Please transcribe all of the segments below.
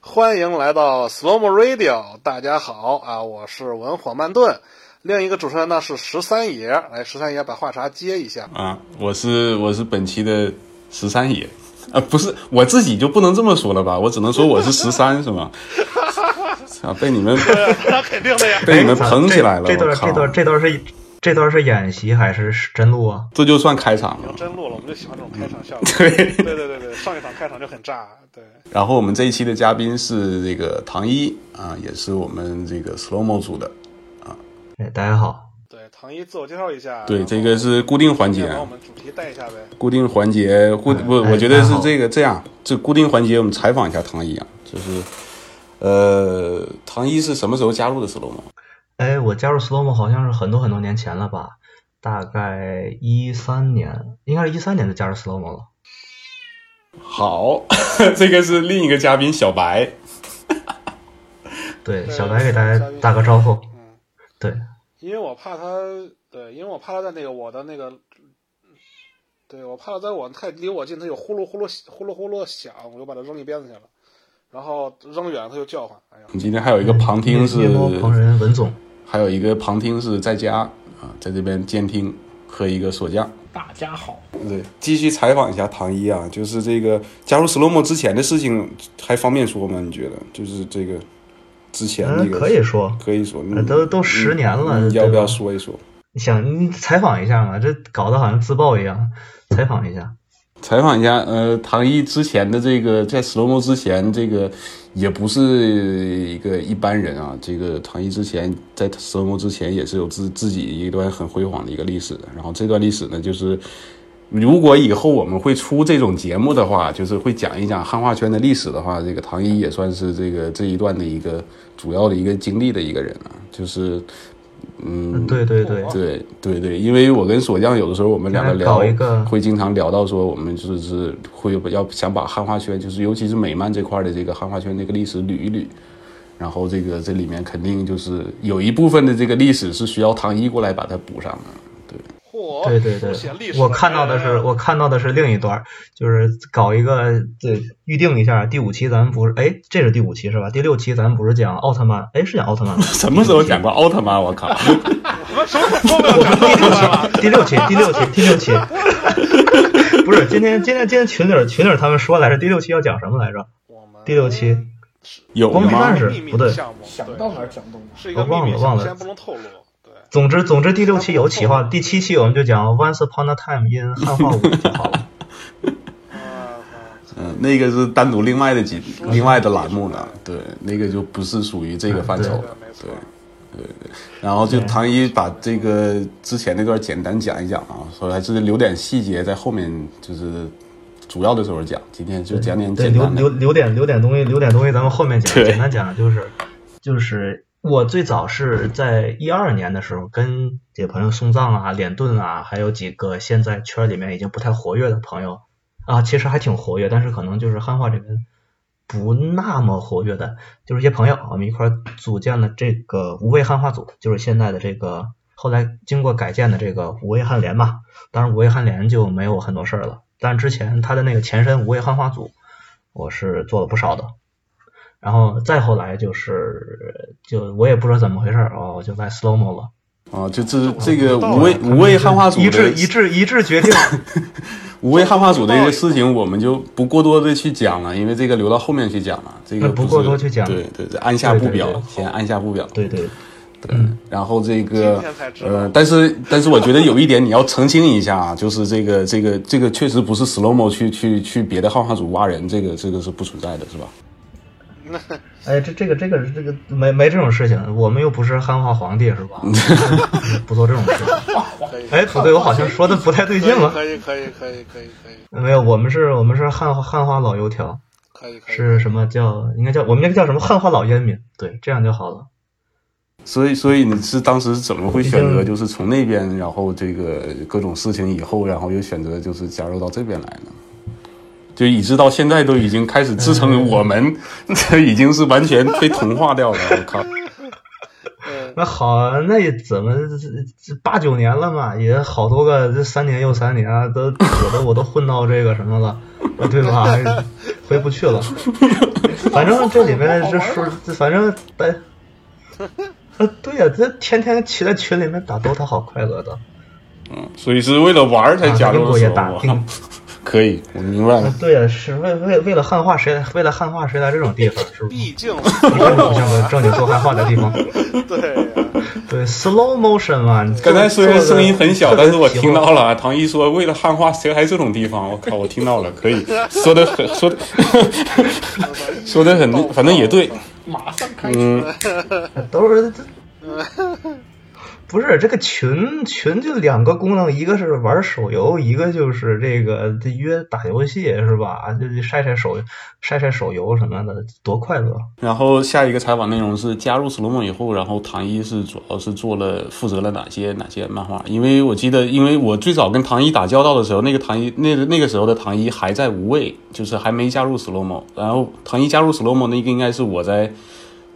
欢迎来到 Slow Mo Radio，大家好啊，我是文火慢炖，另一个主持人呢是十三爷，来十三爷把话茬接一下。啊，我是我是本期的十三爷，啊，不是我自己就不能这么说了吧？我只能说我是十三，是吗？ 啊，被你们那 肯定的呀，被你们捧起来了，哎这我段靠这，段这段是这段是演习还是是真录啊？这就算开场了。真录了，我们就喜欢这种开场效果。 对对对对对，上一场开场就很炸，对，然后我们这一期的嘉宾是这个唐一啊，也是我们这个 slow mo 组的。哎，大家好，对，唐一自我介绍一下。对，然后这个是固定环节把啊我，们主题带一下呗。固定环节固不，哎我觉得是然后这个这样，这固定环节我们采访一下唐一啊，就是呃，唐一是什么时候加入的 slow mo？哎，我加入 Slowmo 好像是很多很多年前了吧，大概一三年，应该是一三年就加入 Slowmo 了。好， 这个是另一个嘉宾小白。对，对小白给大小家白打个招呼。嗯，对，因为我怕他，对，因为我怕他在那个我的那个，对我怕他在我太离我近，他就呼噜呼噜呼噜呼噜响，我就把他扔一边子去了，然后扔远了他就叫唤，哎呀我，们今天还嗯有一个旁听是夜，猫狂人文总，还有一个旁听是在家啊，在这边监听和一个锁匠。大家好，对，继续采访一下唐一啊，就是这个加入 slowmo 之前的事情还方便说吗？你觉得？就是这个之前那嗯，个、可以说，可以说，嗯呃都都十年了你要不对吧要说一说？想你采访一下嘛？这搞得好像自曝一样，采访一下。采访一下，呃，唐毅之前的这个在 slowmo 之前，这个也不是一个一般人啊。这个唐毅之前在 slowmo 之前也是有自自己一段很辉煌的一个历史的。然后这段历史呢，就是如果以后我们会出这种节目的话，就是会讲一讲汉化圈的历史的话，这个唐一也算是这个这一段的一个主要的一个经历的一个人啊。就是，嗯嗯，，对对对，对对对，因为我跟锁匠有的时候我们两个聊，搞一个会经常聊到说我们就是会要想把汉化圈，就是尤其是美漫这块的这个汉化圈这个历史捋一捋。然后这个这里面肯定就是有一部分的这个历史是需要唐一过来把它补上的。嚯，对对对哦书写历，史哎呃我看到的是我看到的是另一段儿，就是搞一个对预定一下第五期，咱们不是哎，这是第五期是吧？第六期咱们不是讲奥特曼？哎，是讲奥特曼吗？ 什么时候讲过奥特曼？我靠！我们什么时候没有讲到过了？第六期，第六期，第六期， 不是今天今天今天群里儿群里儿他们说来着，第六期要讲什么来着？我们 第六期有光明吗战？士秘密不对项目，想对到哪儿讲到哪儿。是一个我忘秘密了项忘目，了先不能透露。对，总之总之第六期有企划，第七期我们就讲 Once Upon a Time in 汉化舞就好了。啊，嗯，那个是单独另外的几嗯另外的栏目了。对，那个就不是属于这个范畴对了对。，没错对。然后就唐一把这个之前那段简单讲一讲啊，所以还是留点细节在后面，就是主要的时候讲。今天就讲点对，简留单留的。留点留点东西，留点东西，咱们后面讲。对简单讲就是，就是我最早是在一二年的时候，跟几个朋友送葬啊、脸盾啊，还有几个现在圈里面已经不太活跃的朋友啊，其实还挺活跃，但是可能就是汉化这边不那么活跃的，就是一些朋友，我们一块儿组建了这个无畏汉化组，就是现在的这个后来经过改建的这个无畏汉联嘛。当然，无畏汉联就没有很多事儿了，但之前它的那个前身无畏汉化组，我是做了不少的。然后再后来就是，就我也不知道怎么回事儿哦，我就在 slowmo 了，啊，就这这个到了无畏无畏汉化组啊一致的一致一致决定，无畏汉化组的这个啊事情，我们就不过多的去讲了，因为这个留到后面去讲了。这个嗯那不是过多去讲对对对，按下不表对对，先按下不表。对对，对，嗯然后这今个天才知道呃，但是但是我觉得有一点你要澄清一下啊，就是这个这个这个确实不是 slow mo 去去去别的汉化组挖人，这个这个是不存在的，是吧？哎，这这个这个这个没没这种事情，我们又不是汉化皇帝是 吧？不做这种事情。可以，哎，不对，我好像说的不太对劲了。可以，可以，可以，可以，可以，没有，我们是我们是汉化汉化老油条，可以，可以，是什么叫应该叫我们那个叫什么汉化老烟民，对，这样就好了。所以所以你是当时怎么会选择毕竟就是从那边，然后这个各种事情以后，然后又选择就是加入到这边来呢？就以致到现在都已经开 始支撑我们，这已经是完全被同化掉了。我靠！嗯那好，那怎么八九年了嘛，也好多个这三年又三年啊，都我都我都混到这个什么了， 对吧？ 回不去了。反正这里面这说，这反正大，啊 对呀、这天天骑在群里面打 DOTA 好快乐的，所以是为了玩儿才啊加英入国的也时 打候定吗？ 可以，我明白了。对呀、是为为为了汉化谁为了汉化谁来这种地方是不是？毕竟你根本不像个正经做汉化的地方。对呀、 对，slow motion 嘛。你刚才虽然声音很小，做得但是我特别听到了啊。唐一说为了汉化谁来这种地方，我靠，我听到了，可以说的很说的 说的很，反正也对。马上开嗯除。都是这，不是这个群群就两个功能，一个是玩手游，一个就是这个这约打游戏是吧？就就晒晒手晒晒手游什么的，多快乐！然后下一个采访内容是加入 s l o m 以后，然后唐一是主要是做了负责了哪些哪些漫画？因为我记得，因为我最早跟唐一打交道的时候，那个唐一那那个时候的唐一还在无畏，就是还没加入 s l o m 然后唐一加入 s l o m 那个应该是我在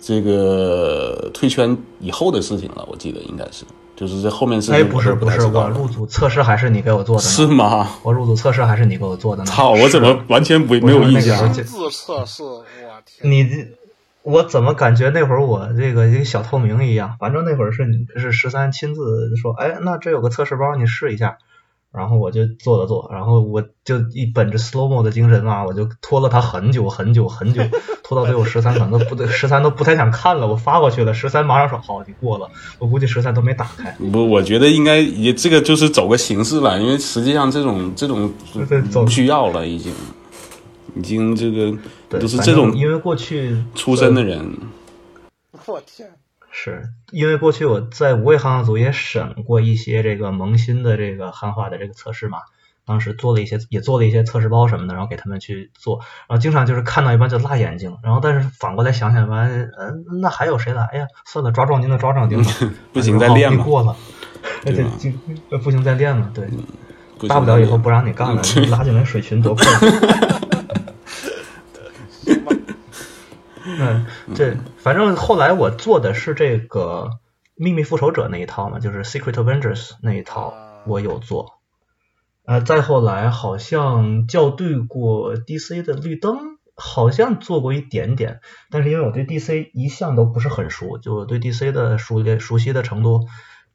这个退圈以后的事情了，我记得应该是，就是这后面事情哎，不是我都不太是，知道我了入组测试还是你给我做的是呢？吗？我入组测试还是你给我做的呢？操，我怎么完全不没有印我说那象个啊，？自测试，我天，你这我怎么感觉那会儿我这个一个小透明一样？反正那会儿是你是十三亲自说，哎，那这有个测试包，你试一下。然后我就做了做，然后我就一本着 slow mo 的精神嘛，我就拖了他很久很久很久，拖到最后十三可能都不对，十三都不太想看了，我发过去了，十三马上说好你过了，我估计十三都没打开。不，我觉得应该也这个就是走个形式了，因为实际上这种这种对对走不需要了，已经已经这个对，就是反这种正因为过去出身的人，，我天，是因为过去我在无畏汉化组也审过一些这个萌新的这个汉化的这个测试嘛，当时做了一些也做了一些测试包什么的，然后给他们去做，然后经常就是看到一半就辣眼睛，然后但是反过来想想完，嗯、那还有谁来呀？算了，抓壮丁的抓壮丁吧 哎不行然后再好练你嘛过了，那 对就 吧嗯就就不行再练嘛，对，不大不了以后不让 你干了，对你拉进来水群多快乐。 行吧，嗯， 对，反正后来我做的是这个《秘密复仇者》那一套嘛，就是《Secret Avengers》那一套啊，我有做。呃，再后来好像校对过 DC 的绿灯，好像做过一点点，但是因为我对 DC 一向都不是很熟，就我对 DC 的熟练熟悉的程度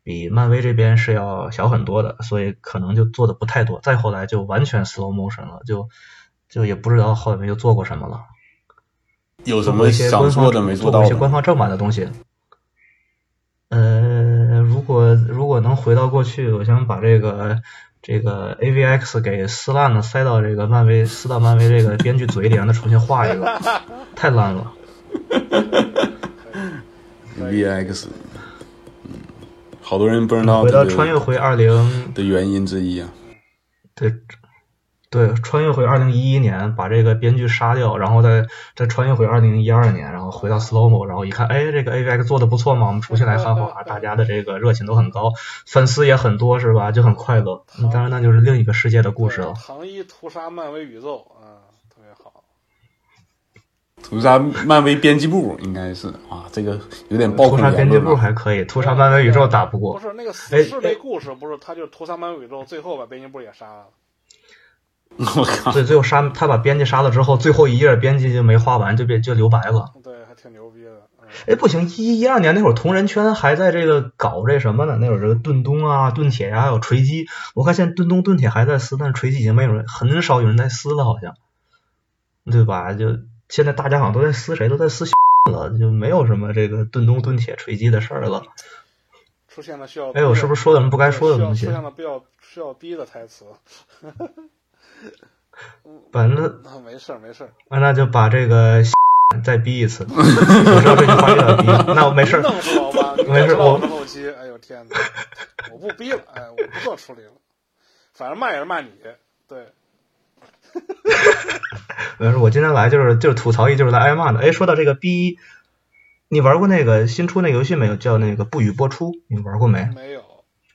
比漫威这边是要小很多的，所以可能就做的不太多。再后来就完全 slow motion 了，就就也不知道后面又做过什么了。有什做过么一些想官做方的没做做过到一些官的？方正版的东西。呃，如果如果能回到过去，我想把这个这个 AVX 给撕烂了，塞到这个漫威撕到漫威这个编剧嘴里，让他重新画一个，太烂了。 VX，嗯，好多人不知道嗯回这到穿越个回二零，的原因之一啊。对对，穿越回二零一一年，把这个编剧杀掉，然后再再穿越回二零一二年，然后回到 slow mo，然后一看，哎，这个 AVX 做的不错嘛，我们重新来汉化，大家的这个热情都很高，粉丝也很多，是吧？就很快乐。嗯当然，那就是另一个世界的故事了。啊唐一屠杀漫威宇宙啊，特别好，屠杀漫威编辑部应该是啊，这个有点暴屠恐杀言编辑论啊了。部还可以，屠杀漫威宇宙打不不过。是那个哎死侍那故事，不是他就屠杀漫威宇宙，最后把编辑部也杀了， 我靠，对，最后杀他把编辑杀了之后，最后一页编辑就没画完，就被就留白了。对，还挺牛逼的，嗯，哎，不行，一一二年那会儿，同人圈还在这个搞这什么呢？那会儿这个盾东啊、盾铁呀、还有锤击。我看现在盾东、盾铁还在撕，但是锤击已经没有人，很少有人在撕了，好像，对吧？就现在大家好像都在撕谁，都在撕了，就没有什么这个盾东、盾铁、锤击的事儿了。出现了需要哎，我是不是说点什么不该说的东西出？现了比较需要逼的台词，反正啊，没事儿没事儿，那就把这个再逼一次。 我知道这句话有点逼，那我没事儿。弄死我 吧，没事我我是后期，哎呦天 哪，我不逼了，哎，我不做处理了，反正骂也是骂你，对，没事，呃我今天来就是就是吐槽一，就是来挨骂的。哎，说到这个 B，你玩过那个新出那游戏没有？叫那个不予播出，你玩过没？没有，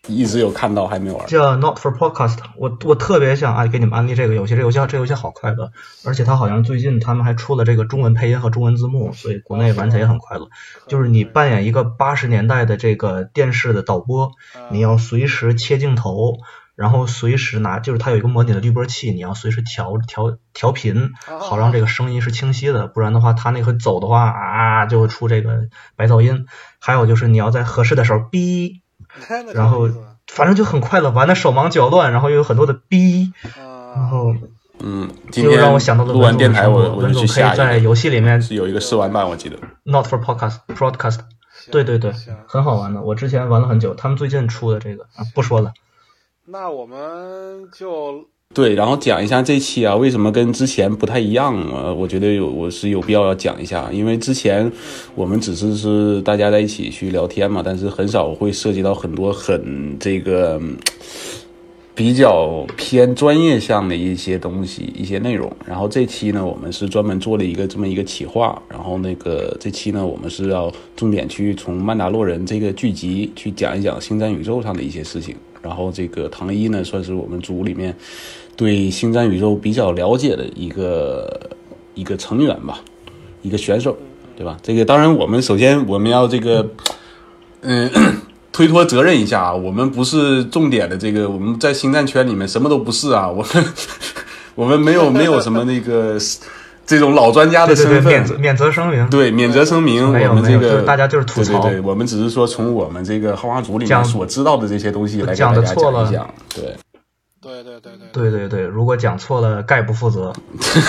一直有看到还没玩。叫 Not for Podcast，我我特别想哎给你们安利这个游戏，这游戏这游戏好快乐，而且它好像最近他们还出了这个中文配音和中文字幕，所以国内玩起来也很快乐。就是你扮演一个八十年代的这个电视的导播，嗯你要随时切镜头，然后随时拿，就是它有一个模拟的滤波器，你要随时调调调频，好让这个声音是清晰的，不然的话它那个走的话啊就会出这个白噪音。还有就是你要在合适的时候哔。然后反正就很快乐，玩的手忙脚乱，然后又有很多的逼，啊然后嗯，今就天让我想到了录完文总电台，说我我文就总去可下以一个在游戏里面是有一个试玩版，我记得 not for podcast broadcast，对对对，行很好玩的，我之前玩了很久，他们最近出的这个啊，不说了，那我们就对。然后讲一下这期啊，为什么跟之前不太一样？呃，我觉得有我是有必要要讲一下，因为之前我们只是是大家在一起去聊天嘛，但是很少会涉及到很多很这个嗯比较偏专业项的一些东西、一些内容。然后这期呢，我们是专门做了一个这么一个企划。然后那个这期呢，我们是要重点去从《曼达洛人》这个剧集去讲一讲星战宇宙上的一些事情。然后这个唐一呢，算是我们组里面对星战宇宙比较了解的一个一个成员吧，一个选手，对吧？这个当然，我们首先我们要这个，嗯。推脱责任一下啊，我们不是重点的这个，我们在星战圈里面什么都不是啊，我们 我们没有没有什么那个这种老专家的对身对对，份，免责免责声明，对，免责声明，没有我们这没有就个是大家就是吐槽对对对，我们只是说从我们这个豪华组里面讲所知道的这些东西来给大讲家得讲错了一讲。对，对对对对对对对，如果讲错了概不负 责，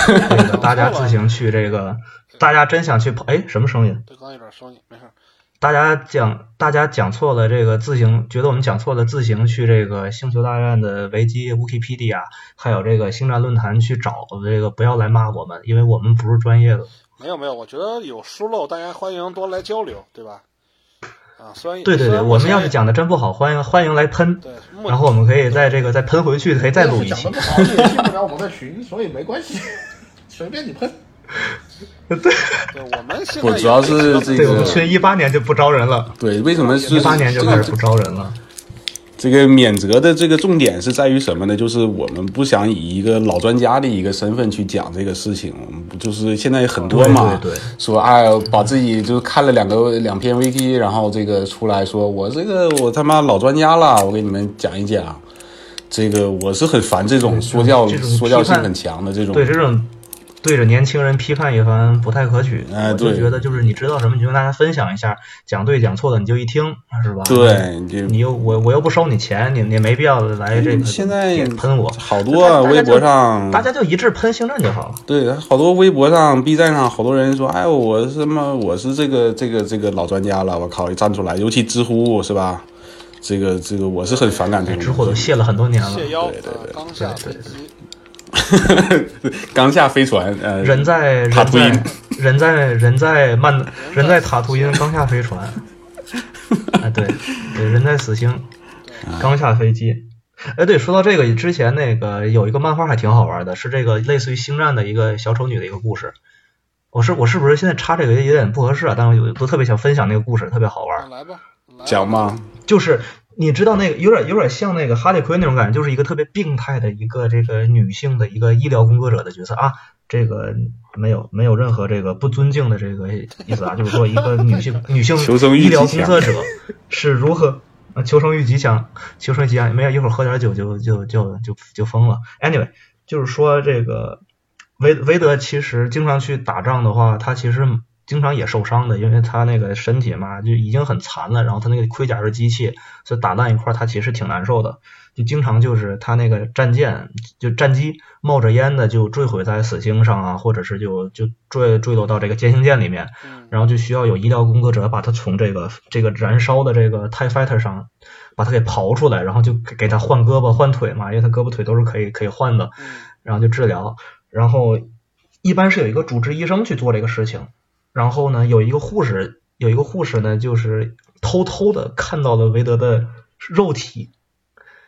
这个大家自行去这个，大家真想去跑，哎，什么声音？对，刚有点声音，没事儿。大家讲，大家讲错了这个自行，觉得我们讲错了，自行去这个《星球大战》的维基、Wikipedia，还有这个星战论坛去找这个，不要来骂我们，因为我们不是专业的。没有没有，我觉得有疏漏，大家欢迎多来交流，对吧？啊，虽然对对虽对，然我目们前要是讲的真不好，欢迎欢迎来喷，对，目然后我们可以在这个再喷回去，可以再录一讲期的。不好，你也进不了我们的群，所以没关系， 随便你喷。对我们现在不也主要没是提到这对我个们群一八年就不招人了，对，为什么是一八年就开始不招人了。这个免责的这个重点是在于什么呢？就是我们不想以一个老专家的一个身份去讲这个事情，我们不就是现在很多嘛，对对对说啊，把自己就是看了两个两篇 VT，然后这个出来说我这个我他妈老专家了，我给你们讲一讲。这个我是很烦这种说教这种说教批性判很强的这种，对这种对着年轻人批判一番不太可取。哎我就对觉得就是你知道什么，你就跟大家分享一下，讲对讲错的你就一听，是吧？对，你就你又我我又不收你钱，你你没必要来这个现在点喷我，好多啊大家微博就上大家就一致喷行政就好了。对，好多微博上、B 站上，好多人说：“哎，我什么，我是这个这个这个老专家了，我靠，一站出来，尤其知乎是吧？这个这个，我是很反感这哎，种。知乎都卸了很多年了，谢邀对对啊对刚下飞对对机，刚下飞船，呃，人在人塔图因在人在人在曼人在塔图因刚下飞 船，哎对对，人在死星啊刚下飞机。哎，对，说到这个，之前那个有一个漫画还挺好玩的，是这个类似于星战的一个小丑女的一个故事。我是我是不是现在插这个有点不合适啊？但我有都特别想分享那个故事，特别好玩。嗯那来吧，来吧讲嘛，就是你知道那个有点有点像那个哈利奎恩那种感觉，就是一个特别病态的一个这个女性的一个医疗工作者的角色啊。这个没有没有任何这个不尊敬的这个意思啊，就是说一个女 性女性求生欲医疗极工强作者是如何。呃求生欲极强，求生欲极强，没有一会儿喝点酒就就就就就疯了。Anyway，就是说这个韦韦德其实经常去打仗的话，他其实经常也受伤的，因为他那个身体嘛就已经很残了，然后他那个盔甲是机器，所以打烂一块儿他其实挺难受的。就经常就是他那个战舰就战机冒着烟的就坠毁在死星上啊，或者是就就坠坠落到这个歼星舰里面，嗯然后就需要有医疗工作者把它从这个这个燃烧的这个 TIE Fighter 上把它给刨出来，然后就给给他换胳膊换腿嘛，因为他胳膊腿都是可以可以换的，嗯然后就治疗，然后一般是有一个主治医生去做这个事情，然后呢有一个护士，有一个护士呢就是偷偷的看到了韦德的肉体，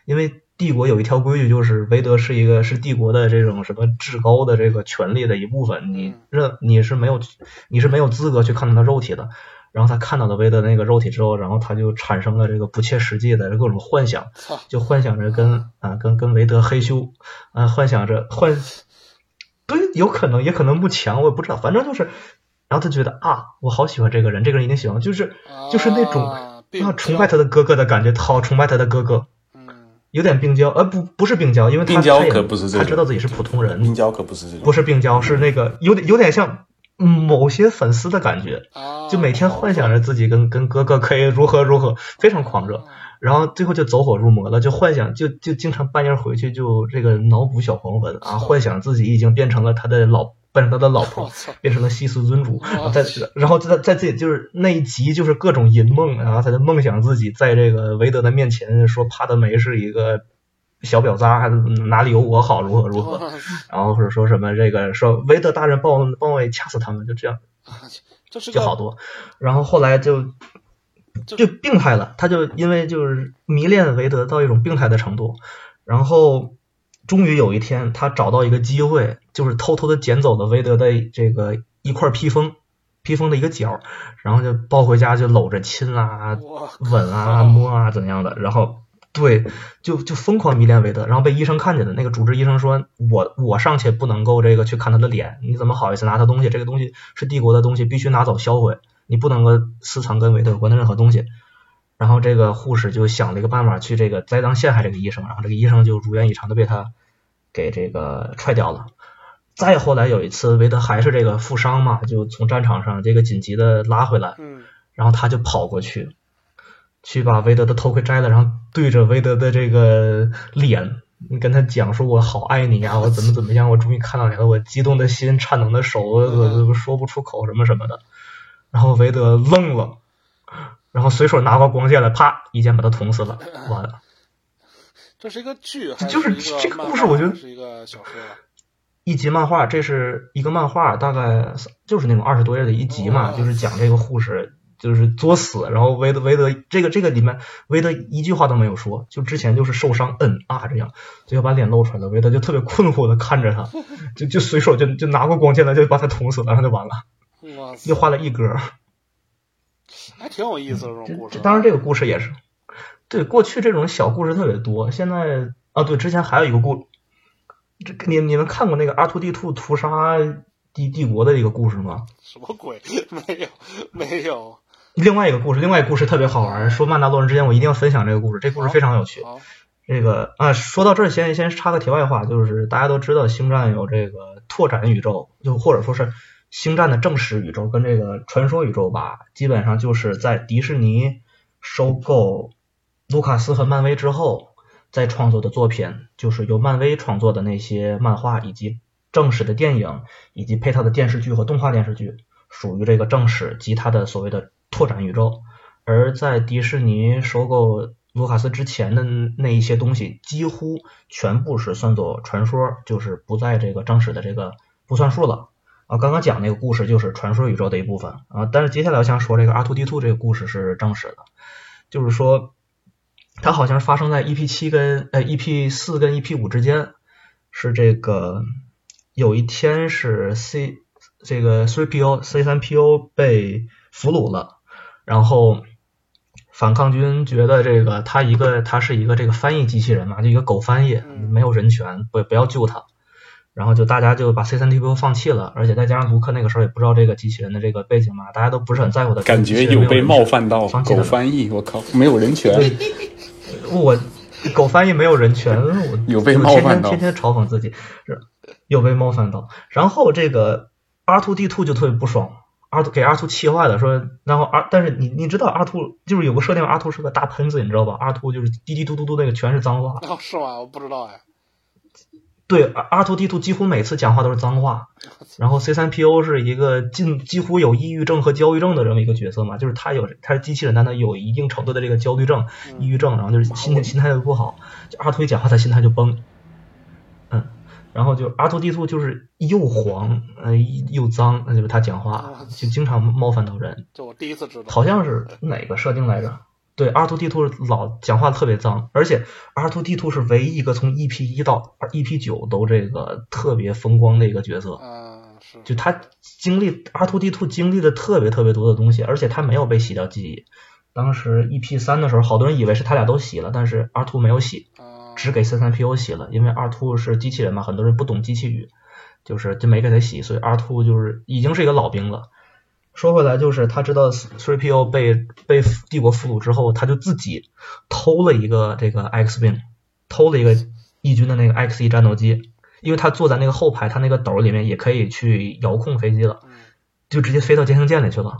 因为帝国有一条规矩，就是韦德是一个是帝国的这种什么至高的这个权力的一部分，你嗯认你是没有你是没有资格去看到他肉体的。然后他看到了威德那个肉体之后，然后他就产生了这个不切实际的各种幻想，操，就幻想着跟啊跟跟维德嘿咻啊，幻想着幻，对，有可能也可能不强，我也不知道，反正就是，然后他觉得啊，我好喜欢这个人，这个人一定喜欢，就是就是那种啊啊崇拜他，的哥哥的感觉，好崇拜他的哥哥，并不嗯，有点病娇，呃不不是病娇，因为他病娇他也可不是这他种知道自己是普通人，病娇可不是这种，不是病娇，是那个有点有点像嗯某些粉丝的感觉，啊，就每天幻想着自己跟跟哥哥可以如何如何，非常狂热。然后最后就走火入魔了，就幻想就就经常半夜回去就这个脑补小黄文啊，幻想自己已经变成了他的老变成他的老我 婆，操，变成了西斯尊主，然后在是然后在在自己就是那一集就是各种淫梦，然后他就梦想自己在这个韦德的面前说帕德梅是一个小婊砸，哪里有我好，如何如何。哇然后或者说什么这个说韦德大人帮我帮我也掐死他们，就这样这是就个好多。然后后来就就就病态了，他就因为就是迷恋韦德到一种病态的程度，然后终于有一天他找到一个机会，就是偷偷的捡走了韦德的这个一块披风，披风的一个角，然后就抱回家就搂着亲啊、我吻啊、摸啊怎样的，然后。对，就就疯狂迷恋韦德，然后被医生看见的那个主治医生说：“我我上去不能够这个去看他的脸，你怎么好意思拿他东西？这个东西是帝国的东西，必须拿走销毁，你不能够私藏跟韦德有关的任何东西。”然后这个护士就想了一个办法去这个栽赃陷害这个医生，然后这个医生就如愿以偿的被他给这个踹掉了。再后来有一次，韦德还是这个负伤嘛，就从战场上这个紧急的拉回来，嗯，然后他就跑过去，去把韦德的头盔摘了，然后对着韦德的这个脸，跟他讲说：“我好爱你呀、啊我怎么怎么样，我终于看到你了，我激动的心，颤抖的手，我我我说不出口什么什么的。”然后韦德愣了，然后随手拿过光剑来，啪一剑把他捅死了。完了，这是一个剧，还就是是一个这个漫故事画我觉得还是一个小说啊了，一集漫画，这是一个漫画，大概就是那种二十多页的一集嘛，就是讲这个护士就是作死，然后韦德韦德这个这个里面韦德一句话都没有说，就之前就是受伤嗯啊这样，最后把脸露出来了，韦德就特别困惑的看着他，就就随手就就拿过光剑来就把他捅死了，然后就完了，我操又，画了一格。还挺有意思的这种故事。啊嗯这当然，这个故事也是，对过去这种小故事特别多。现在啊，对，之前还有一个故，这个你你们看过那个阿图地兔屠杀帝帝国的一个故事吗？什么鬼？没有，没有。另外一个故事，另外一个故事特别好玩，说曼达洛人之间我一定要分享这个故事，这故事非常有趣。好，这个啊，说到这儿先先插个题外话，就是大家都知道《星战》有这个拓展宇宙，就或者说是《星战》的正史宇宙跟这个传说宇宙吧，基本上就是在迪士尼收购卢卡斯和漫威之后再创作的作品，就是由漫威创作的那些漫画以及正史的电影以及配套的电视剧和动画电视剧，属于这个正史及它的所谓的拓展宇宙。而在迪士尼收购卢卡斯之前的那一些东西，几乎全部是算作传说，就是不在这个正史的这个不算数了。啊，刚刚讲那个故事就是传说宇宙的一部分啊，但是接下来我想说这个阿图 D 兔这个故事是正史的，就是说它好像是发生在 EP 七跟呃 EP 四跟 EP 五之间，是这个有一天是 C 这个 3PO C 三 PO 被俘虏了。然后反抗军觉得这个他一个他是一个这个翻译机器人嘛，就一个狗翻译嗯，没有人权，不不要救他。然后就大家就把 C 三 TPO 放弃了，而且再加上卢克那个时候也不知道这个机器人的这个背景嘛，大家都不是很在乎的。感觉有被冒犯到，放弃狗了翻译，我靠，没有人权，我狗翻译没有人权，我 有被就冒犯到天天天天嘲讽自己，是有被冒犯到。然后这个 R two D two 就特别不爽，r 兔给 R 兔气坏了，说，然后 R 但是你你知道 R 兔就是有个设定，R 兔是个大喷子，你知道吧？R 兔就是滴滴嘟嘟嘟那个全是脏话，哦，是吗？我不知道哎。对，R 2 D 2几乎每次讲话都是脏话，然后 C 3 PO 是一个近几乎有抑郁症和焦虑症的这么一个角色嘛，就是他有他是机器人，但他有一定程度的这个焦虑症、抑郁症，然后就是心情心态就不好，就 R 2一讲话他心态就崩，嗯，然后就 R 2 D 2就是又黄呃又脏，那就是他讲话就经常冒犯到人，这我第一次知道。好像是哪个设定来着？对，R 2 D 2老讲话特别脏，而且 R 2 D 2是 E 唯一一个从 EP 一到 EP 九都这个特别风光的一个角色。嗯，是就他经历 R two D two 经历了特别特别多的东西，而且他没有被洗掉记忆。当时 EP 三的时候，好多人以为是他俩都洗了，但是 R two 没有洗，啊，只给三三 PO 洗了，因为 R two 是机器人嘛，很多人不懂机器语，就是就没给他洗，所以 R two 就是已经是一个老兵了。说回来，就是他知道 three PO 被被帝国俘虏之后，他就自己偷了一个这个 X wing，偷了一个义军的那个 X 一战斗机，因为他坐在那个后排，他那个斗里面也可以去遥控飞机了。嗯就直接飞到歼星舰里去了。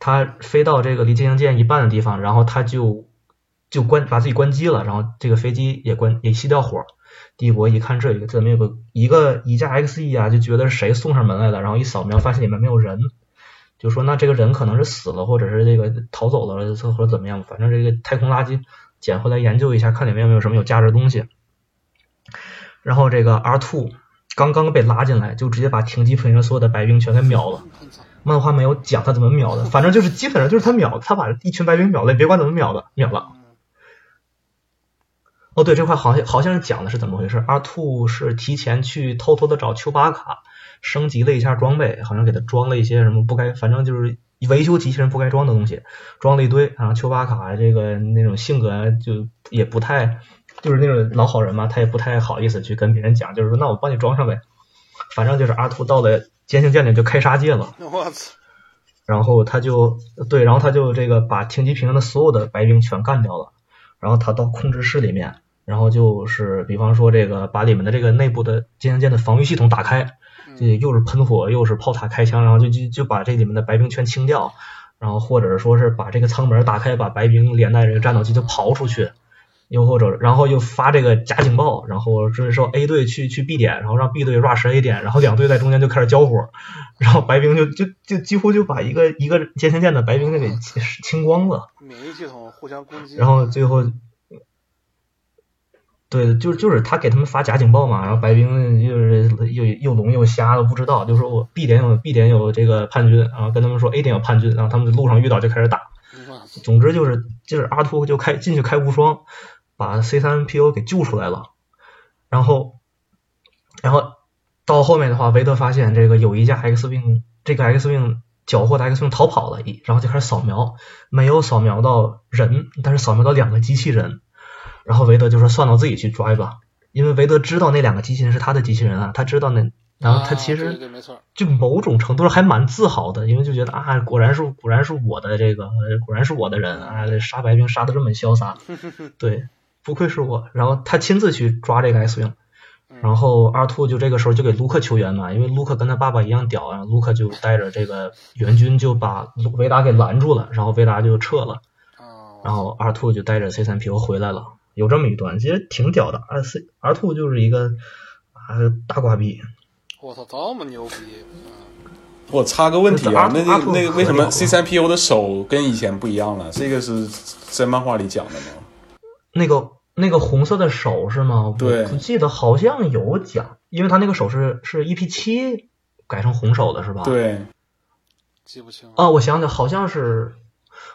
他飞到这个离歼星舰一半的地方，然后他就就关把自己关机了，然后这个飞机也关也熄掉火。帝国一看这有个怎么有个一个一架 X E 啊，就觉得是谁送上门来的，然后一扫描发现里面没有人，就说那这个人可能是死了，或者是这个逃走了，或者怎么样，反正这个太空垃圾捡回来研究一下，看里面有没有什么有价值的东西。然后这个 R two 刚刚被拉进来，就直接把停机坪上所有的白兵全给秒了。我操漫画没有讲他怎么秒的，反正就是基本上就是他秒，他把一群白兵秒了，别管怎么秒的，秒了。嗯哦，对，这块好像好像是讲的是怎么回事。阿兔是提前去偷偷的找丘巴卡，升级了一下装备，好像给他装了一些什么不该，反正就是维修机器人不该装的东西，装了一堆。然后丘巴卡这个那种性格就也不太，就是那种老好人嘛，他也不太好意思去跟别人讲，就是说那我帮你装上呗。反正就是阿兔到了歼星舰里就开杀戒了。我操，然后他就对，然后他就这个把停机坪上的所有的白兵全干掉了，然后他到控制室里面，然后就是比方说这个把里面的这个内部的歼星舰的防御系统打开，这又是喷火又是炮塔开枪，然后就就就把这里面的白兵全清掉，然后或者是说是把这个舱门打开，把白兵连带这个战斗机就刨出去，又或者然后又发这个假警报，然后就是说 A 队去去 B 点，然后让 B 队 rush A 点，然后两队在中间就开始交火，然后白兵就就就几乎就把一个一个歼星舰的白兵就给清清光了，免疫系统互相攻击，然后最后。对，就就是他给他们发假警报嘛，然后白冰就是又又聋又瞎的，不知道，就说我 B 点有 B 点有这个叛军，然后跟他们说 A 点有叛军，然后他们路上遇到就开始打，我操总之就是就是阿秃就开进去开无双，把 C 三 PO 给救出来了，然后然后到后面的话，维德发现这个有一架 X 病，这个 X 病缴获的 X 病逃跑了，一然后就开始扫描，没有扫描到人，但是扫描到两个机器人，然后维德就说算了，我自己去抓吧，因为维德知道那两个机器人是他的机器人啊，他知道那。然后他其实、啊对对没错，就某种程度上还蛮自豪的，因为就觉得啊，果然是果然是我的这个，果然是我的人啊，这杀白兵杀的这么潇洒，对，不愧是我。然后他亲自去抓这个 X wing，然后阿兔就这个时候就给卢克求援嘛，因为卢克跟他爸爸一样屌啊，卢克就带着这个援军就把卢维达给拦住了，然后维达就撤了，啊，然后 R two 就带着 C 三 PO 回来了，有这么一段，其实挺屌的。R C R two 就是一个啊大瓜逼，我操，这么牛逼，我插个问题啊，那那那阿那个为什阿么布 C 三 PO 的手跟以前不一样了？这个是在漫画里讲的吗？那个那个红色的手是吗？对我不记得好像有讲，因为他那个手是是 EP 七改成红手的是吧？。对，记不清了，啊，我想想，好像是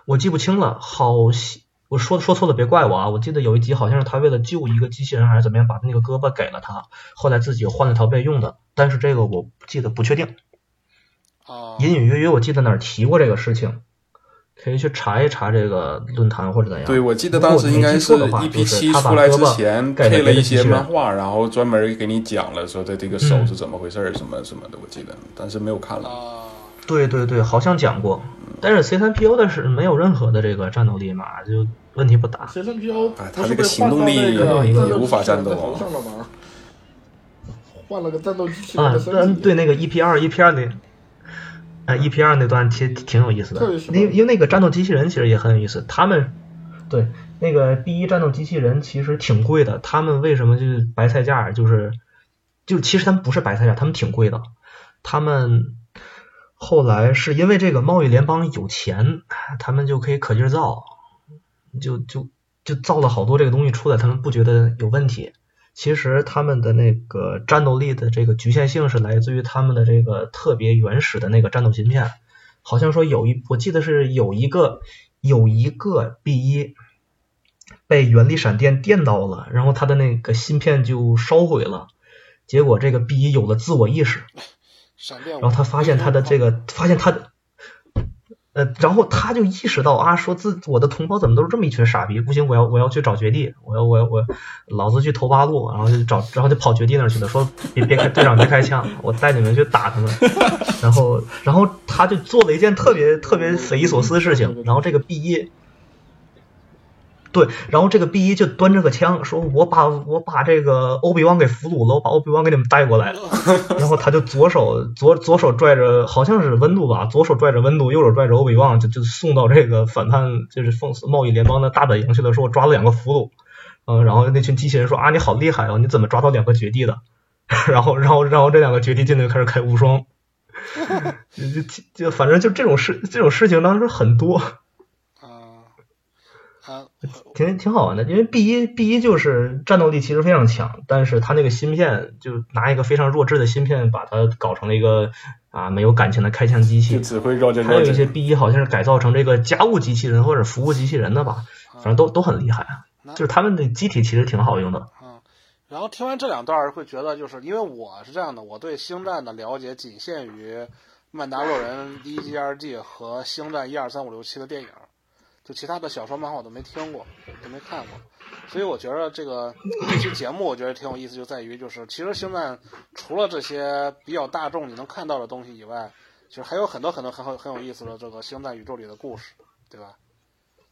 我记不清了，好像我说说错了，别怪我啊！我记得有一集好像是他为了救一个机器人还是怎么样，把那个胳膊给了他，后来自己换了条备用的，但是这个我记得不确定，啊，隐隐约约我记得哪儿提过这个事情。可以去查一查这个论坛或者怎样。对，我记得如果当时没应该记是错的话 EP 就是七他把出来胳之膊前改配成了一机器些人漫画，然后专门给你讲了说的这个手嗯是怎么回事儿，什么什么的，我记得，但是没有看了。啊，对对对，好像讲过，但是 C 三 PO 的是没有任何的这个战斗力嘛，就问题不大。 C 三 PO 哎不他这是个被行换到动力那个也战斗无法机器战人斗的啊头上了吗？换了个战斗机器人啊的，对身体，对，那个 EP 二 EP 二那，呃 EP 二那段其实挺有意思的特别，是因为因为那个战斗机器人其实也很有意思，他们对那个 B 一战斗机器人其实挺贵的，他们为什么就是白菜价儿？就是就其实他们不是白菜价儿，他们挺贵的，他们。后来是因为这个贸易联邦有钱，他们就可以可劲儿造，就就就造了好多这个东西出来，他们不觉得有问题。其实他们的那个战斗力的这个局限性是来自于他们的这个特别原始的那个战斗芯片，好像说有一，我记得是有一个有一个 B 一被原力闪电电到了，然后他的那个芯片就烧毁了，结果这个 B 一有了自我意识，闪电舞。然后他发现他的这个，发现他的，呃，然后他就意识到啊，说自我的同胞怎么都是这么一群傻逼，不行，我要我要去找绝地，我要我要我要，老子去投八路，然后就找，然后就跑绝地那儿去了，说别别开队长别开枪，我带你们去打他们。然后然后他就做了一件特别特别匪夷所思的事情，然后这个 B 一。对，然后这个 B 一就端着个枪说：“我把我把这个欧比旺给俘虏了，我把欧比旺给你们带过来。”然后他就左手左左手拽着好像是温度吧，左手拽着温度，右手拽着欧比旺，就就送到这个反叛就是奉贸易联邦的大本营去了，说我抓了两个俘虏。嗯，然后那群机器人说：“啊，你好厉害哦，你怎么抓到两个绝地的？” 然后然后然后这两个绝地进来就开始开无双， 就就就反正就这种事这种事情当时很多。啊啊，挺挺好玩的，因为 B 一 B 一就是战斗力其实非常强，但是它那个芯片就拿一个非常弱智的芯片把它搞成了一个啊没有感情的开枪机就器。只会绕着还有绕一些着。 B 一好像是改造成这个家务机器人或者服务机器人的吧，反正都都很厉害啊。就是他们的机体其实挺好用的。然后听完这两段儿，会觉得就是因为我是这样的，我对星战的了解仅限于《曼达洛人》第一季、二季和《星战》一二三五六七的电影儿，就其他的小说、漫画我都没听过，都没看过。所以我觉得这个这期节目，我觉得挺有意思，就在于就是其实星战除了这些比较大众你能看到的东西以外，其实还有很多很多很好很有意思的这个星战宇宙里的故事，对吧？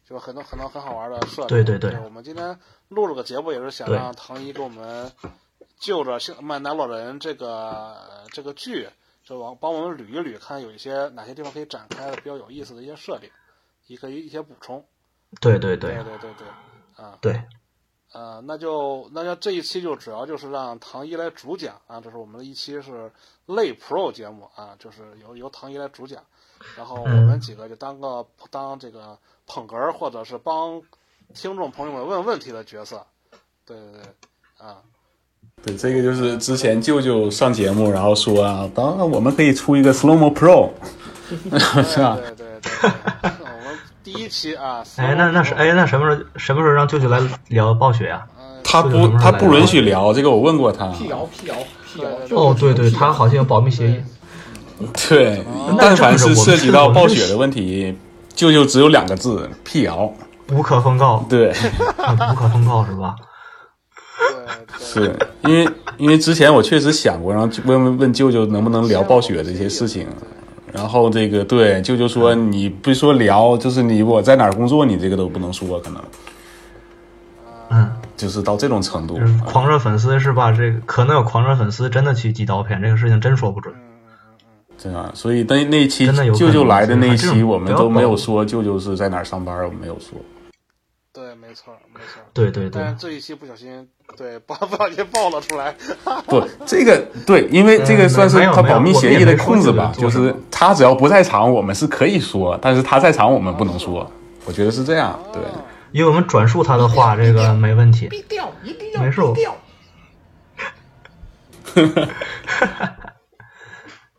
就很多很多很好玩的设定。对对对我们今天录了个节目，也是想对让唐一给我们就着《星曼达洛人》这个呃这个剧，就往帮我们捋一捋，看有一些哪些地方可以展开的比较有意思的一些设定，一个一些补充。对对对对对对对，啊，对，呃，那就那就这一期就主要就是让唐一来主讲啊，这是我们的一期是类 Pro 节目啊，就是由由唐一来主讲，然后我嗯们几个就当个当这个捧哏儿或者是帮听众朋友们问问题的角色，对对对， 啊，对，这个就是之前舅舅上节目，然后说啊，当然我们可以出一个 Slowmo Pro，是吧？对对对对， 对我们第一期啊，哎，那那是哎，那什么时候什么时候让舅舅来聊暴雪啊？他这个不什么时候他来不聊允许聊这个，我问过他。辟谣辟谣辟谣对对！就哦，对对，辟谣他好像有保密协议。对，那但这不凡是是我们涉是及到我们暴是雪的问题，舅舅只有两个字：辟谣。无可奉告， 对，啊无可奉告是吧？对对 是因为因为之前我确实想过，然后就问问问舅舅能不能聊暴雪这些事情。然后这个对舅舅说，嗯你不说聊，就是你我在哪儿工作，你这个都不能说，可能嗯，就是到这种程度啊就。是狂热粉丝是吧？这个可能有狂热粉丝真的去寄刀片，这个事情真说不准。对啊，所以那那一期真的有可能舅舅来的那一这期，种我们不要都没有搞说舅舅是在哪儿上班，我们没有说。对，没错儿没错儿，对对对但，是这一期不小心对 不不小心暴露出来，不，这个对，因为这个嗯算是没有他没有保密我们协也议的没说控制这个吧，做就什么是他只要不在场，我们是可以说，但是他在场，我们不能说。我觉得是这样，对。因为我们转述他的话，这个没问题。毙掉，一定要没事我毙掉。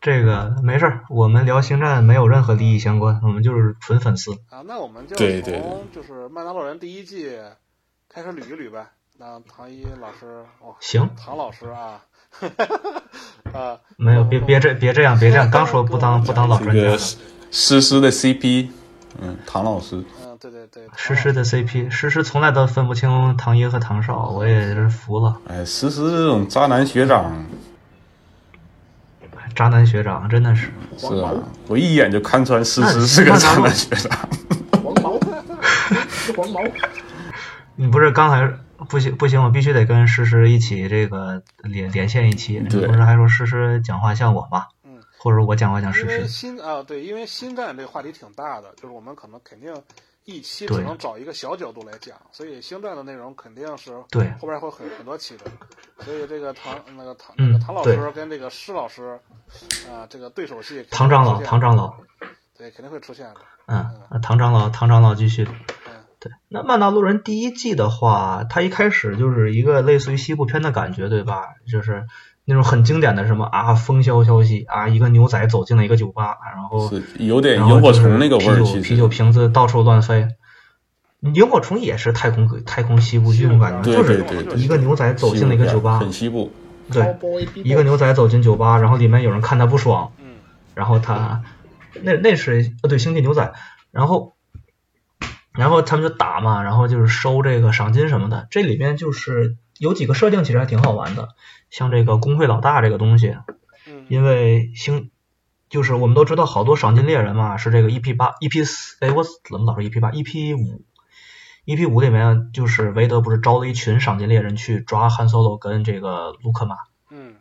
这个没事儿，我们聊星战没有任何利益相关，我们就是纯粉丝。啊，那我们就对对从就是《曼达洛人》第一季开始捋一捋呗。那唐一老师，哦，行，唐老师啊， 啊，没有，别别这别这样，别这样，刚说不当不当老这专家个了。诗诗诗的 CP，嗯，唐老师，嗯，对对对，唐诗老诗师，的 CP，诗诗从来都分不清唐一和唐少，我也是服了。哎，诗诗这种渣男学长渣男学长真的是，是啊，我一眼就看穿诗诗是个那渣那男学长。黄毛，是黄毛，你不是刚才不行不行，我必须得跟诗诗一起这个连连线一期。你对不是还说诗诗讲话像我吗？嗯或者我讲话像诗因为诗？新啊，对，因为新战这个话题挺大的，就是我们可能肯定一期对只能找一个小角度来讲，所以星战的内容肯定是对后边会很很多期的，所以这个唐那个唐、嗯那个唐老师对跟这个施老师啊，这个对手戏肯定唐长老，会出现唐长老，对肯定会出现的，嗯，那唐长老，唐长老继续。嗯对，那《曼达洛人》第一季的话，它一开始就是一个类似于西部片的感觉，对吧？就是那种很经典的什么啊，风萧萧兮啊，一个牛仔走进了一个酒吧，然后是有点然萤后火就是虫那个味儿，啤酒其啤实酒瓶子到处乱飞。萤火虫也是太空太空西部剧那种感觉，对就对是对对，一个牛仔走西进部了一个片酒吧，很西部，对 Cowboy Bebop 一个牛仔走进酒吧，然后里面有人看他不爽，嗯，然后他那那是呃对星际牛仔，然后然后他们就打嘛，然后就是收这个赏金什么的，这里面就是有几个设定其实还挺好玩的，像这个工会老大这个东西，嗯因为星就是我们都知道好多赏金猎人嘛，是这个 EP 八 EP 四，哎，我怎么老是 EP 八 EP 五 EP 五里面就是韦德不是招了一群赏金猎人去抓汉 Solo 跟这个卢克嘛？嗯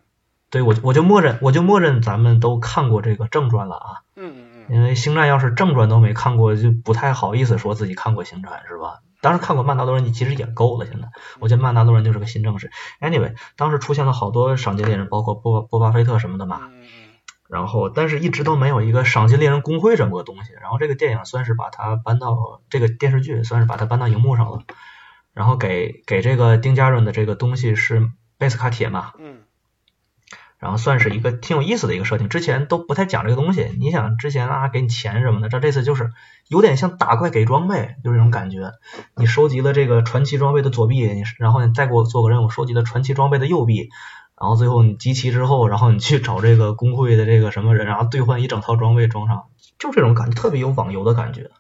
对我就我就默认我就默认咱们都看过这个正传了啊，嗯嗯嗯因为星战要是正传都没看过，就不太好意思说自己看过星战是吧？当时看过《曼达洛人》，你其实也够了。现在我觉得《曼达洛人》就是个新正史。Anyway，当时出现了好多赏金猎人，包括波波巴菲特什么的嘛。嗯嗯然后但是一直都没有一个赏金猎人工会这么个东西。然后这个电影算是把它搬到这个电视剧，算是把它搬到荧幕上了。然后给给这个丁家润的这个东西是贝斯卡铁嘛，嗯然后算是一个挺有意思的一个设定，之前都不太讲这个东西。你想之前啊给你钱什么的，这这次就是有点像打怪给装备，就是这种感觉。你收集了这个传奇装备的左臂，你然后你再给我做个任务，收集了传奇装备的右臂，然后最后你集齐之后，然后你去找这个工会的这个什么人，然后兑换一整套装备装上，就这种感觉，特别有网游的感觉。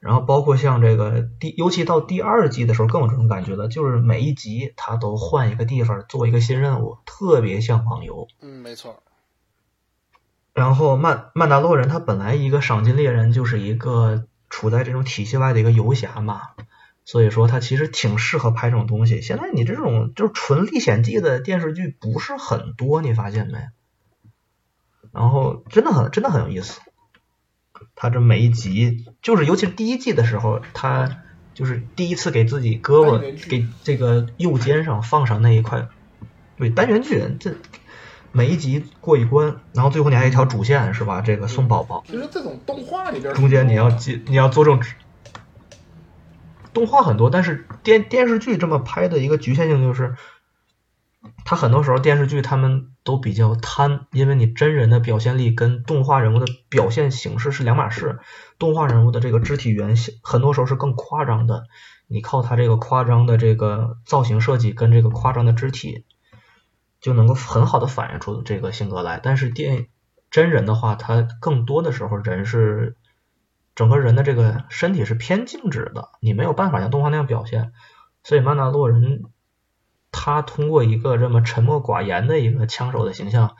然后包括像这个第，尤其到第二季的时候更有这种感觉了，就是每一集它都换一个地方做一个新任务，特别像网游。嗯，没错，然后曼曼达洛人他本来一个赏金猎人就是一个处在这种体系外的一个游侠嘛，所以说他其实挺适合拍这种东西。现在你这种就是纯历险记的电视剧不是很多，你发现没？然后真的很真的很有意思，他这每一集就是尤其是第一季的时候，他就是第一次给自己胳单元膊剧给这个右肩上放上那一块，对单元剧这每一集过一关，然后最后你还有一条主线是吧？这个嗯送宝宝，其实这种动画里边儿中间你要记，你要做这种动画很多，但是电电视剧这么拍的一个局限性就是，它很多时候电视剧他们都比较贪，因为你真人的表现力跟动画人物的表现形式是两码事，动画人物的这个肢体语言是很多时候是更夸张的，你靠他这个夸张的这个造型设计跟这个夸张的肢体，就能够很好的反映出这个性格来。但是电真人的话，他更多的时候人是整个人的这个身体是偏静止的，你没有办法像动画那样表现。所以曼达洛人他通过一个这么沉默寡言的一个枪手的形象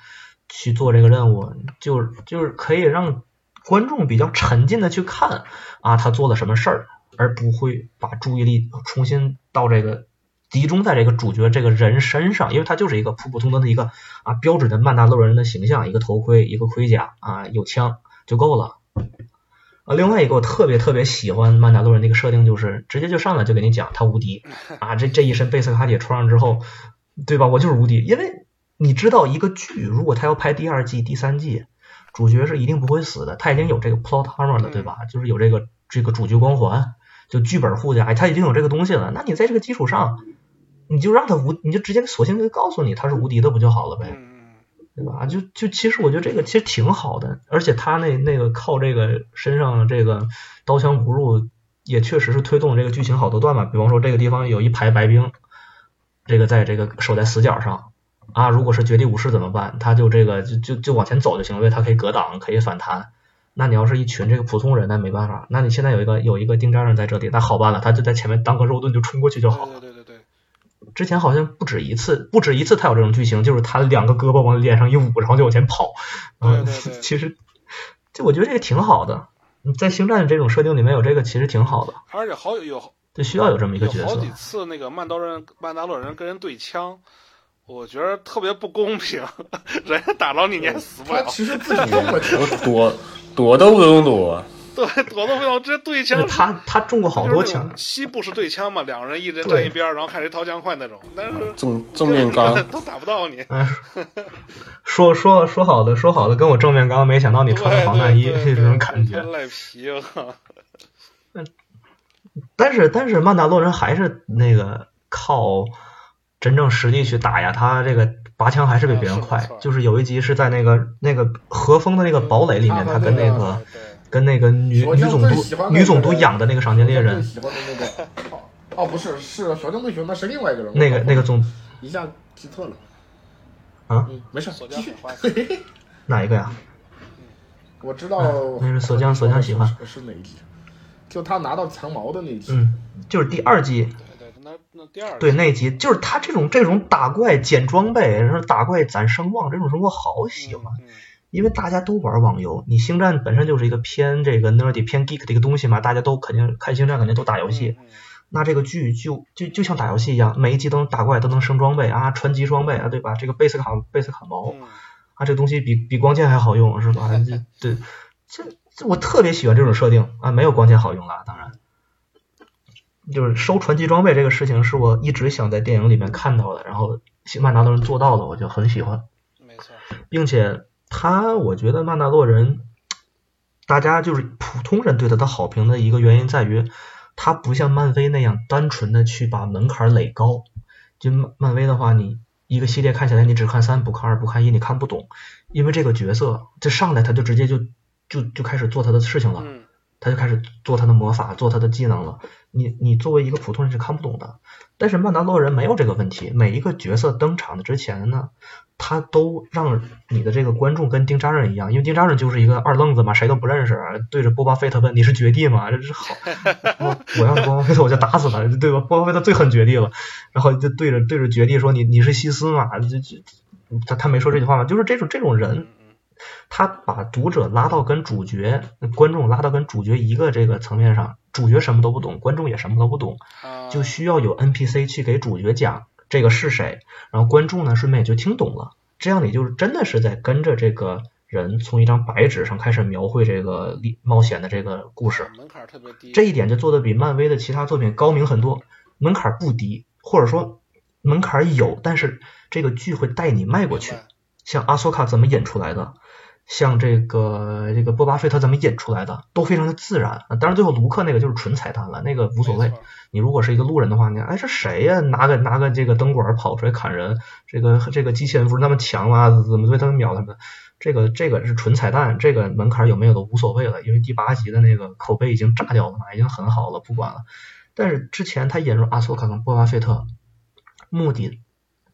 去做这个任务，就就是可以让观众比较沉浸的去看啊他做了什么事儿，而不会把注意力重新到这个集中在这个主角这个人身上，因为他就是一个普普通通的一个啊标准的曼达洛人的形象，一个头盔，一个盔甲啊，有枪就够了。啊，另外一个我特别特别喜欢曼达洛人那个设定，就是直接就上来就给你讲他无敌啊，这这一身贝斯卡铁穿上之后，对吧？我就是无敌，因为你知道一个剧如果他要拍第二季、第三季，主角是一定不会死的，他已经有这个 plot armor 了，对吧？就是有这个这个主角光环，就剧本护甲，哎他已经有这个东西了。那你在这个基础上，你就让他无，你就直接索性就告诉你他是无敌的不就好了呗？嗯对吧？就就其实我觉得这个其实挺好的，而且他那那个靠这个身上这个刀枪不入，也确实是推动这个剧情好多段吧。比方说这个地方有一排白兵，这个在这个守在死角上啊，如果是绝地武士怎么办？他就这个就就就往前走就行了，因为他可以格挡，可以反弹。那你要是一群这个普通人，那没办法。那你现在有一个有一个丁渣人在这里，那好办了，他就在前面当个肉盾就冲过去就好了。嗯，对对对对之前好像不止一次，不止一次他有这种剧情，就是他两个胳膊往脸上一捂，然后就往前跑。对嗯 对对其实就我觉得这个挺好的，嗯在星战这种设定里面有这个其实挺好的，而且好有有就需要有这么一个有角好色几。次那个曼刀人曼达洛人跟人对枪，我觉得特别不公平，人家打着你你还死不他了，其实自己动了枪，我躲躲都不用躲，对，躲都没有，直接对枪。他他中过好就是多那种枪，西部是对枪嘛，两个人一人站对一边，然后看谁掏枪快那种。但是正正面刚， 都打不到你。哎，说说说好的说好的跟我正面刚，没想到你穿对了防弹衣，对 这对种感觉特。赖皮，我靠！但是但是曼达洛人还是那个靠真正实力去打呀，他这个拔枪还是比别人啊快是没错。就是有一集是在那个那个和风的那个堡垒里面，嗯他跟那对个啊对，跟那个女我女就总最督喜欢那女总个督养的那个 赏金猎最人，喜欢的那个。哦，哦不是，是《小正最喜欢的是另外一个人物。那个那个总一下踢特了。啊嗯，没事，索继江续很。欢哪一个呀？我知道，哎那是索江索江喜欢是哪一集？就他拿到长矛的那一集。嗯，就是第二季，对对，那那第二对那集，就是他这种这种打怪捡装备，然后打怪攒声望，这种生活好喜欢。嗯因为大家都玩网游，你星战本身就是一个偏这个 nerdy 偏 geek 的一个东西嘛，大家都肯定看星战肯定都打游戏。嗯那这个剧就就就像打游戏一样，每一集都能打怪，都能升装备啊，传奇装备啊，对吧？这个贝斯卡贝斯卡矛嗯嗯啊，这东西比比光剑还好用是吧？ 这对，这这我特别喜欢这种设定啊，没有光剑好用了，当然。就是收传奇装备这个事情是我一直想在电影里面看到的，然后曼达洛人做到了，我就很喜欢。没错，并且他，我觉得曼达洛人，大家就是普通人对他的好评的一个原因在于，他不像漫威那样单纯的去把门槛垒高。就漫漫威的话，你一个系列看起来，你只看三不看二不看一，你看不懂，因为这个角色这上来他就直接就就就开始做他的事情了。嗯他就开始做他的魔法，做他的技能了。你你作为一个普通人是看不懂的，但是曼达洛人没有这个问题。每一个角色登场的之前呢，他都让你的这个观众跟丁扎任一样，因为丁扎任就是一个二愣子嘛，谁都不认识，啊对着波巴费特问你是绝地吗？这是好，我我要是波巴费特我就打死他，对吧？波巴费特最恨绝地了，然后就对着对着绝地说你你是西斯嘛？这这他他没说这句话嘛，就是这种这种人，嗯嗯他把读者拉到跟主角、呃观众拉到跟主角一个这个层面上，主角什么都不懂，观众也什么都不懂，啊，就需要有 NPC 去给主角讲这个是谁，然后观众呢顺便也就听懂了，这样你就是真的是在跟着这个人从一张白纸上开始描绘这个历冒险的这个故事，门槛儿特别低，这一点就做的比漫威的其他作品高明很多，门槛不低，或者说门槛有，但是这个剧会带你迈过去明。白像阿索卡怎么演出来的，像这个这个波巴费特怎么演出来的，都非常的自然。啊当然，最后卢克那个就是纯彩蛋了，那个无所谓没。错你如果是一个路人的话，你看哎这谁呀、拿个拿个这个灯管跑出来砍人，这个这个机器人不是那么强吗？怎么对他们秒他们？这个这个是纯彩蛋，这个门槛有没有都无所谓了，因为第八集的那个口碑已经炸掉了嘛，已经很好了，不管了。但是之前他引入阿索卡跟波巴费特，目的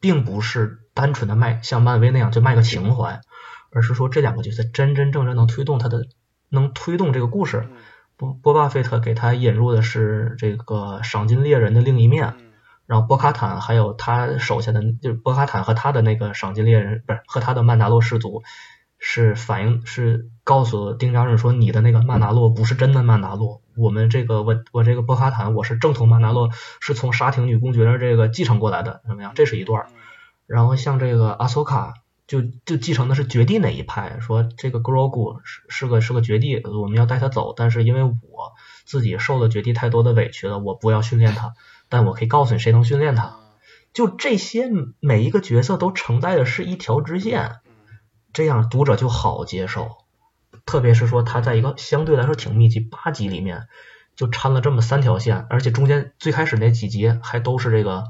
并不是单纯的卖像漫威那样就卖个情怀，而是说这两个角色真真正正能推动他的，能推动这个故事。嗯波波巴费特给他引入的是这个赏金猎人的另一面，嗯然后波卡坦还有他手下的，就是波卡坦和他的那个赏金猎人，不是和他的曼达洛氏族，是反映是告诉丁扎任说，你的那个曼达洛不是真的曼达洛，我们这个我我这个波卡坦我是正统曼达洛，是从沙廷女公爵那儿这个继承过来的，怎么样？这是一段儿。然后像这个阿索卡就就继承的是绝地那一派，说这个 Grogu 是是个是个绝地，我们要带他走，但是因为我自己受了绝地太多的委屈了，我不要训练他，但我可以告诉你谁能训练他。啊就这些每一个角色都承载的是一条支线，这样读者就好接受。特别是说他在一个相对来说挺密集八集里面，就掺了这么三条线，而且中间最开始那几集还都是这个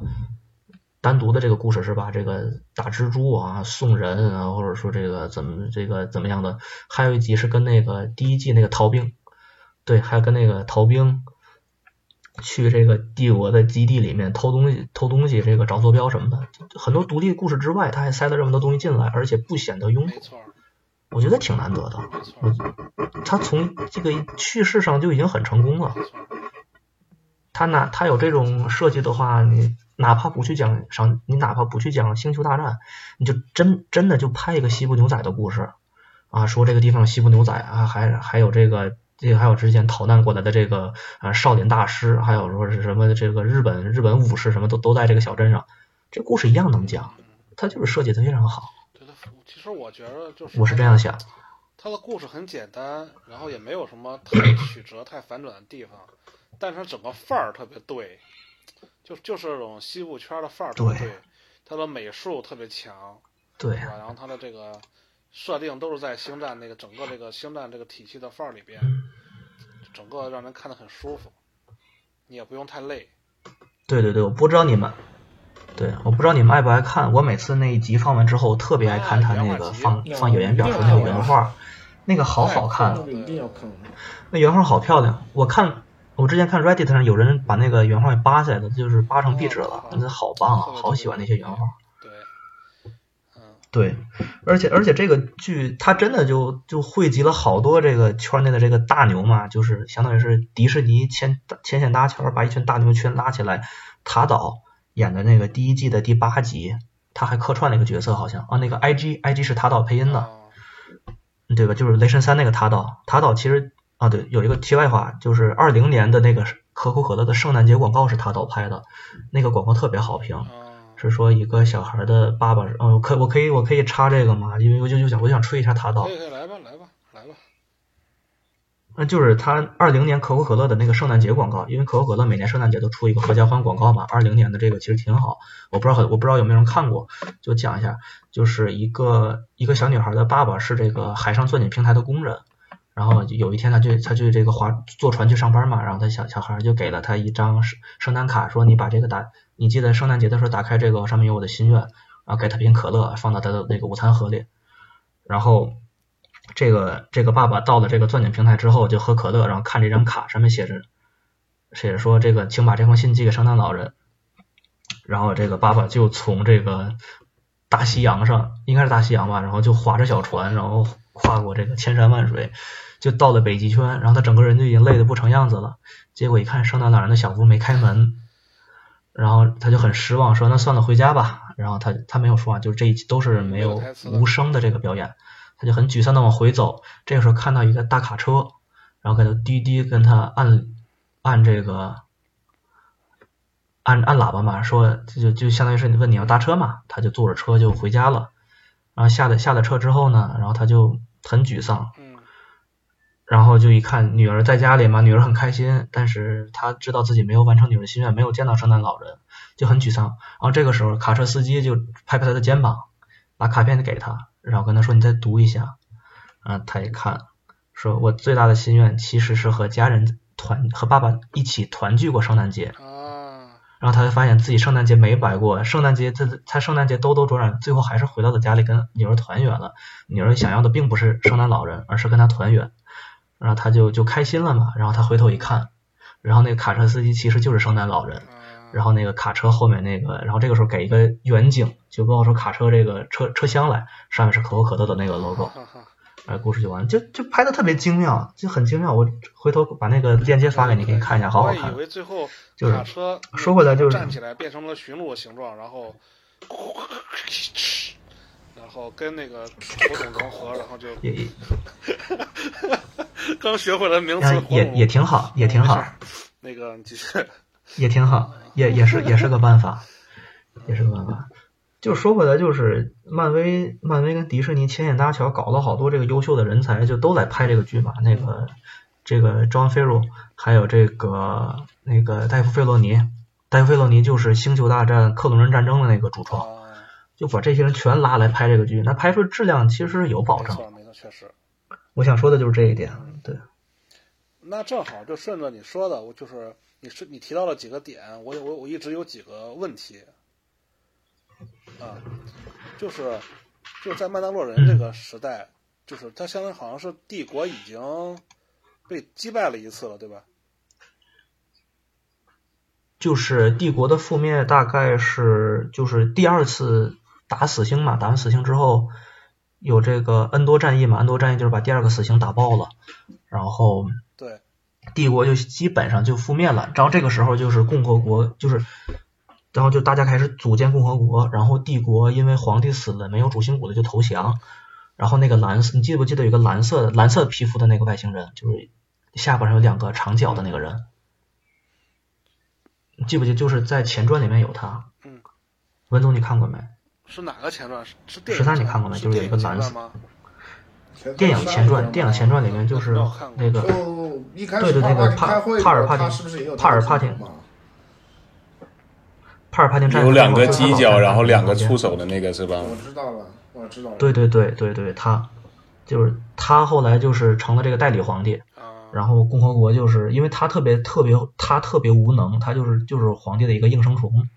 单独的这个故事是吧？这个打蜘蛛啊、送人啊，或者说这个怎么这个怎么样的，还有一集是跟那个第一季那个逃兵，对，还有跟那个逃兵去这个帝国的基地里面偷东西、偷东西，这个找坐标什么的，就很多独立故事之外，他还塞了这么多东西进来，而且不显得庸没俗，错儿我觉得挺难得的。没错儿我他从这个叙事上就已经很成功了。没错儿，他哪他有这种设计的话，你哪怕不去讲赏，你哪怕不去讲星球大战，你就真真的就拍一个西部牛仔的故事啊，说这个地方有西部牛仔啊，还还有这个这个还有之前逃难过来的这个呃少林大师，还有说是什么这个日本日本武士什么都都在这个小镇上，这故事一样能讲，他就是设计的非常好，对他，其实我觉得就是我是这样想。他的故事很简单，然后也没有什么 太曲折、太反转的地方，但是他整个范儿特别对，就就是这种西部圈的范儿特别对对，他的美术特别强，对是，吧？然后他的这个设定都是在星战那个整个这个星战这个体系的范儿里边，整个让人看得很舒服，你也不用太累。对对对，我不知道你们，对，我不知道你们爱不爱看。我每次那一集放完之后，我特别爱看他那个放啊放演员表和那个原画，那个好好看，啊一定要看。那原画好漂亮。我看我之前看 Reddit 上有人把那个原画给扒下来的，就是扒成壁纸了哦，真的好棒啊特！别好喜欢那些原画。对，嗯，对，而且而且这个剧它真的就就汇集了好多这个圈内的这个大牛嘛，就是相当于是迪士尼牵牵线搭桥，把一群大牛圈拉起来。塔导演的那个第一季的第八集，他还客串了一个角色，好像啊，那个 IG IG 是塔导配音的。啊对吧？就是雷神三那个塔岛，塔岛其实啊，对，有一个题外话，就是二零年的那个可口可乐的圣诞节广告是塔岛拍的，那个广告特别好评，啊，是说一个小孩的爸爸是，嗯、我可我可以我可以插这个吗？因为我就就想我就想吹一下塔岛可，以可以来吧来吧来吧，那就是他二零年可口可乐的那个圣诞节广告，因为可口可乐每年圣诞节都出一个合家欢广告嘛。二零年的这个其实挺好，我不知道很我不知道有没有人看过，就讲一下，就是一个一个小女孩的爸爸是这个海上钻井平台的工人，然后有一天他去他去这个划坐船去上班嘛，然后他小小孩就给了他一张圣圣诞卡，说你把这个打，你记得圣诞节的时候打开这个，上面有我的心愿，然后给他瓶可乐放到他的那个午餐盒里，然后这个这个爸爸到了这个钻井平台之后，就喝可乐，然后看这张卡，上面写着写着说这个，请把这封信寄给圣诞老人。然后这个爸爸就从这个大西洋上，应该是大西洋吧，然后就划着小船，然后跨过这个千山万水，就到了北极圈。然后他整个人就已经累得不成样子了。结果一看圣诞老人的小屋没开门，然后他就很失望，说那算了，回家吧。然后他他没有说话，就是这一集都是没没有有台词的无声的这个表演。他就很沮丧的往回走，这个时候看到一个大卡车，然后给他滴滴跟他按按这个按按喇叭嘛，说就就就相当于是你问你要搭车嘛，他就坐着车就回家了。然后下了下了车之后呢，然后他就很沮丧，嗯然后就一看女儿在家里嘛，女儿很开心，但是他知道自己没有完成女儿的心愿，没有见到圣诞老人，就很沮丧。然后这个时候卡车司机就拍拍他的肩膀，把卡片给他，然后跟他说你再读一下。啊，他一看，说我最大的心愿其实是和家人团和爸爸一起团聚过圣诞节。啊，然后他才发现自己圣诞节没白过，圣诞节他他圣诞节兜兜转转，最后还是回到了家里跟女儿团圆了。女儿想要的并不是圣诞老人，而是跟他团圆。然后他就就开心了嘛。然后他回头一看，然后那个卡车司机其实就是圣诞老人。啊然后那个卡车后面那个，然后这个时候给一个远景，就告诉卡车这个车车厢来，上面是可口可乐的那个 logo。哈哈，哎，故事就完了，就就拍的特别精妙，就很精妙。我回头把那个链接发给你，给你看一下，好好我也看以。为最后就是卡车说回来就是站起来变成了驯鹿的形状，然后，然后跟那个火种融合，然后就也也刚学会了名词然后，呃也也挺好，也挺好，那个你继续，也挺好，也也是也是个办法，也是个办法。就说回来，就是漫威，漫威跟迪士尼牵线搭桥，搞了好多这个优秀的人才，就都来拍这个剧嘛。那个这个 John f a r r e 还有这个那个戴夫·费洛尼，戴夫·费洛尼就是《星球大战：克隆人战争》的那个主创，啊，就把这些人全拉来拍这个剧，那拍出质量其实是有保没证。错没错，确实。我想说的就是这一点，对。那正好就顺着你说的，我就是你是你提到了几个点，我有我我一直有几个问题，啊，就是就是在曼达洛人这个时代，就是他相当于好像是帝国已经被击败了一次了，对吧？就是帝国的覆灭大概是就是第二次打死星嘛，打完死星之后有这个恩多战役嘛，恩多战役就是把第二个死星打爆了，然后对，帝国就基本上就覆灭了。然后这个时候就是共和国，就是然后就大家开始组建共和国，然后帝国因为皇帝死了没有主心骨了就投降，然后那个蓝色，你记不记得有一个蓝色蓝色皮肤的那个外星人，就是下巴上有两个长角的那个人，你记不记？就是在前传里面有他。嗯。文总，你看过没？是哪个前传？是是电影十三前你看过没是就是有电一个影前蓝传色吗？电影前传，电影前传里面就是没有看过那个就哦一开对始对那个帕帕开会的时候，帕尔帕他廷是不是也有帕尔帕这个廷情况嘛？帕尔帕廷战士有 两个就是他犄老角，在然后两个旁边触手的那个是吧？我知道了，我知道了。对对对对对，他就是他后来就是成了这个代理皇帝，啊，然后共和国就是因为他特别特别他特别无能，他就是就是皇帝的一个应声虫。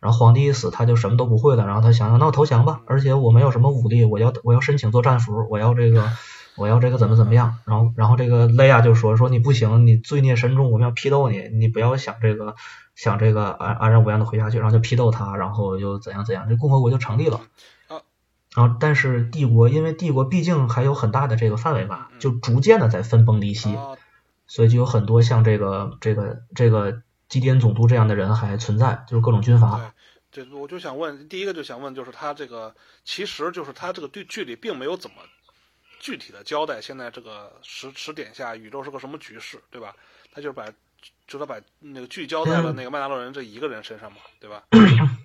然后皇帝一死，他就什么都不会了。然后他想想，那我投降吧，而且我没有什么武力，我要我要申请做战俘，我要这个我要这个怎么怎么样。然后然后这个雷亚就说说你不行，你罪孽深重，我们要批斗你，你不要想这个想这个安安然无恙的回家去，然后就批斗他，然后又怎样怎样，这共和国就成立了啊。然后，但是帝国，因为帝国毕竟还有很大的这个范围吧，嗯就逐渐的在分崩离析。啊，所以就有很多像这个这个这个基点总督这样的人还存在，就是各种军阀。对，我就想问，第一个就想问，就是他这个其实就是他这个剧剧里并没有怎么具体的交代现在这个时时点下宇宙是个什么局势，对吧？他就是把就他把那个聚焦在了嗯那个麦达洛人这一个人身上嘛，对 吧？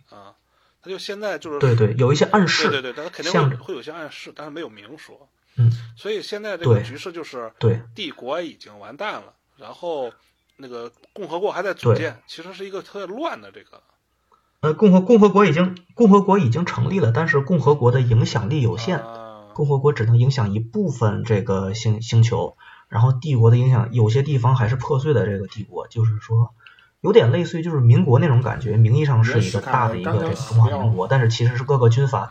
啊，他就现在就是对对，有一些暗示。对对对，他肯定向会着会有些暗示，但是没有明说。嗯，所以现在这个对局势就是对帝国已经完蛋了，然后那个共和国还在组对建，其实是一个特别乱的这个。呃，共和共和国已经共和国已经成立了，但是共和国的影响力有限，啊共和国只能影响一部分这个星星球，然后帝国的影响有些地方还是破碎的。这个帝国就是说。有点类似于就是民国那种感觉，名义上是一个大的一个这个中华民国，但是其实是各个军阀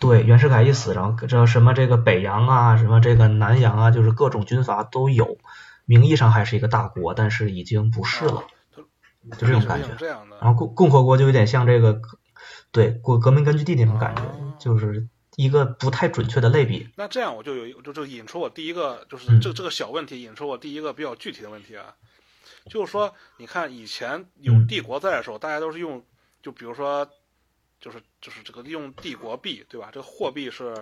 对，袁世凯一死，然后这什么这个北洋啊，什么这个南洋啊，就是各种军阀都有，名义上还是一个大国，但是已经不是了。就就这种感觉这样的。然后共共和国就有点像这个，对，国革命根据地那种感觉哦，就是一个不太准确的类比。那这样我就有一就就引出我第一个就是嗯这、这个小问题，引出我第一个比较具体的问题啊，就是说，你看以前有嗯帝国在的时候，大家都是用，就比如说，就是就是这个用帝国币对吧？这个货币是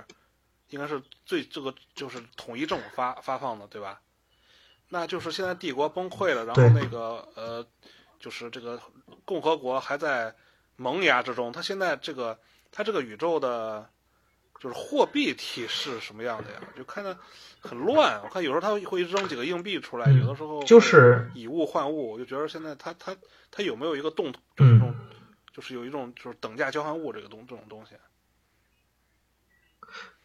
应该是最这个就是统一政府发发放的对吧？那就是现在帝国崩溃了，然后对那个呃，就是这个共和国还在萌芽之中，它现在这个它这个宇宙的。就是货币体是什么样的呀？就看着很乱。我看有时候他会扔几个硬币出来，嗯有的时候就是以物换物。我就觉得现在他他他有没有一个动，就是这种嗯，就是有一种就是等价交换物这个东这种东西。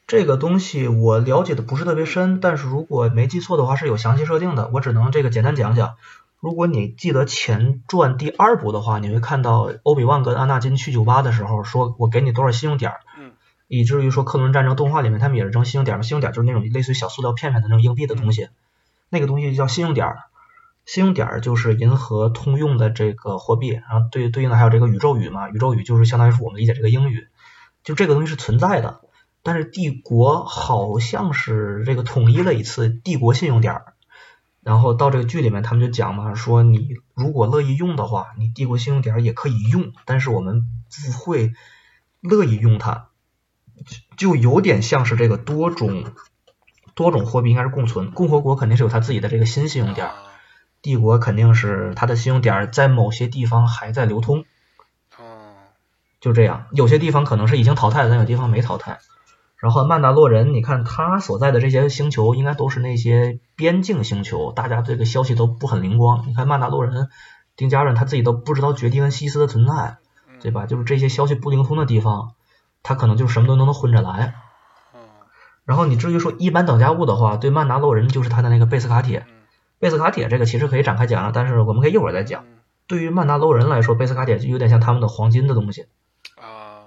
这个东西我了解的不是特别深，但是如果没记错的话是有详细设定的，我只能这个简单讲讲。如果你记得前传第二部的话，你会看到欧比旺跟安纳金去酒吧的时候说：“我给你多少信用点儿。”嗯，以至于说克伦战争动画里面他们也是扔信用点儿嘛，信用点儿就是那种类似于小塑料片片的那种硬币的东西，那个东西叫信用点儿。信用点儿就是银河通用的这个货币，然后对对应的还有这个宇宙语嘛，宇宙语就是相当于是我们理解这个英语，就这个东西是存在的。但是帝国好像是这个统一了一次帝国信用点儿，然后到这个剧里面他们就讲嘛，说你如果乐意用的话，你帝国信用点儿也可以用，但是我们不会乐意用它，就有点像是这个多种多种货币应该是共存，共和国肯定是有它自己的这个新信用点儿，啊帝国肯定是它的信用点儿在某些地方还在流通，嗯，就这样。有些地方可能是已经淘汰了，但有地方没淘汰。然后曼达洛人，你看他所在的这些星球，应该都是那些边境星球，大家这个消息都不很灵光。你看曼达洛人、丁家人他自己都不知道绝地跟西斯的存在，嗯对吧？就是这些消息不灵通的地方，他可能就什么都能混着来。嗯然后你至于说一般等价物的话，对曼达洛人就是他的那个贝斯卡铁嗯，贝斯卡铁这个其实可以展开讲了，但是我们可以一会儿再讲。嗯对于曼达洛人来说，贝斯卡铁就有点像他们的黄金的东西，嗯啊，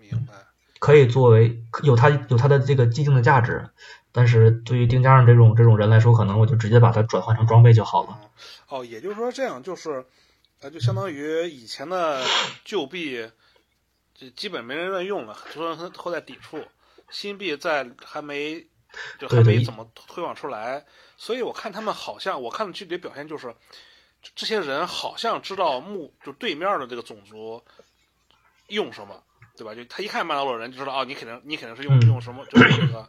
明白。可以作为有它有它的这个既定的价值。但是对于丁家人这种这种人来说，可能我就直接把它转换成装备就好了。哦，也就是说这样就是，呃，就相当于以前的旧币，就基本没人愿意用了，很多人都在抵触。新币在还没就还对对没一怎么推广出来，所以我看他们好像，我看具体的表现就是，这这些人好像知道目就对面的这个种族用什么，对吧？就他一看曼达洛人就知道，哦，你肯定你肯定是用、嗯用什么，就是这个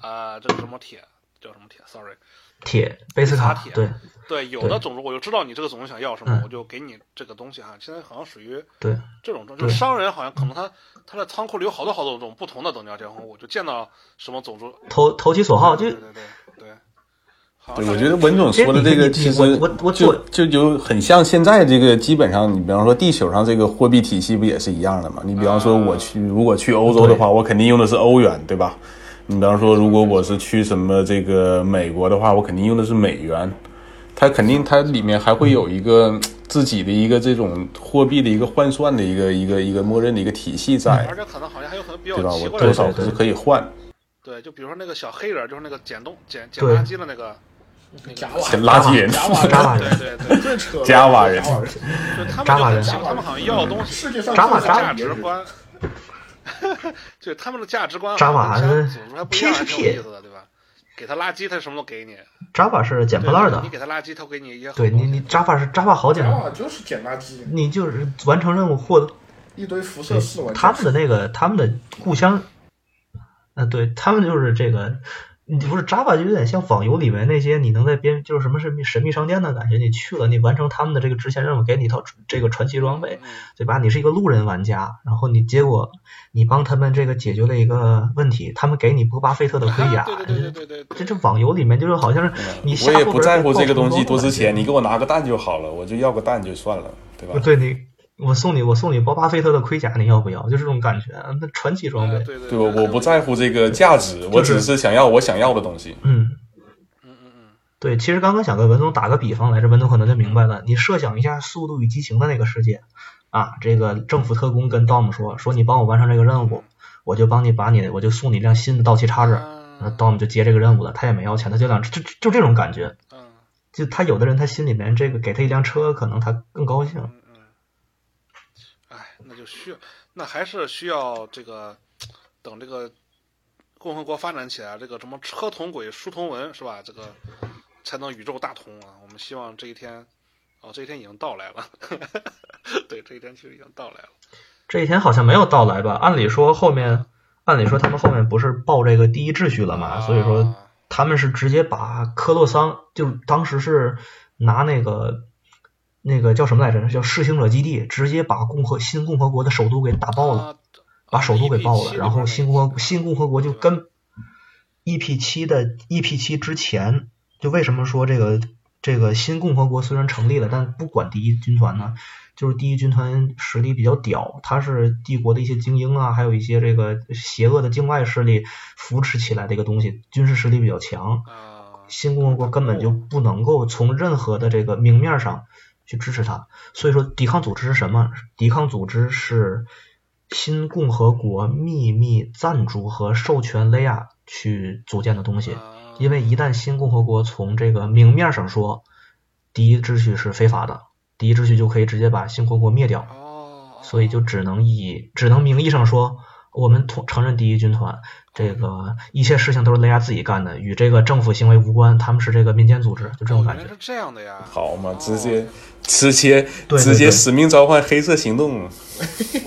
啊、这个什么铁叫什么铁，sorry，铁贝斯卡贝斯卡铁，对对，有的对种族我就知道你这个种族想要什么，嗯我就给你这个东西哈。啊现在好像属于对这种状，就是商人好像可能他他的仓库里有好多好多种不同的等价交换物，就见到什么种族，投投其所好，啊就对对对对，好像我觉得文总说的这个其实我我我就就就很像现在这个，基本上你比方说地球上这个货币体系不也是一样的吗？你比方嗯说我去如果去欧洲的话，我肯定用的是欧元，对吧？你比方说如果我是去什么这个美国的话，我肯定用的是美元。它肯定它里面还会有一个嗯自己的一个这种货币的一个换算的一个一个一个默认的一个体系在，嗯而且可能好像还有很比较对吧？奇我怪多的少种是可以换。对，就比如说那个小黑人，就是那个捡东捡捡对垃圾的那个，那贾个，瓦垃圾 人， 贾瓦扎瓦对人，对对，最扯的贾瓦人贾 瓦人，就他们扎就马很人奇怪他们好像要的东西世界上扎瓦最扎大价的值人观， 对他们的价值观，扎瓦人组织还不一样，还 PHP 挺有意思的，对吧？给他垃圾，他什么都给你；扎法是捡对破烂儿的你，给他垃圾，他给你一些好对东你西你扎法是扎法好捡贾的，瓦就是捡垃圾，你就是完成任务获得一堆辐射四完他们的那个他们的故乡，呃，对他们就是这个，你不是 Java 就有点像网游里面那些你能在边就是什么神秘神秘商店的感觉，你去了，你完成他们的这个支线任务，给你一套这个传奇装嗯备，对吧？你是一个路人玩家，然后你结果你帮他们这个解决了一个问题，他们给你波巴菲特的盔啊甲，对对对嗯对对这对这网游里面就是好像是你下我也后不边在被乎爆这冲个东西撞多了值钱，就你给我拿个蛋就好了，我就要个蛋就算了，对吧？对你。我送你，我送你波巴菲特的盔甲，你要不要？就这种感觉，那传奇装备。哎对，对对对，我我不在乎这个价值，我只是想要我想要的东西。嗯，嗯对，其实刚刚想跟文总打个比方来着，文总可能就明白了。你设想一下《速度与激情》的那个世界，啊，这个政府特工跟 Dom 说，说你帮我完成这个任务，我就帮你把你，我就送你一辆新的道奇叉子。那嗯 Dom 就接这个任务了，他也没要钱，他就辆，就就就这种感觉。嗯就他有的人，他心里面这个给他一辆车，可能他更高兴。嗯嗯，哎，那就需要，那还是需要这个等这个共和国发展起来，这个什么车同轨、书同文是吧？这个才能宇宙大同啊！我们希望这一天，哦，这一天已经到来了。 对，这一天其实已经到来了。这一天好像没有到来吧？按理说后面，按理说他们后面不是报这个第一秩序了嘛，所以说啊他们是直接把科洛桑，就是当时是拿那个那个叫什么来着？叫噬星者基地，直接把共和新共和国的首都给打爆了，啊把首都给爆了， EP7 然后新共里边那和个新共和国就跟 EP 七的 EP 七之前，就为什么说这个这个新共和国虽然成立了，但不管第一军团呢？就是第一军团实力比较屌，它是帝国的一些精英啊，还有一些这个邪恶的境外势力扶持起来的一个东西，军事实力比较强。啊，新共和国根本就不能够从任何的这个明面上去支持他，所以说抵抗组织是什么？抵抗组织是新共和国秘密赞助和授权雷亚去组建的东西。啊因为一旦新共和国从这个明面上说第一秩序是非法的，第一秩序就可以直接把新共和国灭掉，哦，所以就只能以只能名义上说我们同承认第一军团，这个一切事情都是雷亚自己干的，与这个政府行为无关，他们是这个民间组织，就这种哦感原来觉。是这样的呀。好嘛，直接直接哦对对直接对使命召唤黑色行动，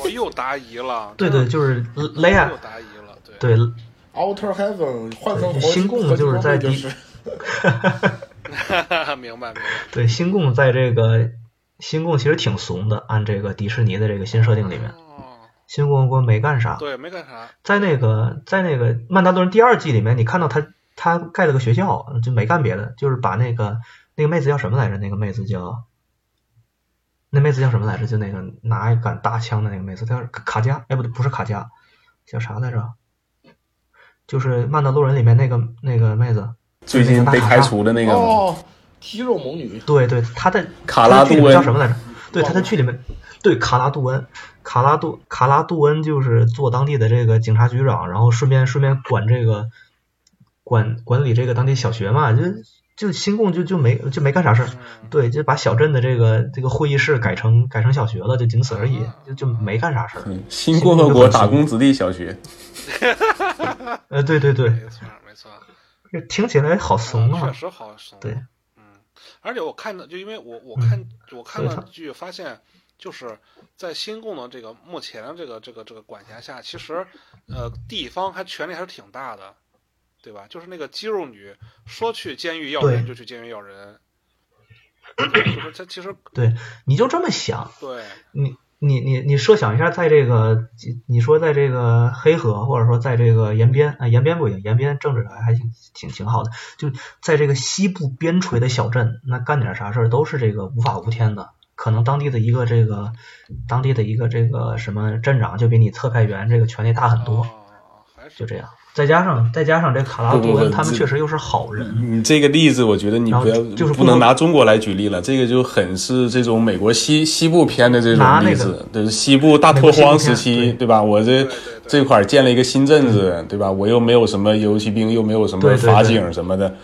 我又答疑了。对对，就是雷亚又，答疑了。对， 对 Outer Heaven 换成对新共的就是在就第是明白明白。对，新共在这个新共其实挺怂的，按这个迪士尼的这个新设定里面，哦，新共和国没干啥，对，没干啥。在那个在那个《曼达洛人》第二季里面，你看到他他盖了个学校，就没干别的，就是把那个那个妹子叫什么来着？那个妹子叫那妹子叫什么来着？就那个拿一杆大枪的那个妹子，她叫卡加，哎，不对，不是卡加，叫啥来着？就是《曼达洛人》里面那个那个妹子，最近被开除的那个嘛哦，肌肉猛女，对对，她在卡拉她在剧杜里面叫什恩，么来着？对，她在剧里面，对卡拉杜恩，卡拉杜卡拉杜恩就是做当地的这个警察局长，然后顺便顺便管这个管管理这个当地小学嘛，就就新共就就没就没干啥事儿，对，就把小镇的这个这个会议室改成改成小学了，就仅此而已，就就没干啥事儿。嗯新共和国打工子弟小学，呃，对对对，没错没错。这听起来好 怂确啊，实好怂。对，嗯，而且我看的，就因为我我看我看对了他剧，发现就是在新共的这个目前的这个这个这个管辖下，其实呃地方还权力还是挺大的，对吧？就是那个肌肉女说去监狱要人对就去监狱要人， 就是她其实对，你就这么想，对你你你你设想一下，在这个你说在这个黑河，或者说在这个延边啊，延边不行，延边政治还还挺挺挺好的，就在这个西部边陲的小镇，那干点啥事儿都是这个无法无天的。可能当地的一个这个，当地的一个这个什么镇长就比你特派员这个权力大很多，哦，还是就这样。再加上再加上这卡拉不不图不恩，他们这确实又是好人，你嗯这个例子，我觉得你然后不要就是不不能能拿中国来举例了，这个就很是这种美国西西部片的这种拿那例个子，就是西部大拓荒时美国西部期，片嗯对吧？我这对这块儿建了一个新镇子，对吧？我又没有什么游骑兵，又没有什么对对对法警什么的，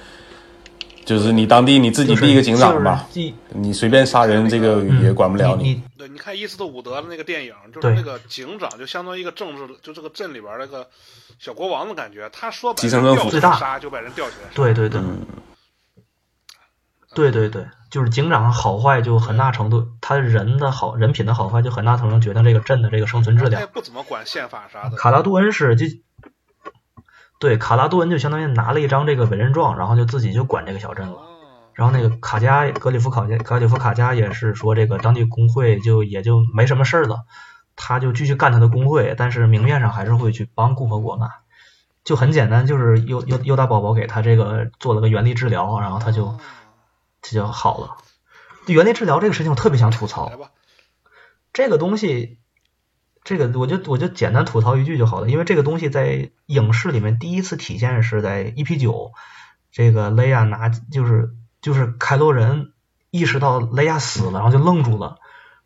就是你当地你自己就是立一个警长吧，就是既你随便杀人，这个嗯也管不了你。你对，你看伊斯特伍德的那个电影，就是对那个警长，就相当于一个政治，就这个镇里边儿那个小国王的感觉。他说把集人成政吊府起最来大杀，就把人吊起来杀。对对对，对对对，就是警长好坏就很大程度，他人的好人品的好坏就很大程度决定这个镇的这个生存质他量也。不怎么管宪法啥的。卡拉杜恩是就对卡拉杜恩就相当于拿了一张这个委任状，然后就自己就管这个小镇了。哦，然后那个卡加格里夫卡加格里夫卡加也是说，这个当地工会就也就没什么事儿了，他就继续干他的工会，但是明面上还是会去帮共和国嘛。就很简单，就是优优优大宝宝给他这个做了个原力治疗，然后他就这就好了。原力治疗这个事情我特别想吐槽来，吧，这个东西，这个我就我就简单吐槽一句就好了，因为这个东西在影视里面第一次体现是在 EP 九，这个雷亚拿就是就是凯洛人意识到雷亚死了，然后就愣住了。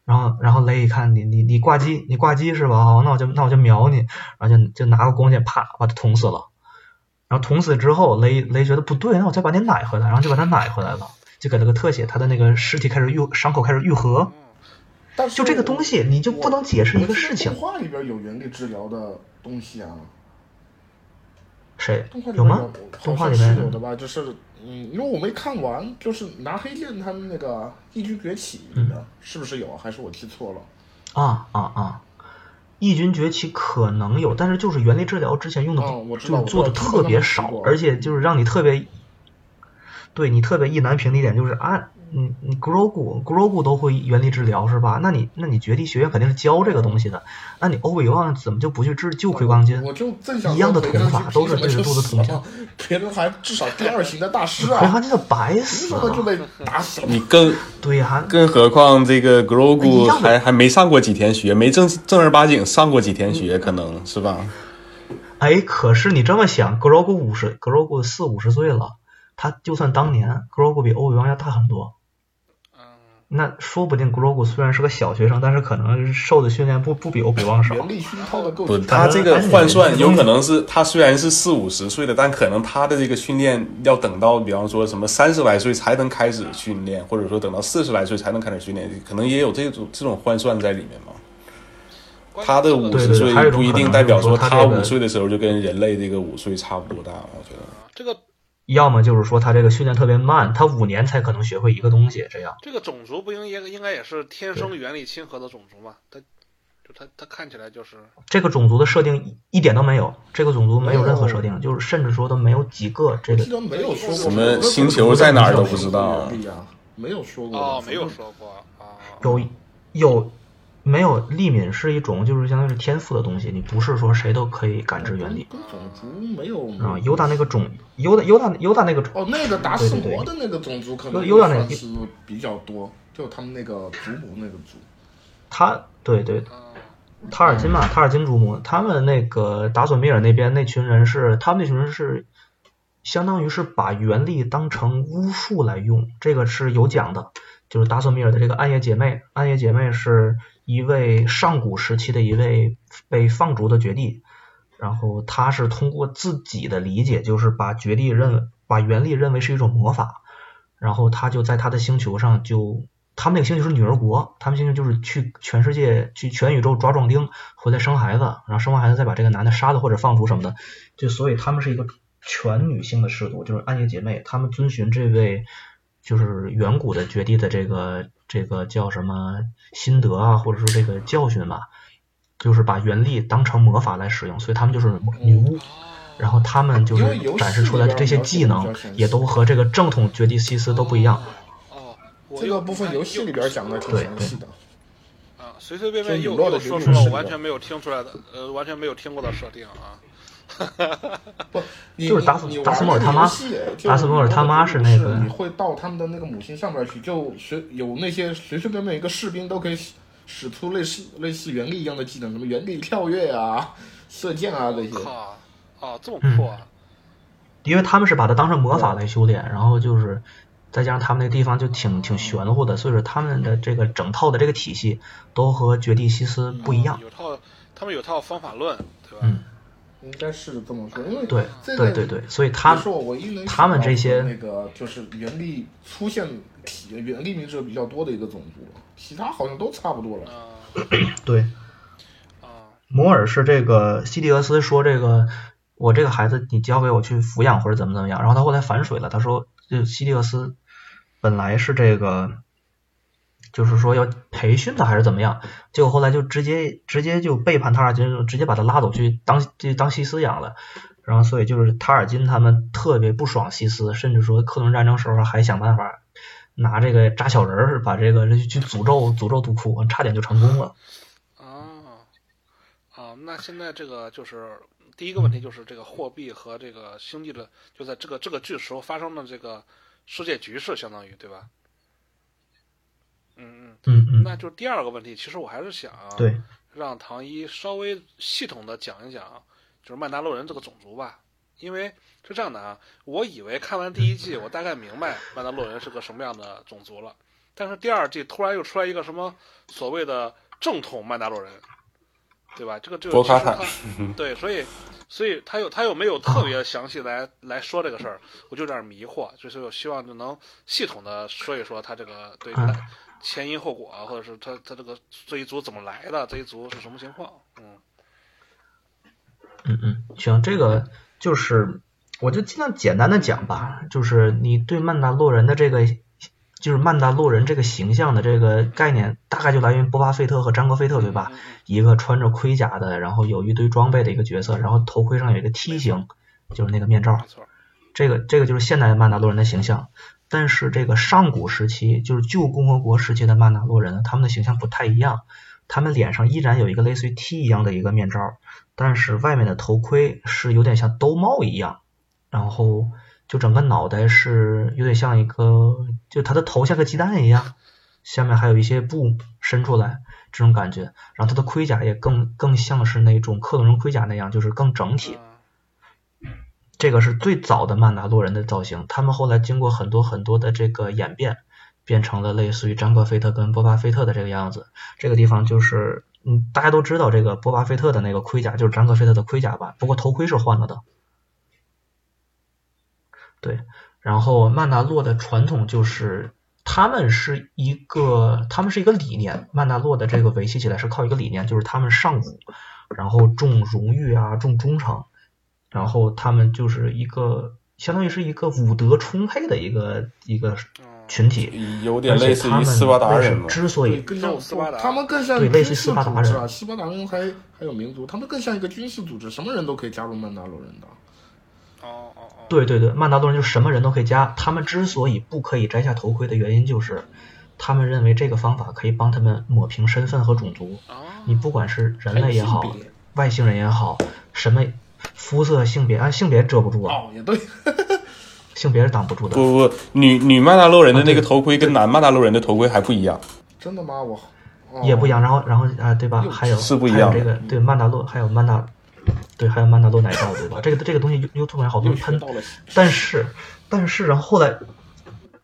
然后，然后雷一看你，你你挂机，你挂机是吧？好，那我就那我就瞄你，然后就就拿个弓箭，啪把他捅死了。然后捅死之后，雷雷觉得不对，那我再把你奶回来，然后就把他奶回来了，就给了个特写，他的那个尸体开始愈伤口开始愈合，但是就这个东西，你就不能解释一个事情动。画里边有原力治疗的东西啊，谁动画里有边吗？动画里好像面是有的吧？就是嗯，因为我没看完，就是拿黑剑他们那个异军崛起里嗯边、是不是有啊？还是我记错了？啊啊啊！异军崛起可能有，但是就是原力治疗之前用的哦我不，知就道我知做的道这个特他别们提少过，而且就是让你特别，对你特别意难平的一点就是啊，你你 Grogu Grogu 都会原力治疗是吧？那你那你绝地学院肯定是教这个东西的，那你欧比旺怎么就不去治旧奎刚筋？我就正想一样的说回捅法去都是凭什对着么肚子就捅死了，别人还至少第二型的大师奎啊， 刚筋的白凭死什么就了，被打死了？你更对呀、更何况这哎个 Grogu 一样的还还没上过几天学，没正正儿八经上过几天嗯学，可能是吧？哎，可是你这么想，Grogu 五十，Grogu 四五十岁了，他就算当年 Grogu 比欧比旺要大很多。那说不定 Grogu 虽然是个小学生，但是可能受的训练不不比欧比旺少。原力熏陶的够不，紧他这个反正换算有可能是他虽然是四五十岁的，但可能他的这个训练要等到，比方说什么三十来岁才能开始训练，或者说等到四十来岁才能开始训练，可能也有这种这种换算在里面嘛。他的五对十对岁还有一不种一可定能代就是表说说他他这个五岁的时候就跟人类这个五岁差不多大，我觉得。这个要么就是说他这个训练特别慢，他五年才可能学会一个东西，这样。这个种族不应也应该也是天生原理亲和的种族嘛？他就他他看起来就是这个种族的设定一一点都没有，这个种族没有任何设定，就是甚至说都没有几个这记个。得没有说过什么星球在哪儿都不知道原力啊，没有说过哦，没有说过啊。有有没有利敏是一种就是相当于是天赋的东西，你不是说谁都可以感知原理。跟种族没有啊，尤达那个种，尤达尤达尤达那个种，哦，那个达斯摩的那个种族可能有有两个算是比较多，就他们那个祖母那个族，他对对，啊塔尔金嘛，塔尔金族母，他们那个达索米尔那边那群人是，他们那群人是相当于是把原力当成巫术来用，这个是有讲的，就是达索米尔的这个暗夜姐妹，暗夜姐妹是一位上古时期的一位被放逐的绝地，然后他是通过自己的理解，就是把绝地认把原力认为是一种魔法，然后他就在他的星球上就，他们那个星球是女儿国，他们星球就是去全世界去全宇宙抓壮丁，回来生孩子，然后生完孩子再把这个男的杀了或者放逐什么的，就所以他们是一个全女性的氏族，就是暗夜姐妹，他们遵循这位就是远古的绝地的这个这个叫什么心得啊，或者说这个教训吧。就是把原力当成魔法来使用，所以他们就是女巫。然后他们就哦因为游是戏展示出来的这些技里边能描写的比较详，细也都和这个正统绝地西斯都不一样。哦，我这又个部分游戏里边讲的挺对详细的。啊，随随便就便你又落的又这说个出了是我的完全没有听出来的，呃，完全没有听过的设定啊。不，你就是达斯你达斯摩尔他妈达斯摩尔他妈是那个哎你会到他们的那个母星上面去，就随有那些随随便便一个士兵都可以使使出类似类似原力一样的技能，什么原力跳跃啊、射箭啊这些。靠，啊，这么嗯酷啊！因为他们是把它当成魔法来修炼，然后就是再加上他们那地方就挺挺玄乎的，所以说他们的这个整套的这个体系都和绝地西斯不一样。嗯有套他们有套方法论，对吧？嗯，应该是这么说，因为对这对个对对，所以他是我唯一能他们这些想到的那个就是原力出现体原力名字比较多的一个种族，其他好像都差不多嗯了。啊对啊，摩尔是这个西迪俄斯说这个我这个孩子你交给我去抚养或者怎么怎么样，然后他后来反水了，他说就西迪俄斯本来是这个就是说要培训他还是怎么样，结果后来就直接直接就背叛塔尔金，直接把他拉走去当就当西斯养了。然后，所以就是塔尔金他们特别不爽西斯，甚至说克隆战争时候还想办法拿这个扎小人儿把这个去诅咒诅咒杜库，差点就成功了。啊啊！那现在这个就是第一个嗯问题，就是这个货币和这个星际的，就在这个这个剧时候发生的这个世界局势，相当于对吧？嗯嗯嗯，嗯，那就第二个问题，其实我还是想对，让唐一稍微系统的讲一讲，就是曼达洛人这个种族吧。因为是这样的啊，我以为看完第一季，我大概明白曼达洛人是个什么样的种族了，但是第二季突然又出来一个什么所谓的正统曼达洛人，对吧？这个这个博卡其实坦他对，所以所以他又他又没有特别详细来来说这个事儿，我就有点迷惑，就是我希望就能系统的说一说他这个对嗯前因后果，啊或者是他他这个这一族怎么来的，这一族是什么情况？嗯嗯嗯，行，这个就是我就尽量简单的讲吧，就是你对曼达洛人的这个，就是曼达洛人这个形象的这个概念，大概就来源于波巴费特和詹戈菲特，对吧？嗯嗯一个穿着盔甲的，然后有一堆装备的一个角色，然后头盔上有一个梯形，就是那个面罩，没错，这个这个就是现代的曼达洛人的形象，但是这个上古时期，就是旧共和国时期的曼达洛人，他们的形象不太一样，他们脸上依然有一个类似于 T 一样的一个面罩，但是外面的头盔是有点像兜帽一样，然后就整个脑袋是有点像一个，就他的头像个鸡蛋一样，下面还有一些布伸出来这种感觉，然后他的盔甲也更更像是那种克隆人盔甲那样，就是更整体。嗯这个是最早的曼达洛人的造型，他们后来经过很多很多的这个演变，变成了类似于詹戈菲特跟波巴菲特的这个样子。这个地方就是，嗯，大家都知道这个波巴菲特的那个盔甲就是詹戈菲特的盔甲吧，不过头盔是换了的。对，然后曼达洛的传统就是，他们是一个，他们是一个理念，曼达洛的这个维系起来是靠一个理念，就是他们尚武，然后重荣誉啊，重忠诚。然后他们就是一个相当于是一个武德充沛的一个一个嗯群体，有而点且类似他于们斯巴达为人什嘛。之所对，以更像像斯巴达他们更像对类似军事斯巴达组织啊，人斯巴达人还还有民族，他们更像一个军事组织，什么人都可以加入曼达洛人的。哦哦哦，对对对，曼达洛人就什么人都可以加。他们之所以不可以摘下头盔的原因，就是他们认为这个方法可以帮他们抹平身份和种族。啊，你不管是人类也好哦还有性别，外星人也好，什么肤色、性别，按性别遮不住啊，哦，也对，性别是挡不住的。不不，女女曼达洛人的那个头盔跟男曼达洛人的头盔还不一样。真的吗？我、哦、也不一样。然后，然后啊，对吧？还有是不一样还有这个对曼达洛，还有曼达，对，还有曼达洛奶罩，对吧？这个这个东西 YouTube 上好多又人学喷到，了。但是但是然后后来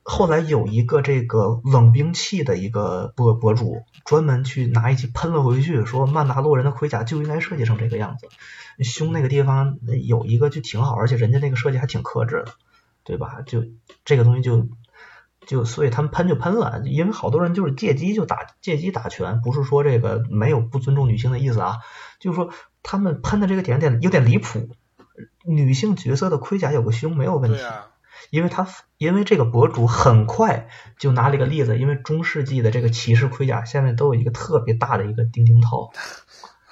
后来有一个这个冷兵器的一个博博主专门去拿一集喷了回去，说曼达洛人的盔甲就应该设计成这个样子。胸那个地方呃有一个就挺好，而且人家那个设计还挺克制的，对吧？就这个东西就就所以他们喷就喷了，因为好多人就是借机就打借机打拳，不是说这个没有不尊重女性的意思啊，就是说他们喷的这个点点有点离谱。女性角色的盔甲有个胸没有问题，对啊，因为他因为这个博主很快就拿了一个例子，因为中世纪的这个骑士盔甲下面都有一个特别大的一个钉钉头，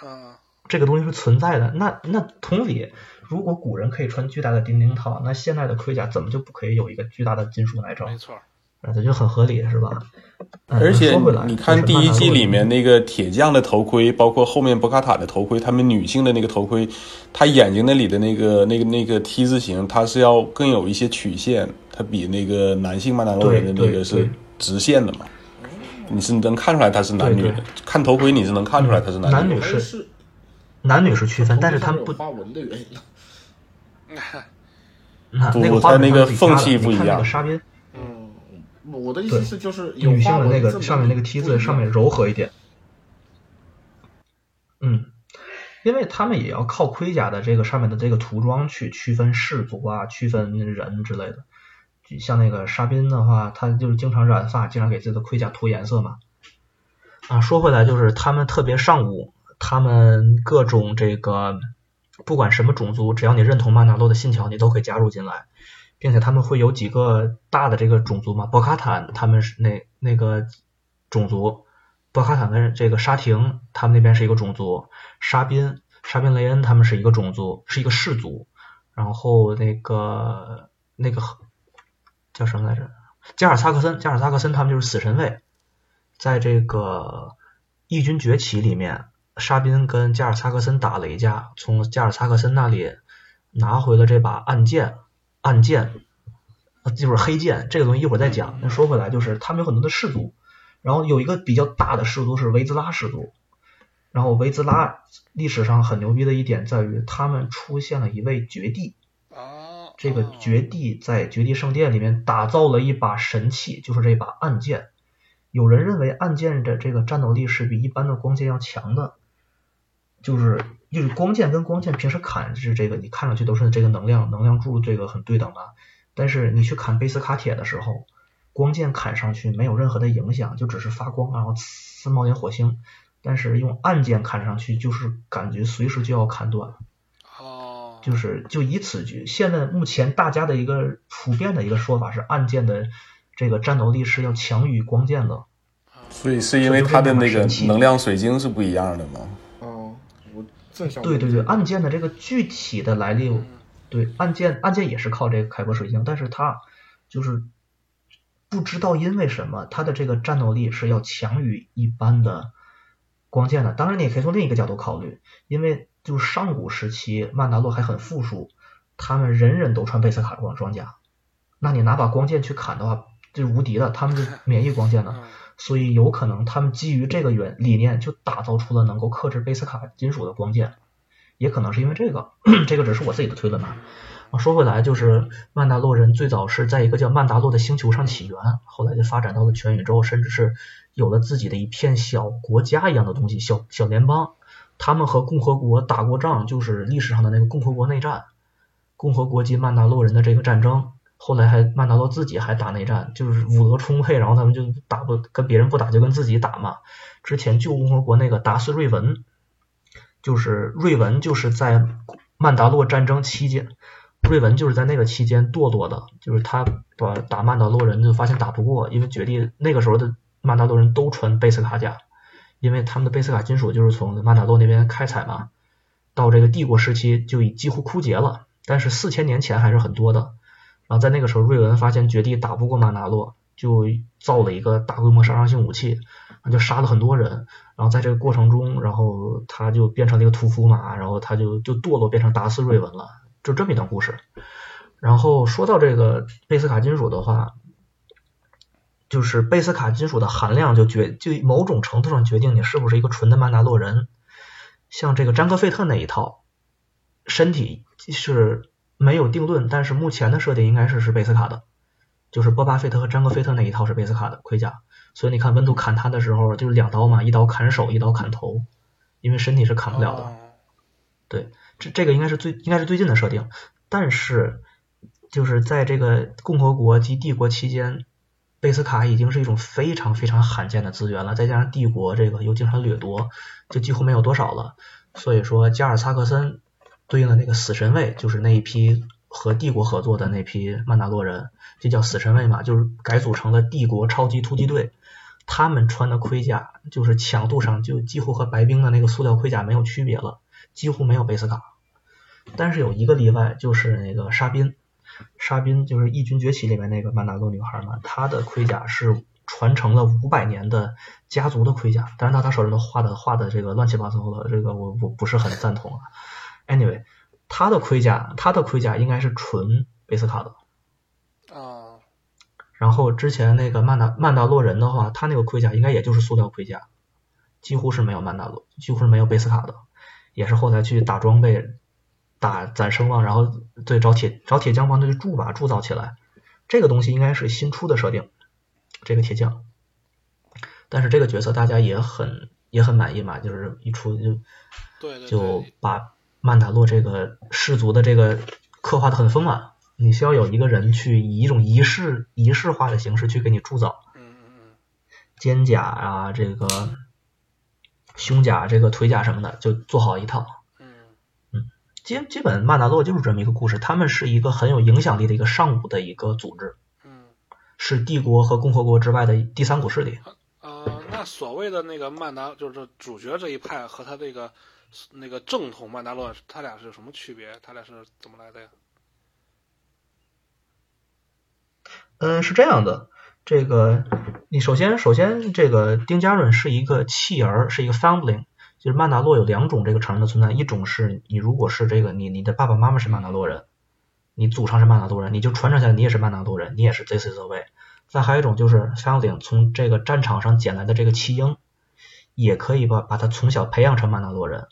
嗯这个东西是存在的。那那同理，如果古人可以穿巨大的钉钉套，那现代的盔甲怎么就不可以有一个巨大的金属奶罩？没错，啊，这就很合理，是吧？嗯而且说回来你看就是第一季里面曼达洛那人个铁匠的头盔，包括后面博卡塔的头盔，他们女性的那个头盔，她眼睛那里的那个那个那个 T 字形，它是要更有一些曲线，它比那个男性曼达洛人的对那对个对是直线的嘛。你是能看出来他是男女对的对，嗯看头盔你是能看出来他是男女女的。还是是男女是区分，但是他们不头盔上有花纹的原因。那不那个花它纹那个上是缝底下的你隙不一看那样个纱边嗯， 我的意对思就是有女性花的纹那这个么上面那个梯不一子上面样柔和一点。嗯，因为他们也要靠盔甲的这个上面的这个涂装去区分氏族啊，区分人之类的。就像那个沙宾的话，他就是经常染发，经常给自己的盔甲涂颜色嘛。啊，说回来，就是他们特别尚武，他们各种这个，不管什么种族，只要你认同曼达洛的信条，你都可以加入进来，并且他们会有几个大的这个种族嘛，博卡坦他们是那那个种族，博卡坦跟这个沙廷他们那边是一个种族，沙宾沙宾雷恩他们是一个种族，是一个氏族，然后那个那个叫什么来着？加尔萨克森，加尔萨克森他们就是死神卫，在这个义军崛起里面，沙宾跟加尔萨克森打了一架，从加尔萨克森那里拿回了这把暗剑，暗剑，呃就是黑剑，这个东西一会儿再讲。那说回来，就是他们有很多的氏族，然后有一个比较大的氏族是维兹拉氏族，然后维兹拉历史上很牛逼的一点在于，他们出现了一位绝地，啊，这个啊绝地在绝地圣殿里面打造了一把神器，就是这把暗剑。有人认为暗剑的这个战斗力是比一般的光剑要强的，就是就是光剑跟光剑平时砍是这个，你看上去都是这个能量能量柱这个很对等的，但是你去砍贝斯卡铁的时候，光剑砍上去没有任何的影响，就只是发光，然后呲冒点火星。但是用暗剑砍上去，就是感觉随时就要砍断。哦，就是就以此举，现在目前大家的一个普遍的一个说法是，暗箭的这个战斗力是要强于光剑的。所以是因为它的那个能量水晶是不一样的吗？哦，我正想对对啊对，暗箭的这个具体的来历，对暗箭暗箭也是靠这个凯博水晶，但是它就是不知道因为什么，它的这个战斗力是要强于一般的光剑的。当然，你也可以从另一个角度考虑，因为就是上古时期曼达洛还很富庶，他们人人都穿贝斯卡光装甲，那你拿把光剑去砍的话，就是无敌了，他们就免疫光剑了。嗯所以有可能他们基于这个原理念就打造出了能够克制贝斯卡金属的光剑，也可能是因为这个， 这个只是我自己的推论啊。啊说回来，就是曼达洛人最早是在一个叫曼达洛的星球上起源，后来就发展到了全宇宙，甚至是有了自己的一片小国家一样的东西，小小联邦。他们和共和国打过仗，就是历史上的那个共和国内战，共和国及曼达洛人的这个战争。后来还曼达洛自己还打内战，就是武德充沛，然后他们就打不跟别人不打，就跟自己打嘛。之前旧共和国那个达斯瑞文，就是瑞文就是在曼达洛战争期间，瑞文就是在那个期间堕落的，就是他把打曼达洛人就发现打不过，因为决定那个时候的曼达洛人都穿贝斯卡甲，因为他们的贝斯卡金属就是从曼达洛那边开采嘛，到这个帝国时期就已几乎枯竭了，但是四千年前还是很多的。然后在那个时候，瑞文发现绝地打不过曼达洛，就造了一个大规模杀伤性武器，那就杀了很多人。然后在这个过程中，然后他就变成了一个屠夫嘛，然后他就就堕落变成达斯瑞文了，就这么一段故事。然后说到这个贝斯卡金属的话，就是贝斯卡金属的含量就决就某种程度上决定你是不是一个纯的曼达洛人。像这个詹克费特那一套，身体是没有定论，但是目前的设定应该是是贝斯卡的，就是波巴费特和詹克费特那一套是贝斯卡的盔甲。所以你看温度砍他的时候，就是两刀嘛，一刀砍手，一刀砍头，因为身体是砍不了的。哦对，这这个应该是最应该是最近的设定，但是就是在这个共和国及帝国期间，贝斯卡已经是一种非常非常罕见的资源了，再加上帝国这个又经常掠夺，就几乎没有多少了。所以说，加尔萨克森对应的那个死神卫，就是那一批和帝国合作的那批曼达洛人，就叫死神卫嘛，就是改组成了帝国超级突击队。他们穿的盔甲就是强度上就几乎和白冰的那个塑料盔甲没有区别了。几乎没有贝斯卡。但是有一个例外，就是那个沙宾，沙宾就是《异军崛起》里面那个曼达洛女孩嘛，她的盔甲是传承了五百年的家族的盔甲，但是她她手上都画的画的这个乱七八糟的，这个我我不是很赞同啊。Anyway，她的盔甲，她的盔甲应该是纯贝斯卡的。啊，然后之前那个曼达曼达洛人的话，他那个盔甲应该也就是塑料盔甲，几乎是没有曼达洛，几乎是没有贝斯卡的，也是后来去打装备打攒声望，然后对找铁找铁匠帮他去铸吧，铸造起来。这个东西应该是新出的设定，这个铁匠。但是这个角色大家也很也很满意嘛，就是一出就对对就对，把曼达洛这个氏族的这个刻画的很丰满。你需要有一个人去以一种仪式仪式化的形式去给你铸造嗯嗯肩甲啊，这个胸甲、这个腿甲什么的，就做好一套。嗯嗯基基本曼达洛就是这么一个故事，他们是一个很有影响力的一个上古的一个组织，嗯是帝国和共和国之外的第三股势力。呃，那所谓的那个曼达，就是主角这一派和他这个那个正统曼达洛，他俩是有什么区别？他俩是怎么来的呀？嗯，是这样的，这个你首先首先这个丁加润是一个弃儿，是一个 foundling。就是曼达洛有两种这个成人的存在，一种是你如果是这个你你的爸爸妈妈是曼达洛人，你祖上是曼达洛人，你就传承下来，你也是曼达洛人，你也是 this is the way。再还有一种就是 foundling 从这个战场上捡来的这个弃婴，也可以把把他从小培养成曼达洛人。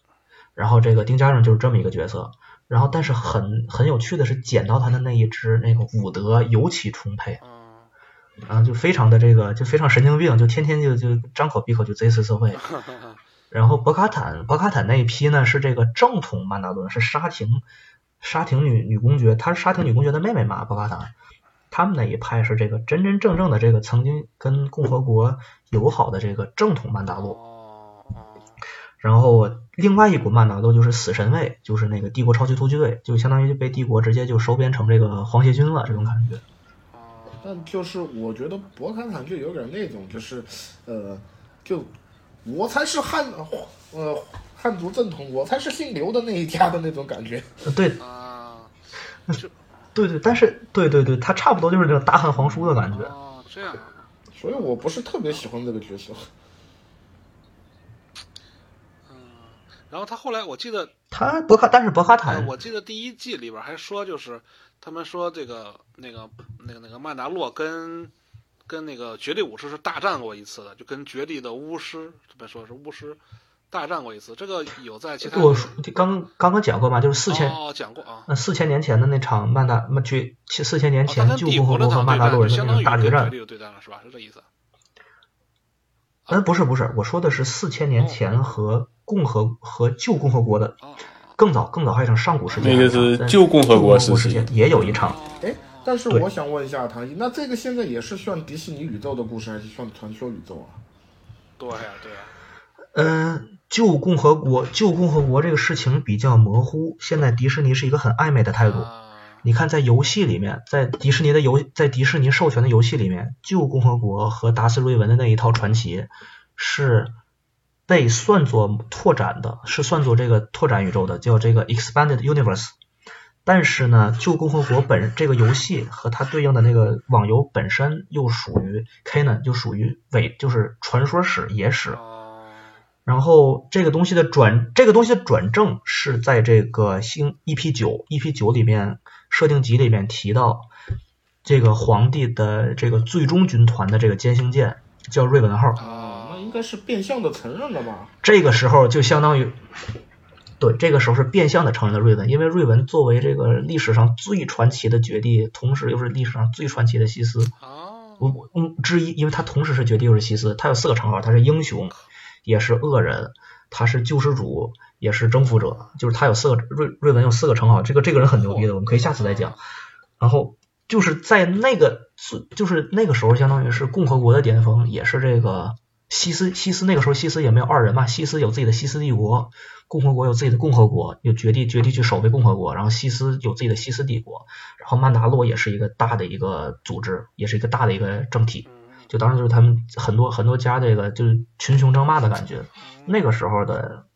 然后这个丁加润就是这么一个角色，然后但是很很有趣的是，捡到他的那一只那个伍德尤其充沛，嗯，啊，就非常的这个，就非常神经病，就天天就就张口闭口就 this is the way。然后博卡坦，博卡坦那一批呢是这个正统曼达伦，是沙廷沙廷女女公爵，她是沙廷女公爵的妹妹嘛，博卡坦。他们那一派是这个真真正正的这个曾经跟共和国友好的这个正统曼达洛，哦哦，然后另外一股曼达洛就是死神卫，就是那个帝国超级突击队，就相当于就被帝国直接就收编成这个皇协军了这种感觉。但就是我觉得博卡坦就有点那种，就是，呃，就我才是汉，呃，汉族正统，我才是姓刘的那一家的那种感觉。 呃对，啊，对对，但是对对对，他差不多就是这种大汉皇叔的感觉。哦，这样，所以我不是特别喜欢这个角色。然后他后来我记得他博卡，但是博卡哎坦，我记得第一季里边还说，就是他们说这个那个那个那个曼达洛跟跟那个绝地武士是大战过一次的，就跟绝地的巫师，别说是巫师，大战过一次。这个有在其他我说刚刚刚讲过嘛，就是四千哦讲过啊，呃四千年前的那场曼达曼决，七四千年哦他前跟旧帝共国和那国和场曼对达战，洛就人相的那当种于大跟决绝战。地对战了，是吧？是这意思？呃，不是不是，我说的是四千年前和共和和旧共和国的哦更早更早还有一场上古世界，那个是但旧共和国时时期期也有一场。哎，但是对我想问一下唐一，那这个现在也是算迪士尼宇宙的故事，还是算传说宇宙啊？对呀、对呀、嗯、旧共和国旧共和国这个事情比较模糊，现在迪士尼是一个很暧昧的态度。啊，你看，在游戏里面，在迪士尼的游，在迪士尼授权的游戏里面，旧共和国和达斯瑞文的那一套传奇是被算作拓展的，是算作这个拓展宇宙的，叫这个 expanded universe。但是呢，旧共和国本这个游戏和它对应的那个网游本身又属于 canon，就属于伪，就是传说史、野史。哦，然后这个东西的转，这个东西的转正是在这个星 EP 九 EP 九里面设定集里面提到，这个皇帝的这个最终军团的这个歼星舰叫瑞文号，啊，那应该是变相的承认了吧？这个时候就相当于，对，这个时候是变相的承认了瑞文，因为瑞文作为这个历史上最传奇的绝地，同时又是历史上最传奇的西斯，哦，我我嗯之一，因为他同时是绝地又是西斯，他有四个称号，他是英雄，也是恶人，他是救世主，也是征服者，就是他有四个瑞瑞文有四个称号，这个这个人很牛逼的，我们可以下次再讲。然后就是在那个就是那个时候，相当于是共和国的巅峰，也是这个西斯西斯那个时候西斯也没有二人嘛，西斯有自己的西斯帝国，共和国有自己的共和国，有绝地绝地去守卫共和国，然后西斯有自己的西斯帝国，然后曼达洛也是一个大的一个组织，也是一个大的一个政体。嗯就当时就是他们很多很多家这个就是群雄争霸的感觉。那个时候的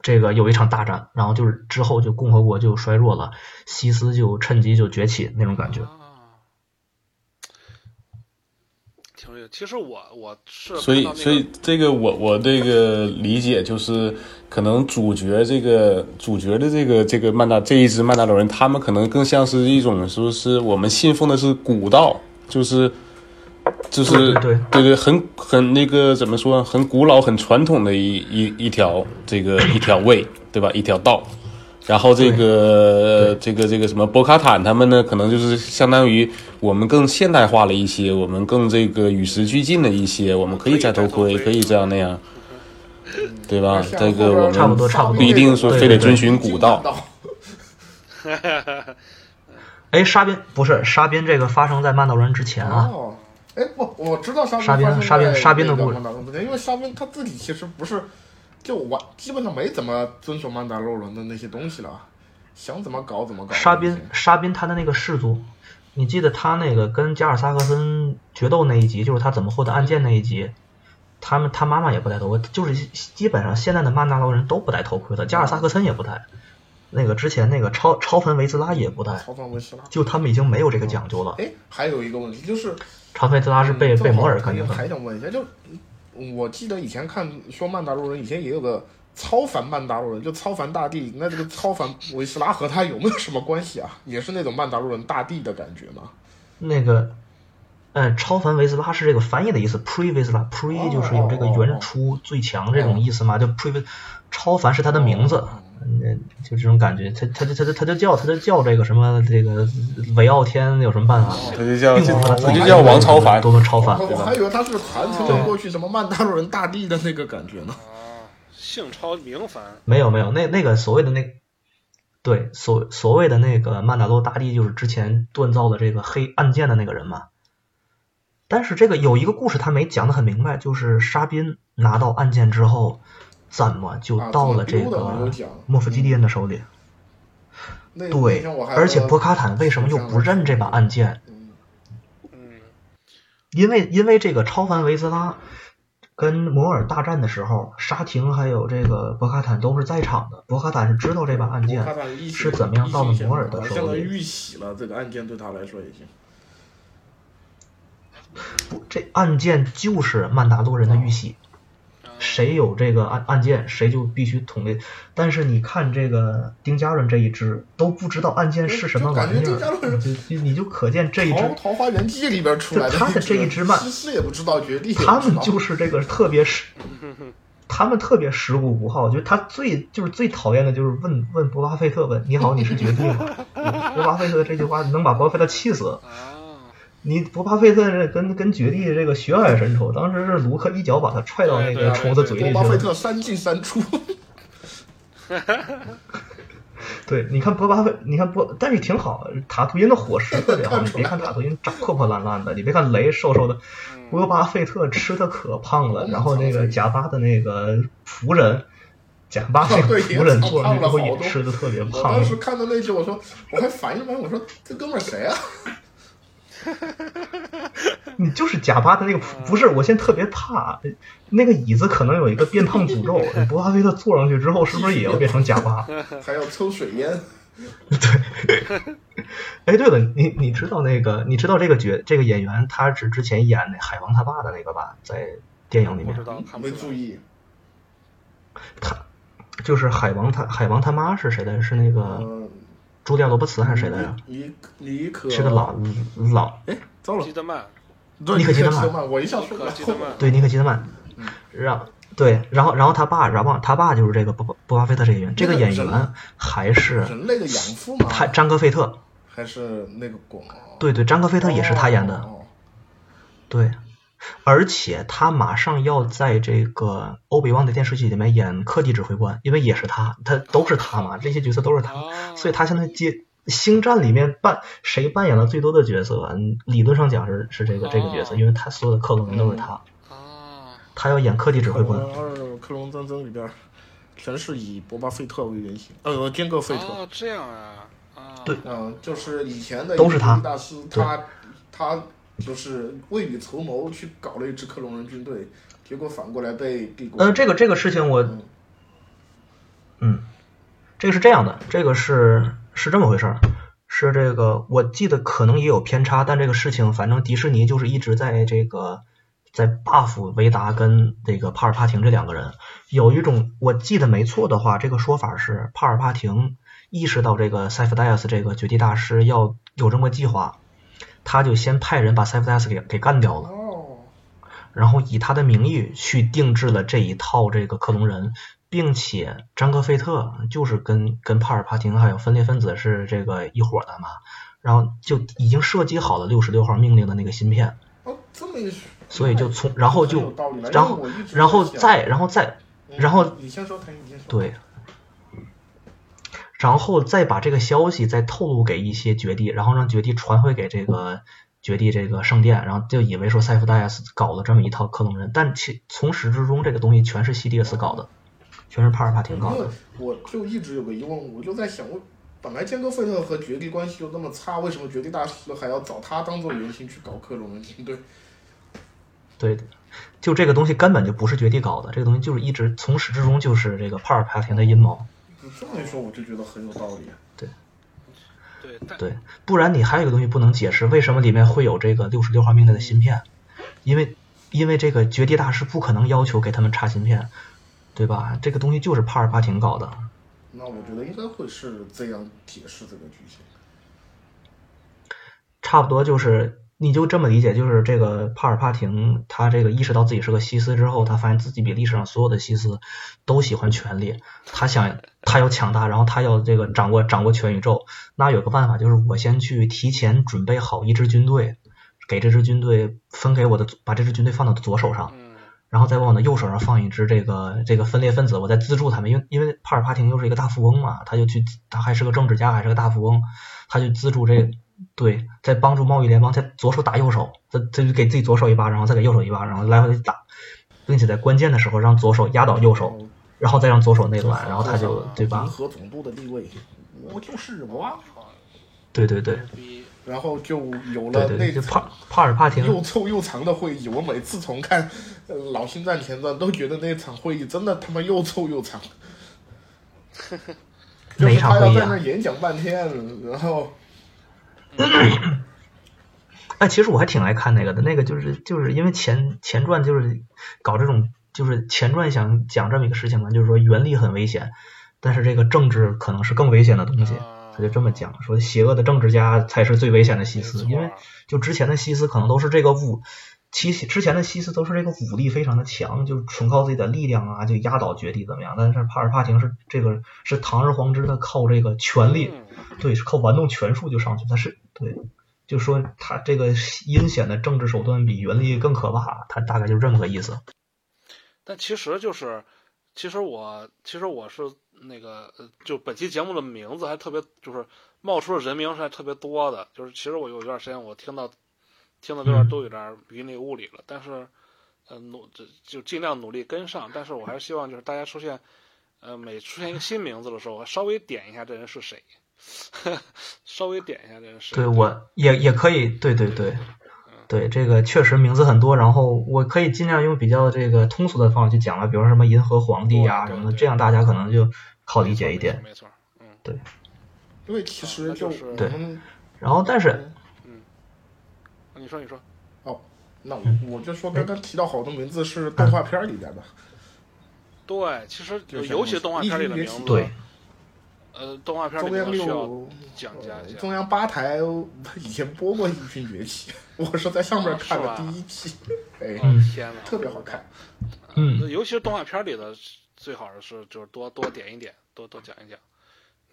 这个有一场大战，然后就是之后就共和国就衰弱了，西斯就趁机就崛起那种感觉。啊，挺有意思。其实我我是所以看到，那所以个这个我我这个理解就是，可能主角这个主角的这个这个曼达这一支曼达罗人，他们可能更像是一种说是我们信奉的是古道，就是就是对对对很很那个怎么说，很古老很传统的一一一条这个一条位，对吧？一条道，然后这个这个这个什么博卡坦他们呢，可能就是相当于我们更现代化了一些，我们更这个与时俱进了一些，我们可以摘头盔，可以这样那样，对吧？像啊这后个边我差们不多差不多不一定说非得遵循古古道，哎，沙宾不是沙宾，这个发生在曼道人之前啊。哦，哎，我我知道沙沙宾发生沙宾在沙宾的那个故事曼达洛伦因为沙宾他自己其实不是，就完基本上没怎么遵守曼达洛伦的那些东西了，想怎么搞怎么搞。沙宾沙宾他的那个氏族，你记得他那个跟加尔萨克森决斗那一集，就是他怎么获得暗箭那一集，他们他妈妈也不戴头盔，就是基本上现在的曼达洛人都不戴头盔的，加尔萨克森也不戴，那个之前那个超超凡维兹拉也不戴，曹操维斯拉。就他们已经没有这个讲究了。哎，还有一个问题就是，超凡维兹拉是被嗯正被好摩尔干掉还的，想问一下，就嗯我记得以前看说曼达洛人，以前也有个超凡曼达洛人，就超凡大帝。那这个超凡维斯拉和他有没有什么关系啊？也是那种曼达洛人大帝的感觉吗？那个。嗯，超凡维兹拉是这个翻译的意思，pre 维兹拉哦，pre 就是有这个原初最强这种意思嘛，就 pre 超凡是他的名哦字，嗯，就这种感觉，他他就他就他就叫他就叫这个什么这个维傲天有什么办法？他呃就叫并不是他自他己就叫王超凡多，么超凡，我还以为他是传承了过去什么曼达洛人大帝的那个感觉呢。啊，姓超名凡，没有没有，那那个所谓的那，对所所谓的那个曼达洛大帝，就是之前锻造的这个黑暗剑的那个人嘛。但是这个有一个故事他没讲的很明白，就是沙宾拿到暗剑之后，怎么就啊到了怎这么丢的没有个讲嗯莫夫基利恩的手里？哎那那对天我，还而且和博卡坦为什么又不认这把暗剑？嗯，因为因为这个超凡维兹拉跟摩尔大战的时候，沙廷还有这个博卡坦都是在场的，博卡坦是知道这把暗博剑卡坦一起是怎么样到了摩尔的一起手里。相当于遇袭了，这个案件对他来说已经。不这暗箭就是曼达洛人的玉玺，哦谁有这个暗暗箭，谁就必须统领。但是你看这个丁家人这一支都不知道暗箭是什么玩意就就感觉丁家儿，人你就你就可见这一桃支桃花源记里边出来就他的这一一支曼诗诗也不知道，绝地也不知道他们就是这个特别 是，他们特别食古不化。我觉得他最就是最讨厌的就是问问博巴菲特问你好，你是绝地 吗？博巴菲特这句话能把博巴菲特气死。啊，你博巴菲特这跟跟绝地这个血海深仇，当时是卢克一脚把他踹到那对对啊个对虫子嘴里去巴菲了。特三进 三出，对，你看博巴菲，你看博，但是挺好。塔图因的伙食特别 好，看你出来别看塔图因长破破烂烂的，你别看雷瘦瘦的，博巴菲特吃的可胖了。嗯然后那个贾巴的那个仆人，贾巴那个仆人做了之后也吃的特别我胖当。时看到那句，我说我还反应过来，我说这哥们儿谁啊？你就是贾巴的那个仆，不是我现在特别怕那个椅子可能有一个变胖诅咒，博巴菲特坐上去之后是不是也要变成贾巴？还要抽水 烟，哎，对了，你你知道那个，你知道这个角这个演员他是之前演那海王他爸的那个吧，在电影里不面知，道看不没出注来。意。他就是海王他海王他妈是谁来着？是那个嗯，茱莉亚·罗伯茨还是谁来着？尼尼可是个老老糟了基，德曼，对尼尼可可基德曼曼，我一下说不可基德曼了。，对尼克基德曼，让对，然后然后他爸，然后他爸就是这个布布巴菲特这个演员，这个演那个人啊员还是人类的养父吗？他詹戈菲特，还是那个广？对对，詹戈菲特也是他演的。哦对，而且他马上要在这个《欧比旺》的电视剧里面演克地指挥官，因为也是他，他都是他嘛，这些角色都是他，啊，所以他现在接《星战》里面扮谁扮演了最多的角色啊？嗯理论上讲是是这个这个角色，因为他所有的克隆人都是他，啊，他要演克地指挥官。哦二克隆战争里边，全是以博巴费特为原型，呃，坚戈费特，哦，这样啊，啊，对嗯，就是以前的都是他一个大师，他他就是未雨绸缪去搞了一支克隆人军队，结果反过来被帝国。呃，这个这个事情我，嗯，这个是这样的，这个是是这么回事儿，是这个我记得可能也有偏差，但这个事情反正迪士尼就是一直在这个在 buff 维达跟这个帕尔帕廷这两个人，有一种我记得没错的话，这个说法是帕尔帕廷意识到这个塞夫戴斯这个绝地大师要有这么个计划，他就先派人把塞夫戴斯给给干掉了。哦，然后以他的名义去定制了这一套这个克隆人，并且詹克费特就是跟跟帕尔帕廷还有分裂分子是这个一伙的嘛，然后就已经设计好了六十六号命令的那个芯片，哦，这么一说，所以就从然后很有就道理了然因为后我一直在然后想再然后再然后嗯你先说，谭毅，你先说。，对，然后再把这个消息再透露给一些绝地，然后让绝地传回给这个绝地这个圣殿，然后就以为说塞夫戴斯搞了这么一套克隆人，但其从始至终这个东西全是西迪斯搞的，全是帕尔帕廷因搞的为。我就一直有个疑问，我就在想，我本来坚哥费特和绝地关系就那么差，为什么绝地大师还要找他当做原型去搞克隆人军队？嗯对，就这个东西根本就不是绝地搞的，这个东西就是一直从始至终就是这个帕尔帕廷的阴谋。你这么一说，我就觉得很有道理。对，但对，不然你还有一个东西不能解释，为什么里面会有这个六十六号命令的芯片？因为因为这个绝地大师不可能要求给他们插芯片，对吧？这个东西就是帕尔帕廷搞的。那我觉得应该会是这样解释这个剧情。差不多就是，你就这么理解，就是这个帕尔帕廷他这个意识到自己是个西斯之后，他发现自己比历史上所有的西斯都喜欢权力，他想他要强大，然后他要这个掌握掌握全宇宙。那有个办法就是我先去提前准备好一支军队，给这支军队分给我的，把这支军队放到左手上，嗯，然后再往我的右手上放一支这个这个分裂分子，我再资助他们，因为因为帕尔帕廷又是一个大富翁嘛，他就去他还是个政治家，还是个大富翁，他就资助这个对，再帮助贸易联邦，再左手打右手，再再就给自己左手一巴，然后再给右手一巴，然后来回地打，并且在关键的时候让左手压倒右手，然后再让左手内乱，啊然后他就对银吧？河总部的地位，我就是我啊。对对对比然后就有对了对那对，就场帕帕尔帕又廷臭又长的会议，我每次重看呃《老星战前传》都觉得那场会议真的他妈又臭 又长，就哪是场他会要议在那啊？演讲半天，然后哎，其实我还挺爱看那个的，那个就是就是因为前前传就是搞这种，就是前传想讲这么一个事情嘛，就是说原力很危险，但是这个政治可能是更危险的东西。啊他就这么讲，说邪恶的政治家才是最危险的西斯，没错啊因为就之前的西斯可能都是这个武，其之前的西斯都是这个武力非常的强，就是纯靠自己的力量啊就压倒绝地怎么样？但是帕尔帕廷是这个是堂而皇之的靠这个权力，嗯对，是靠玩弄权术就上去，他是对，就说他这个阴险的政治手段比原力更可怕，他大概就这么个意思。但其实就是，其实我其实我是那个，呃就本期节目的名字还特别，就是冒出的人名是还特别多的。就是其实我有一段时间我听到听到这段嗯都有点儿云里雾里了，但是呃努就就尽量努力跟上。但是我还是希望就是大家出现呃每出现一个新名字的时候，稍微点一下这人是谁， 稍微点一下这人是谁。对我也也可以，对对对，对这个确实名字很多，然后我可以尽量用比较这个通俗的方法去讲了，比如说什么银河皇帝呀、对什对么的，对这样大家可能就好理没错解一点。没错，没错嗯，因为其啊实那就就是我们然后但是你说你说，哦，那我嗯我就说刚刚提到好多名字是动画片儿里边的，对，其实就是尤其动画片里的名字，对，呃，动画片里中面央需要六呃讲解一下。中央八台以前播过《一群崛起》，我是在上面看啊是吧的第一季，哎，哦天哪，特别好看。嗯，尤其是动画片里的，最好是就是多多点一点，多多讲一讲。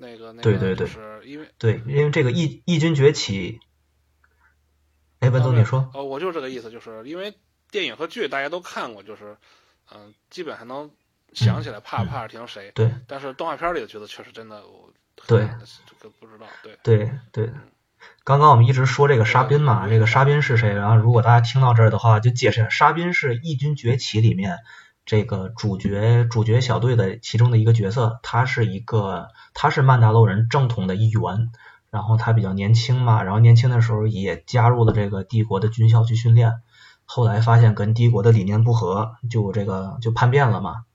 那个那个，对对就对是因为对，因为这个异异军崛起，哎，文总你说，哦，我就是这个意思，就是因为电影和剧大家都看过，就是嗯、基本还能嗯想起来怕怕尔廷谁，对但是动画片里的角色确实真的我对这个不知道，对对对。刚刚我们一直说这个沙宾嘛，这个沙宾是谁？然后如果大家听到这儿的话，就解释一下，沙宾是《异军崛起》里面这个主角主角小队的其中的一个角色，他是一个他是曼达洛人正统的一员，然后他比较年轻嘛，然后年轻的时候也加入了这个帝国的军校去训练，后来发现跟帝国的理念不合，就这个就叛变了嘛，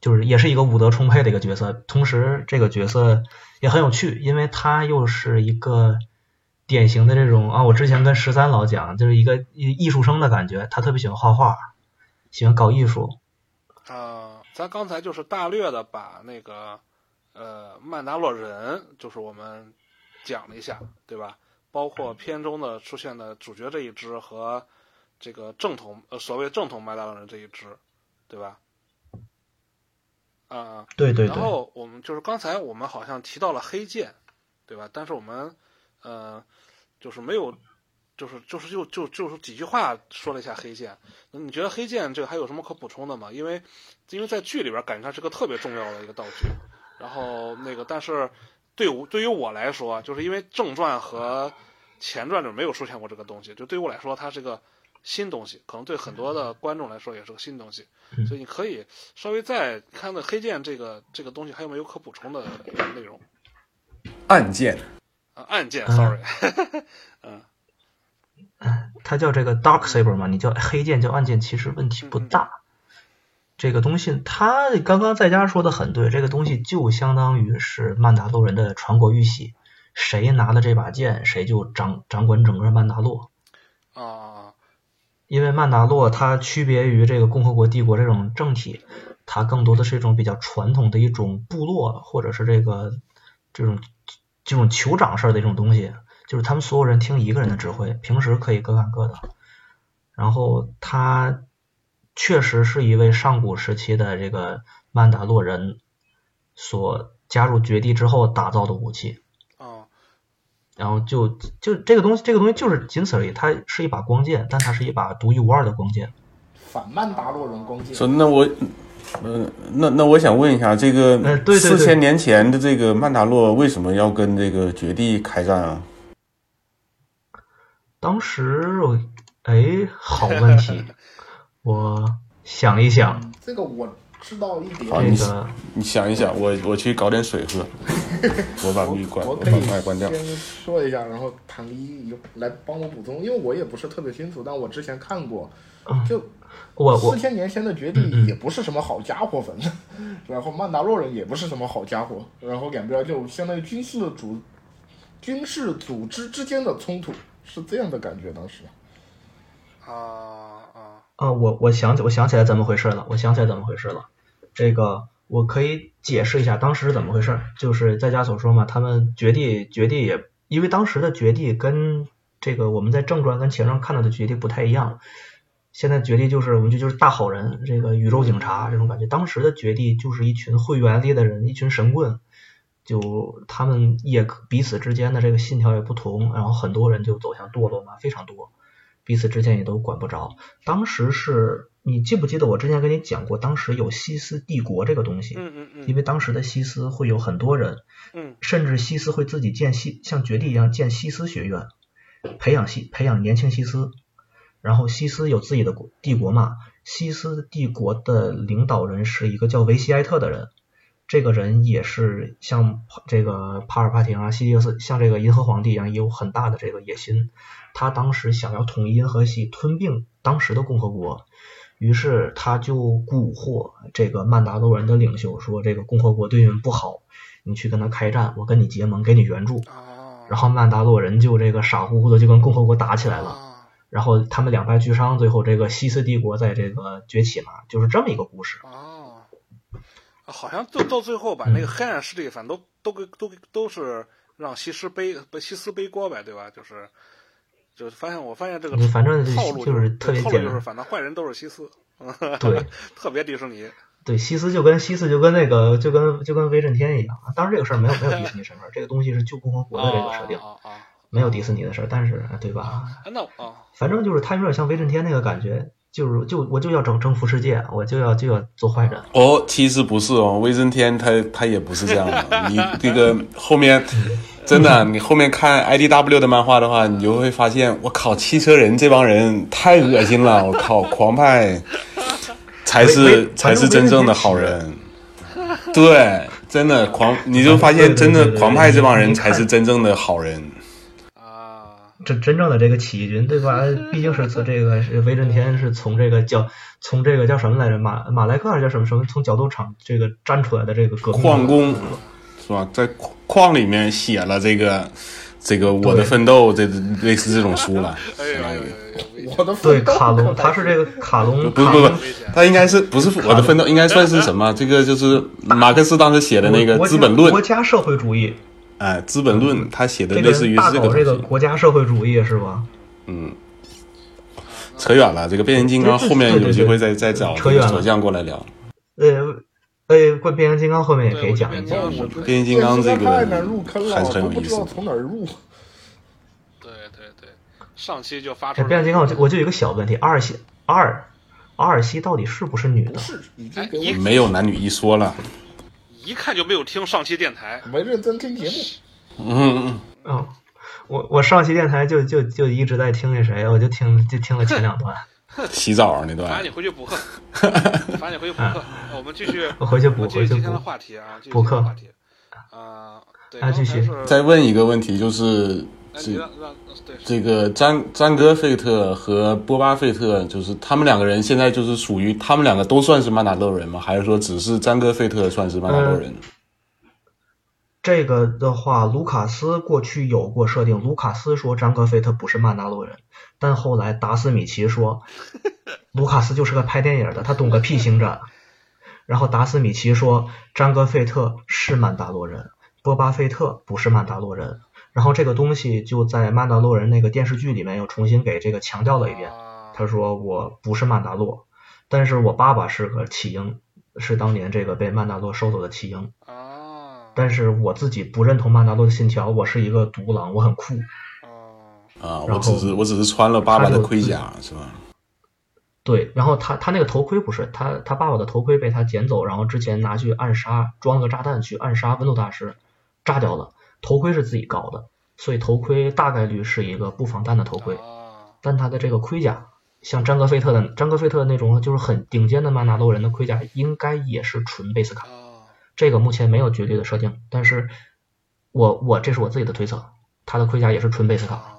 就是也是一个武德充沛的一个角色，同时这个角色也很有趣，因为他又是一个典型的这种啊，我之前跟十三老讲，就是一个艺艺术生的感觉，他特别喜欢画画，喜欢搞艺术，啊、咱刚才就是大略的把那个呃曼达洛人，就是我们讲了一下，对吧？包括片中的出现的主角这一支和这个正统呃所谓正统曼达洛人这一支，对吧？啊啊，对对然对，后我们就是刚才我们好像提到了黑剑，对吧？但是我们呃，就是没有，就是就是就就就是几句话说了一下黑剑。那你觉得黑剑这个还有什么可补充的吗？因为因为在剧里边感觉它是个特别重要的一个道具。然后那个，但是对我对于我来说，啊就是因为正传和前传里没有出现过这个东西，就对于我来说，它是个新东西，可能对很多的观众来说也是个新东西。嗯所以你可以稍微再看看黑剑这个这个东西还有没有可补充的内容暗箭，啊？暗剑嗯，sorry，它叫这个 dark saber 嘛，你叫黑剑叫暗剑，其实问题不大。这个东西，他刚刚在家说的很对，这个东西就相当于是曼达洛人的传国玉玺，谁拿了这把剑，谁就掌掌管整个曼达洛。啊啊因为曼达洛它区别于这个共和国帝国这种政体，它更多的是一种比较传统的一种部落，或者是这个这种这种酋长式的一种东西，就是他们所有人听一个人的指挥，平时可以各干各的。然后他确实是一位上古时期的这个曼达洛人所加入绝地之后打造的武器。啊然后就就这个东西，这个东西就是仅此而已。它是一把光剑，但它是一把独一无二的光剑。反曼达洛人光剑，说那我，呃，那那我想问一下，这个呃对对四对千年前的这个曼达洛为什么要跟这个绝地开战啊？当时我，哎，好问 题，我想一想，这个我知道一点好哦这你个你想一想，我我去搞点水 喝，我把我麦关，我我可把以麦关掉。先说一下，然后唐一有来帮我补充，因为我也不是特别清楚，但我之前看过，就啊我我嗯四千年前的绝地也不是什么好家伙，反正，然后曼达洛人也不是什么好家伙，然后两边就相当于军事组军事组织之间的冲突，是这样的感觉。当时啊啊！啊，我我想起我想起来怎么回事了，我想起来怎么回事了。这个我可以解释一下当时是怎么回事，就是在家所说嘛，他们绝地绝地也，因为当时的绝地跟这个我们在正传跟前传看到的绝地不太一样。现在绝地就是我们就就是大好人，这个宇宙警察这种感觉。当时的绝地就是一群会员力的人，一群神棍，就他们也彼此之间的这个信条也不同，然后很多人就走向堕落嘛，非常多，彼此之间也都管不着。当时是你记不记得我之前跟你讲过，当时有西斯帝国这个东西，嗯嗯嗯，因为当时的西斯会有很多人，嗯甚至西斯会自己建西，像绝地一样建西斯学院，培养西培养年轻西斯。然后西斯有自己的国帝国嘛，西斯帝国的领导人是一个叫维西埃特的人，这个人也是像这个帕尔帕廷啊、西迪斯，像这个银河皇帝一样，也有很大的这个野心。他当时想要统一银河系，吞并当时的共和国，于是他就蛊惑这个曼达洛人的领袖，说这个共和国对你们不好，你去跟他开战，我跟你结盟，给你援助。啊，然后曼达洛人就这个傻乎乎的就跟共和国打起来了，啊然后他们两败俱伤，最后这个西斯帝国在这个崛起嘛，就是这么一个 故事。啊，好像到到最后嗯把那个黑暗势力，反正都都给都给都是让西施背不西斯背锅呗，对吧？就是就是发现我发现这个嗯反正套路就是对特别套路简就是单反正坏人都是西斯，对特别迪士尼对，西斯就跟西斯就跟那个就跟就跟威震天一样啊，当然这个事儿没有没有迪士尼身份，这个东西是旧共和国的这个设定，啊啊啊！没有迪士尼的事儿，但是啊对吧？啊那啊反正就是他有点像威震天那个感觉，就是就我就要征征服世界，我就要就要做坏人。哦，其实不是哦，威震天他他也不是这 样的。你这个后面真的，你后面看 IDW 的漫画的话，你就会发现，我靠，汽车人这帮人太恶心了，我靠，狂派才 威是威才是真正的好人。对，真的狂，你就发现真的狂派这帮人才是真正的好人。啊这真正的这个起义军，对吧？毕竟是从这个是威震天是从这个叫从这个叫什么来着马马莱克还是叫什么什么从角斗场这个站出来的这个革命者矿工是吧？在矿矿里面写了这个这个我的对奋斗这类似这种书了，哎相呦哎当于呦。哎呦！我的对奋斗卡隆，可他是这个卡隆，不是卡不是隆不是，他应该是不是我的奋斗，应该算是什么？这个就是马克思当时写的那个国《国资家本论国》，家社会主义，哎，《资本论》他写的这类似个于大是这搞这个个东西。国家社会主义是吧？嗯，扯远了，这个变形金刚对对后面对对有机会再再对找扯远了首相过来聊。呃，哎，关变形金刚后面也对可以我觉得讲一变讲形，我金觉刚是得变形金刚这实在太个难入坑啊了，还是很我有都不意知思道的。从哪儿入。对对对，上期就发出哎，来变形金刚，我就我就有一个小问题，阿尔西阿尔阿尔西到底是不是女不的？是，已经哎给我一指没有男女一说了，一看就没有听上期电台，没认真听节目。嗯，嗯嗯，我我上期电台就就就一直在听那谁，我就听就听了前两段，嗯洗澡那反正段你回去补课，反正你回去补 课。我们继续，我回去我补们继回续去今天的补。话题啊，继续补今天的课话题。啊，对，啊刚才继续是再问一个问题，就是哎这你让让对啊这个詹詹哥费特和波巴费特，就是他们两个人现在就是属于他们两个都算是曼达洛人吗？还是说只是詹哥费特算是曼达洛人？嗯这个的话，卢卡斯过去有过设定，卢卡斯说张格菲特不是曼达洛人，但后来达斯米奇说卢卡斯就是个拍电影的，他懂个屁星战。然后达斯米奇说张格菲特是曼达洛人，波巴菲特不是曼达洛人。然后这个东西就在曼达洛人那个电视剧里面又重新给这个强调了一遍。啊，他说我不是曼达洛，但是我爸爸是个弃婴，是当年这个被曼达洛收走的弃婴。啊但是我自己不认同曼达洛的信条，我是一个独狼，我很酷。啊啊，然我后只是我只是穿了爸爸的盔甲，是吧？对，然后他他那个头盔不是他他爸爸的头盔被他捡走，然后之前拿去暗杀，装了个炸弹去暗杀温度大师，炸掉了。头盔是自己搞的，所以头盔大概率是一个不防弹的头盔，啊，但他的这个盔甲。像詹格菲特的詹格菲特那种就是很顶尖的曼达洛人的盔甲，应该也是纯贝斯卡。啊这个目前没有绝对的设定，但是我我这是我自己的推测，他的盔甲也是纯贝斯卡，啊，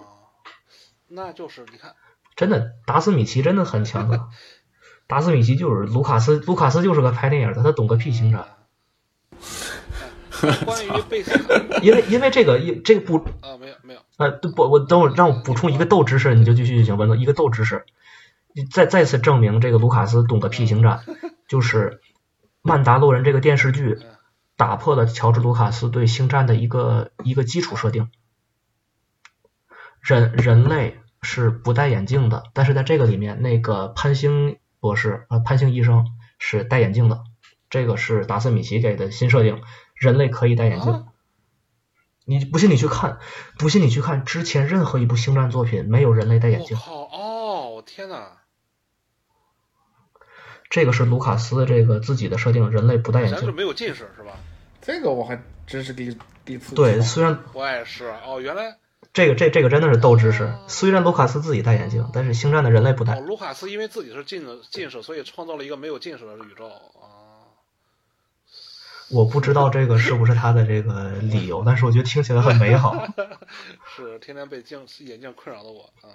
那就是你看，真的，达斯米奇真的很强的，达斯米奇就是卢卡斯，卢卡斯就是个拍电影的，他懂个屁啊星战，哎关于贝 斯卡因为因为这个一这个不啊，没有没有，呃对不我等会儿让我补充嗯一个豆知识，你就继续就行，文总一个豆知识，再再次证明这个卢卡斯懂个屁 星战，就是《曼达洛人》这个电视剧嗯打破了乔治·卢卡斯对星战的一个一个基础设定。人人类是不戴眼镜的，但是在这个里面，那个潘兴博士呃潘兴医生是戴眼镜的，这个是达斯米奇给的新设定，人类可以戴眼镜。啊你不信你去看，不信你去看之前任何一部星战作品没有人类戴眼我镜。靠，哦，天哪，这个是卢卡斯这个自己的设定，人类不戴眼咱这镜。没有近视是吧？这个我还真是第第一次对，知道虽然我也是，哦，原来这个这这个真的是斗知识，虽然卢卡斯自己戴眼镜，但是星战的人类不哦，戴。卢卡斯因为自己是近视近视，所以创造了一个没有近视的宇宙啊。我不知道这个是不是他的这个理由，但是我觉得听起来很 美好。是天天被镜眼镜困扰的我，嗯，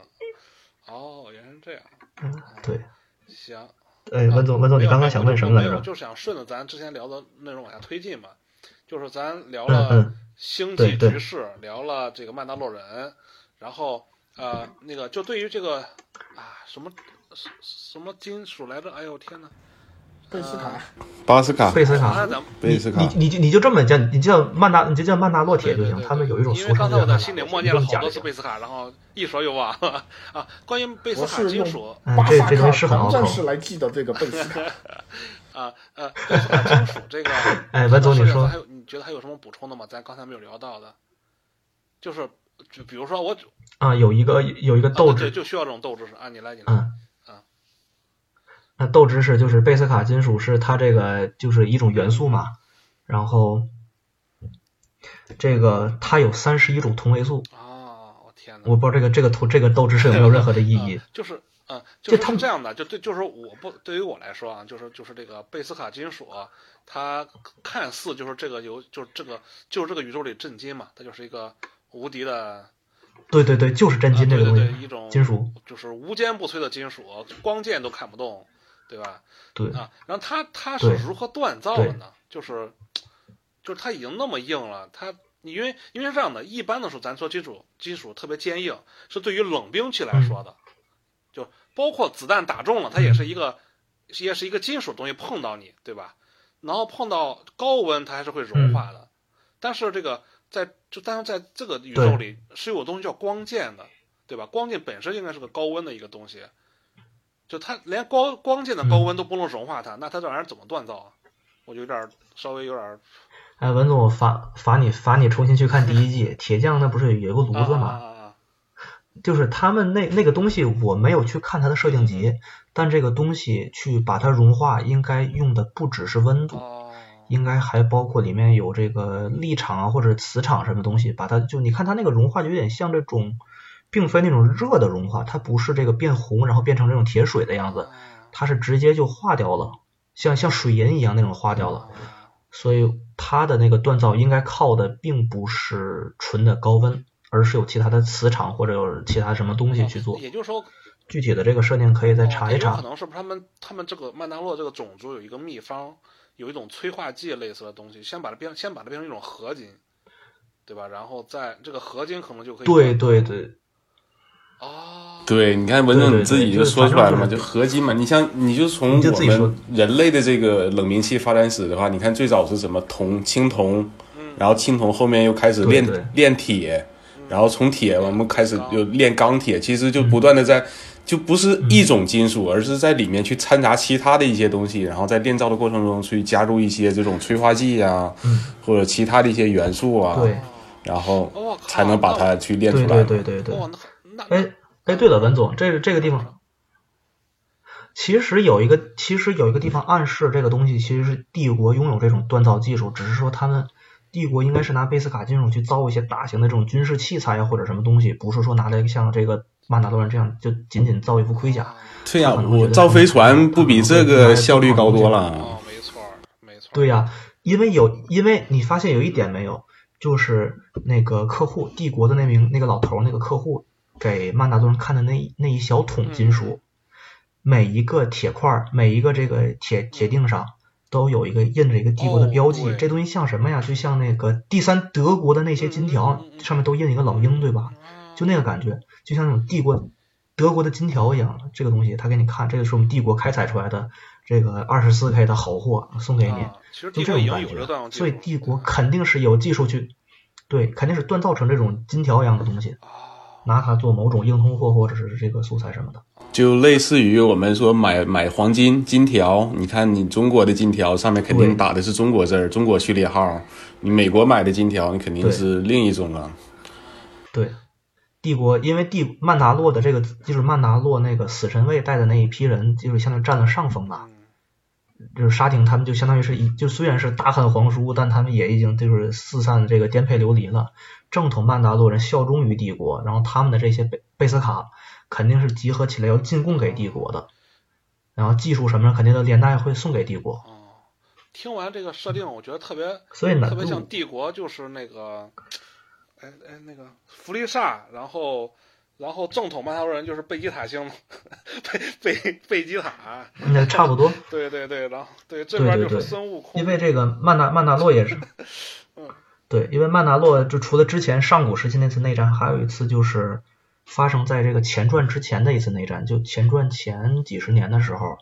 哦，原来是这样，对，行。哎，文总，文总，你刚刚想问什么来没有着？就是想顺着咱之前聊的内容往下推进嘛，就是咱聊嗯了嗯，星对际对局势，聊了这个曼达洛人，然后呃，那个就对于这个啊什么什什么金属来着？哎呦天哪！贝斯卡，巴斯卡，贝斯啊，卡，咱们贝你斯你卡，你就你就这么叫，你就叫曼达，你就叫曼达洛铁就对对行。对他们有一种因俗为刚称才叫我曼达在洛心里铁，默你念这了么好讲多就次行。贝斯卡，然后一说就忘 啊。关于贝斯我卡是金用属嗯巴这萨这卡东西是很拗当口，战士来记的这个贝斯卡。啊呃，贝斯卡金属这个 哎文总你这个说还有你觉得还有什么补充的吗？咱刚才没有聊到的，就是就比如说我啊，有一个有一个啊斗对对志，就需要这种斗志是啊，你来你来，嗯啊。那豆知识就是贝斯卡金属是它这个就是一种元素嘛，然后这个它有三十一种同位素，啊，我天哪！我不知道这个这个图这个豆知识有没有任何的意啊。义就是嗯，就就是他是们这样的，就对，就是我不对于我来说啊，就是就是这个贝斯卡金属啊，它看似就是这个游，就是这个就是这个宇宙里震惊嘛，它就是一个无敌的，对对对，就是真啊、对金这个对东西，对，一种金属，就是无坚不摧的金属，光剑都砍不动，对吧？对啊，然后它它是对如何锻造的呢？就是就是它已经那么硬了，它。因为因为是这样的，一般的时候咱说金属金属特别坚硬，是对于冷兵器来嗯说的，就包括子弹打中了，它也是一个，也是一个金属东西碰到你，对吧？然后碰到高温，它还是会嗯融化的。但是这个在就但是在这个宇宙里是有东西叫光剑的，对吧？光剑本身应该是个高温的一个东嗯西，就它连光光剑的高温都不能融化它，那它这玩意儿怎么锻造啊？我就有点儿稍微有点儿哎，文总，我罚罚你罚你重新去看第一季。铁匠那不是有一个炉子啊吗？啊啊啊就是他们那那个东西，我没有去看它的设定集，但这个东西去把它融化，应该用的不只是温度，哦，应该还包括里面有这个力场啊或者磁场什么东西，把它就你看它那个融化就有点像这种，并非那种热的融化，它不是这个变红然后变成这种铁水的样子，它是直接就化掉了，像像水银一样那种化掉了。啊所以它的那个锻造应该靠的并不是纯的高温，而是有其他的磁场或者有其他什么东西去做。啊也就是说，具体的这个设定可以再哦查也一有查可。能是不是他们他们这个曼达洛这个种族有一个秘方，有一种催化剂类似的东西，先把它变先把它变成一种合金，对吧？然后再这个合金可能就可以对对嗯对，哦，对，你看文总对对你自己对就就是说反出正来了嘛，就是就合金嘛。你像，你就从你就我自己说们人类的这个冷凝器发展史的话，你看最早是什么铜、青铜，嗯然后青铜后面又开始对炼对炼铁，然后从铁我们开始钢又炼钢铁，其实嗯就不断的在。就不是一种金属，而是在里面去掺杂其他的一些东西，然后在炼造的过程中去加入一些这种催化剂啊，或者其他的一些元素啊，嗯对然后我哦靠才能把它去炼出对来。对对对对。哇，哦那那哎哎，对了，文总，这个这个地方，其实有一个其实有一个地方暗示这个东西其实是帝国拥有这种锻造技术，只是说他们帝国应该是拿贝斯卡金属去造一些大型的这种军事器材呀或者什么东西，不是说拿来像这个曼达洛人这样就仅仅造一副盔甲。对呀、他可能我觉得造他飞们船不比这个效率高多 了。哦，没错儿没错儿，对呀、因为有，因为你发现有一点没有，就是那个客户，帝国的那名那个老头儿，那个客户给曼达多人看的那一那一小桶金嗯属，每一个铁块儿，每一个这个铁铁锭上都有一个印着一个帝国的哦标记，对这东西像什么呀？就像那个第三德国的那些金嗯条，嗯嗯嗯上面都印一个老鹰，对吧？嗯就那个感觉，就像那种帝国德国的金条一样。这个东西他给你看，这个是我们帝国开采出来的这个二十四 K 的好货，送给你。啊其实就帝这国已种经感有这段觉，所以帝国肯定是有技术去，对，肯定是锻造成这种金条一样的东西，啊拿它做某种硬通货或者是这个素材什么的。就类似于我们说买买黄金金条，你看你中国的金条上面肯定对打的是中国字儿、中国序列号，你美国买的金条你肯定对是另一种啊。对，帝国因为帝曼达洛的这个就是曼达洛那个死神卫带的那一批人，就是相当于占了上风嗯吧。就是沙丁他们就相当于是一就虽然是大汉皇叔，但他们也已经就是四散这个颠沛流离了。正统曼达洛人效忠于帝国，然后他们的这些贝贝斯卡肯定是集合起来要进贡给帝国的，然后技术什么的肯定都连带会送给帝国。听完这个设定，我觉得特别所以难特别像度帝国，就是那个，哎哎那个弗利萨，然后然后正统曼达洛人就是贝吉塔星，贝贝贝吉塔，那差不多，对对对，然后对这对边对就是对孙悟空，因为这个曼达曼达洛也是，对，因为曼达洛就除了之前上古时期那次内战，还有一次就是发生在这个前传之前的一次内战，就前传前几十年的时候，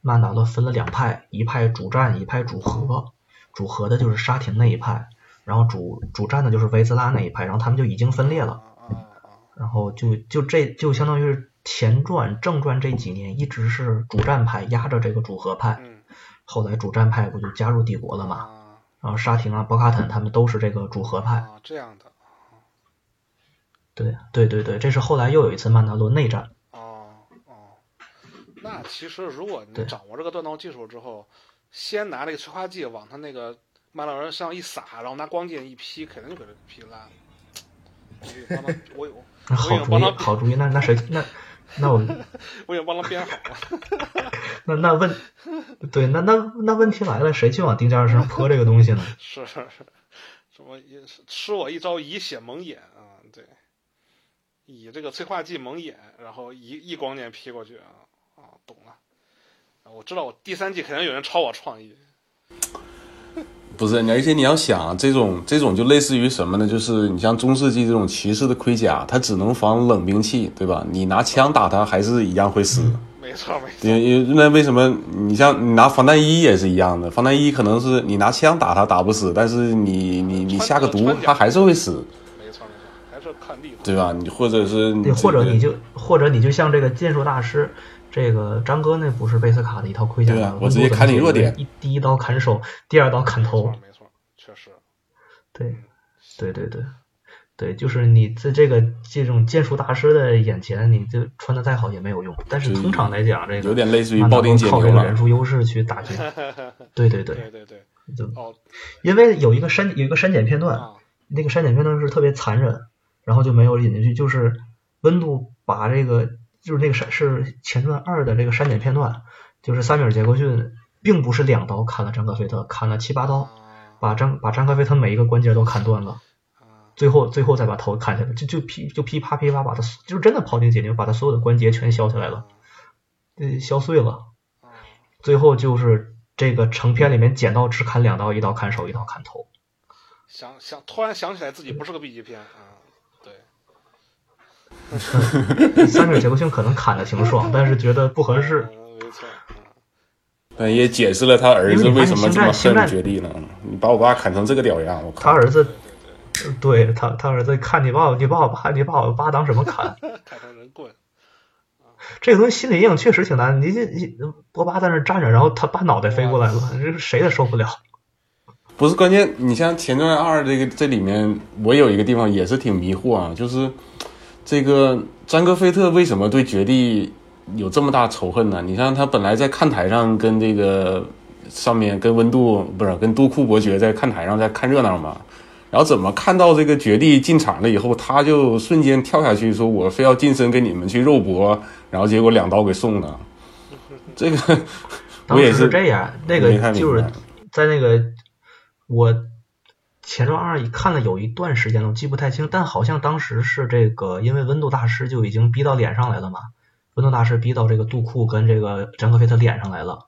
曼达洛分了两派，一派主战，一派主和，主和的就是沙廷那一派，然后主主战的就是维兹拉那一派，然后他们就已经分裂了。啊啊啊，然后就就这就相当于是前传正传这几年一直是主战派压着这个主和派，嗯后来主战派不就加入帝国了嘛？啊然后沙廷啊、博卡坦他们都是这个主和派。啊这样的对对对对，这是后来又有一次曼达洛内战。哦哦，那其实如果你对掌握这个锻造技术之后，先拿这个催化剂往他那个曼达洛人身上一撒，然后拿光剑一劈，肯定就给他劈烂了。我有那我好有主帮意他，好主意，那那谁那那我我已经帮他编好了。那那问，对，那那那问题来了，谁去往丁加尔身上泼这个东西呢？是是是，什么也是吃我一招以血蒙眼啊，对，以这个催化剂蒙眼，然后一一光剑劈过去啊啊，懂了。啊我知道我第三季肯定有人抄我创意，不是，你而且你要想这种这种就类似于什么呢？就是你像中世纪这种骑士的盔甲，它只能防冷兵器，对吧？你拿枪打它还是一样会死。没错没错，因因那为什么你像你拿防弹衣也是一样的，防弹衣可能是你拿枪打他打不死，但是你你你穿下个毒穿甲他还是会死，没错没错，还是看例子。对吧？你或者是你对，或者这个你就或者你就像这个剑术大师，这个张哥那不是贝斯卡的一套盔甲对吗？啊温我直接度的砍你那弱个点一第一刀砍手，第二刀砍头没错，没错，确实， 对，对对对，对，就是你在这个这种剑术大师的眼前，你就穿的再好也没有用。但是就通常来讲，这个有点类似于曼达抱洛丁解靠牛这个了人数优势 去打决。对对对，对对对，就哦因为有一个删有一个删减片段，啊，那个删减片段是特别残忍，然后就没有引进去。就是温度把这个就是那个删是前传二的这个删减片段，就是萨米尔杰克逊并不是两刀砍了张克菲特，砍了七八刀，啊把张把张克菲特每一个关节都砍断了。啊最后最后再把头砍下来，就就噼就噼啪噼啪把他就是真的庖丁解牛，把他所有的关节全削下来了，呃，削碎了。啊最后就是这个成片里面剪刀只砍两刀，一刀砍手，一刀砍头。想想突然想起来自己不是个 B 级片啊，对，三米杰克逊可能砍的挺爽，但是觉得不合适。嗯没错，嗯但也解释了他儿子因为为你什看么这么星战星恨战绝地了。嗯你把我爸砍成这个屌样，我他靠！儿子，对他他儿子看你把我你把我爸你把我爸当什么砍？ 砍成嗯人棍，这个东西心理阴影确实挺难。你这你波巴在那儿站着，然后他爸脑袋飞过来了，这谁也受不了。不是关键，你像《前传二》这个这里面，我有一个地方也是挺迷惑啊，就是这个詹戈菲特为什么对绝地有这么大仇恨呢？你像他本来在看台上跟这个上面跟温度不是跟杜库伯爵在看台上在看热闹嘛，然后怎么看到这个绝地进场了以后，他就瞬间跳下去说：“我非要近身跟你们去肉搏。”然后结果两刀给送了，这个我当也时是嗯这样，那没太个明就是白在那个我前传二看了有一段时间了，我记不太清，但好像当时是这个因为温度大师就已经逼到脸上来了嘛，温度大师逼到这个杜库跟这个詹克菲特脸上来了，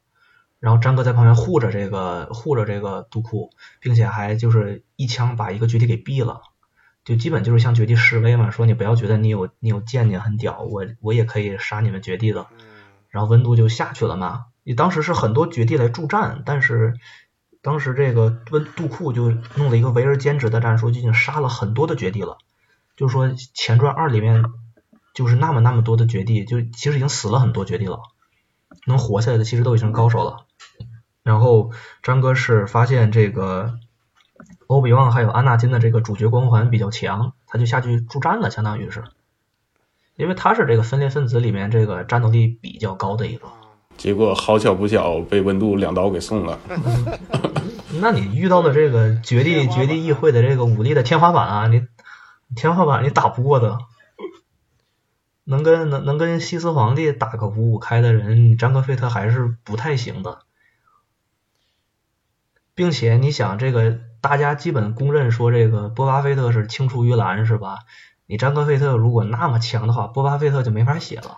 然后詹哥在旁边护着这个护着这个杜库，并且还就是一枪把一个绝地给毙了。就基本就是向绝地示威嘛，说你不要觉得你有你有见解很屌，我我也可以杀你们绝地的。嗯，然后温度就下去了嘛。你当时是很多绝地来助战，但是当时这个温杜库就弄了一个围而歼之的战术，就已经杀了很多的绝地了。就是说前传二里面就是那么那么多的绝地，就其实已经死了很多绝地了，能活下来的其实都已经是高手了。然后张哥是发现这个欧比旺还有安纳金的这个主角光环比较强，他就下去助战了，相当于是。因为他是这个分裂分子里面这个战斗力比较高的一个，结果好巧不巧被温度两刀给送了。那你遇到的这个绝地天花绝板地议会的这个武力的天花板啊，你天花板你打不过的，能跟能能跟西斯皇帝打个五五开的人，你张克菲特还是不太行的，并且你想这个大家基本公认说这个波巴菲特是青出于蓝是吧？你张克菲特如果那么强的话，波巴菲特就没法写了。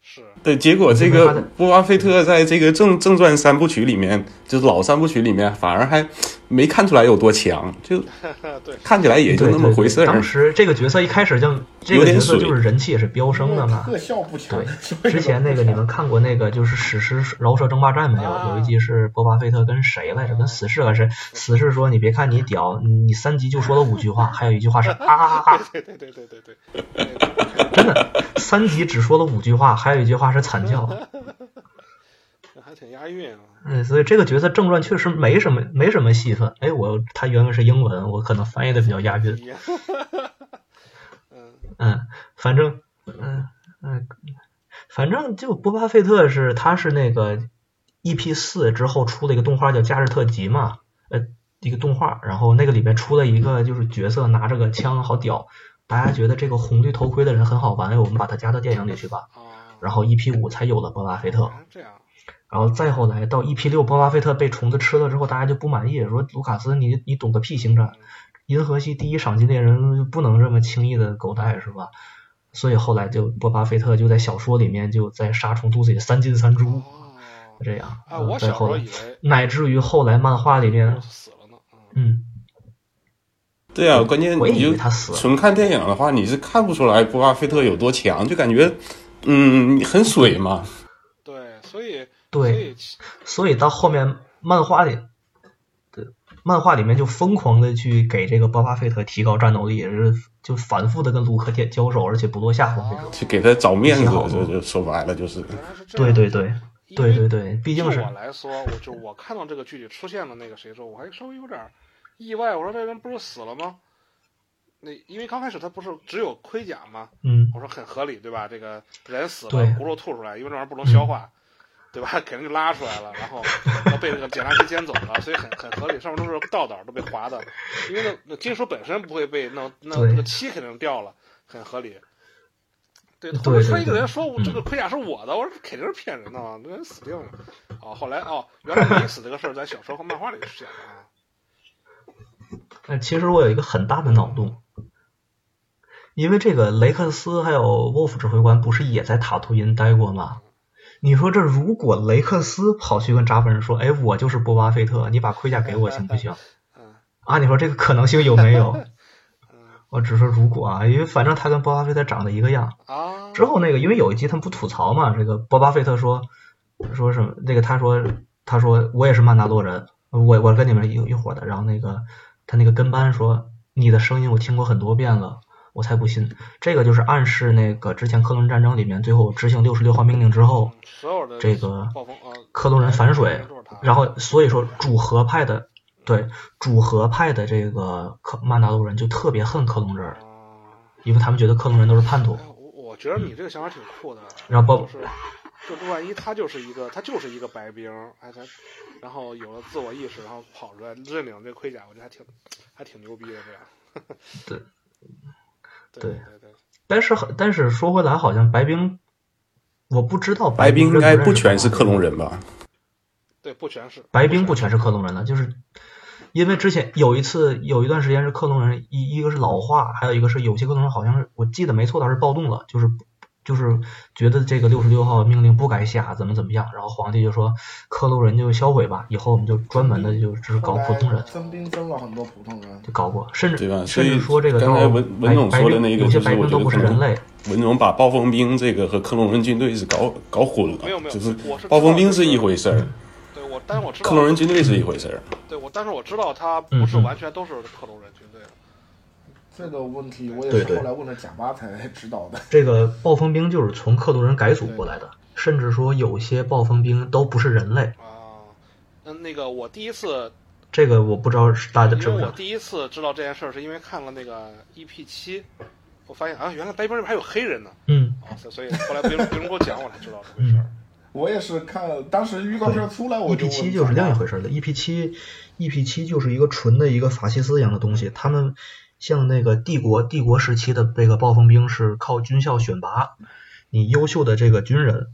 是 对，结果这你没发个现波巴菲特在这个正正传三部曲里面，就是嗯老三部曲里面，反而还没看出来有多强，就对看起来也就 对那么对回对事儿当。时这个角色一开始就这个角色就是人气也是飙升的嘛。特效不强 对，之前那个你们看过那个就是史诗《饶舌争霸战》没有？啊有一集是波巴菲特跟谁来着？跟死侍还是死侍说你别看你屌，你三集就说了五句话，还有一句话是啊啊啊啊！对对对对对对，真的，三集只说了五句话，还有一句话是惨叫。那还挺押韵啊，嗯，所以这个角色正传确实没什么没什么戏份。哎，我他原文是英文，我可能翻译的比较押韵。 也嗯，反正，嗯嗯，反正就波巴菲特是他是那个 EP 四之后出了一个动画叫《假日特辑》嘛，呃，一个动画，然后那个里面出了一个就是角色拿着个枪，好屌，大家觉得这个红绿头盔的人很好玩，哎我们把他加到电影里去吧。啊，然后 EP 五才有了波巴菲特，原来这样，然后再后来到 EP 六，波巴菲特被虫子吃了之后，大家就不满意，说卢卡斯你你懂个屁星战，银河系第一赏金猎人不能这么轻易的狗带是吧？所以后来就波巴菲特就在小说里面就在杀虫肚子里三进三出哦，这样，哎，嗯我再小时后候来啊以为乃至于后来漫画里面，死了呢，嗯，嗯，对啊，关键我也你以就为他死了，纯看电影的话，你是看不出来波巴菲特有多强，就感觉嗯很水嘛。对，所以所对，以其所以到后面漫画里，对漫画里面就疯狂的去给这个波巴菲特提高战斗力，是就反复的跟卢克电交手，而且不落下风那种。去给他找面子挺好，的就就说白了就是，原来是哦这对样对对因为对对对，毕竟是就我来说，我就我看到这个剧里出现了那个谁之后，我还稍微有点儿意外。我说这人不是死了吗？那因为刚开始他不是只有盔甲吗？嗯我说很合理，对吧？这个人死对了，骨肉吐出来，因为这玩意儿不能消化，对吧？ 给人就拉出来了，然后然后被那个检查师捡走了，所以很很合理。上面都是倒斗，都被划的，因为那那金属本身不会被弄，那对那个漆肯定掉了，很合理。对，对后面突然对嗯一个对人说我这个盔甲是我的，我说肯定是骗人的嘛，那人死定了。哦，后来哦，原来没死这个事儿在小说和漫画里出现的啊。但其实我有一个很大的脑洞，因为这个雷克斯还有沃夫指挥官不是也在塔图因待过吗？你说这如果雷克斯跑去跟扎夫人说：“哎，我就是波巴菲特，你把盔甲给我行不行嗯？”啊，你说这个可能性有没有？我只说如果啊，因为反正他跟波巴菲特长得一个样。啊，之后那个，因为有一集他们不吐槽嘛，这个波巴菲特说说什么？那个他说他说我也是曼达洛人，我我跟你们一一伙的。然后那个他那个跟班说你的声音我听过很多遍了，我才不信。这个就是暗示那个之前克隆人战争里面最后执行六十六号命令之后，嗯所有的这个暴风呃克隆人反水，然后后所以说主和派的对主和派的这个克曼达洛人就特别恨克隆人，因为他们觉得克隆人都是叛徒。哎，我我觉得你这个想法挺酷的。然后包就是，就是万一他就是一个他就是一个白兵，哎他，然后有了自我意识，然后跑出来认领这盔甲，我觉得还挺还挺牛逼的这样。 对对对对，但是很，但是说回来，好像白冰，我不知道白冰冰应该不认认全识是克隆 人吧？对不全是白冰不全是克隆人了，就是因为之前有一次有一段时间是克隆人一一个是老化，还有一个是有些克隆人好像是我记得没错，他是暴动了，就是就是觉得这个六十六号命令不该下，怎么怎么样，然后皇帝就说克隆人就销毁吧，以后我们就专门的就只搞普通人。征兵征了很多普通人，就搞过，甚对吧至甚至所以说这个刚时候才文文白总白说的冰那个有些就是白我冰觉都得不是可能人类，文荣把暴风兵这个和克隆人军队是搞搞混了，没有没有就是我是暴风兵是一回事儿，嗯对我，但是我知道克隆人军队是一回事儿。对我，但是我知道他嗯不是完全都是克隆人军队的。这个问题我也对是对后来问了贾巴才 知道的。这个暴风兵就是从克隆人改组过来的，甚至说有些暴风兵都不是人类。啊，嗯，那个我第一次，这个我不知道是大家因知不知为我道。第一次知道这件事儿，是因为看了那个 EP 七，我发现啊，原来白冰里边还有黑人呢，嗯，啊，所以所以后来别人别人给我讲，我才知道这回事儿。我也是看当时预告片出来，一我就 P 问七就是贾另巴一回事了。一 P 七，一 P 七就是一个纯的一个法西斯一样的东西，他们像那个帝国帝国时期的这个暴风兵是靠军校选拔，你优秀的这个军人，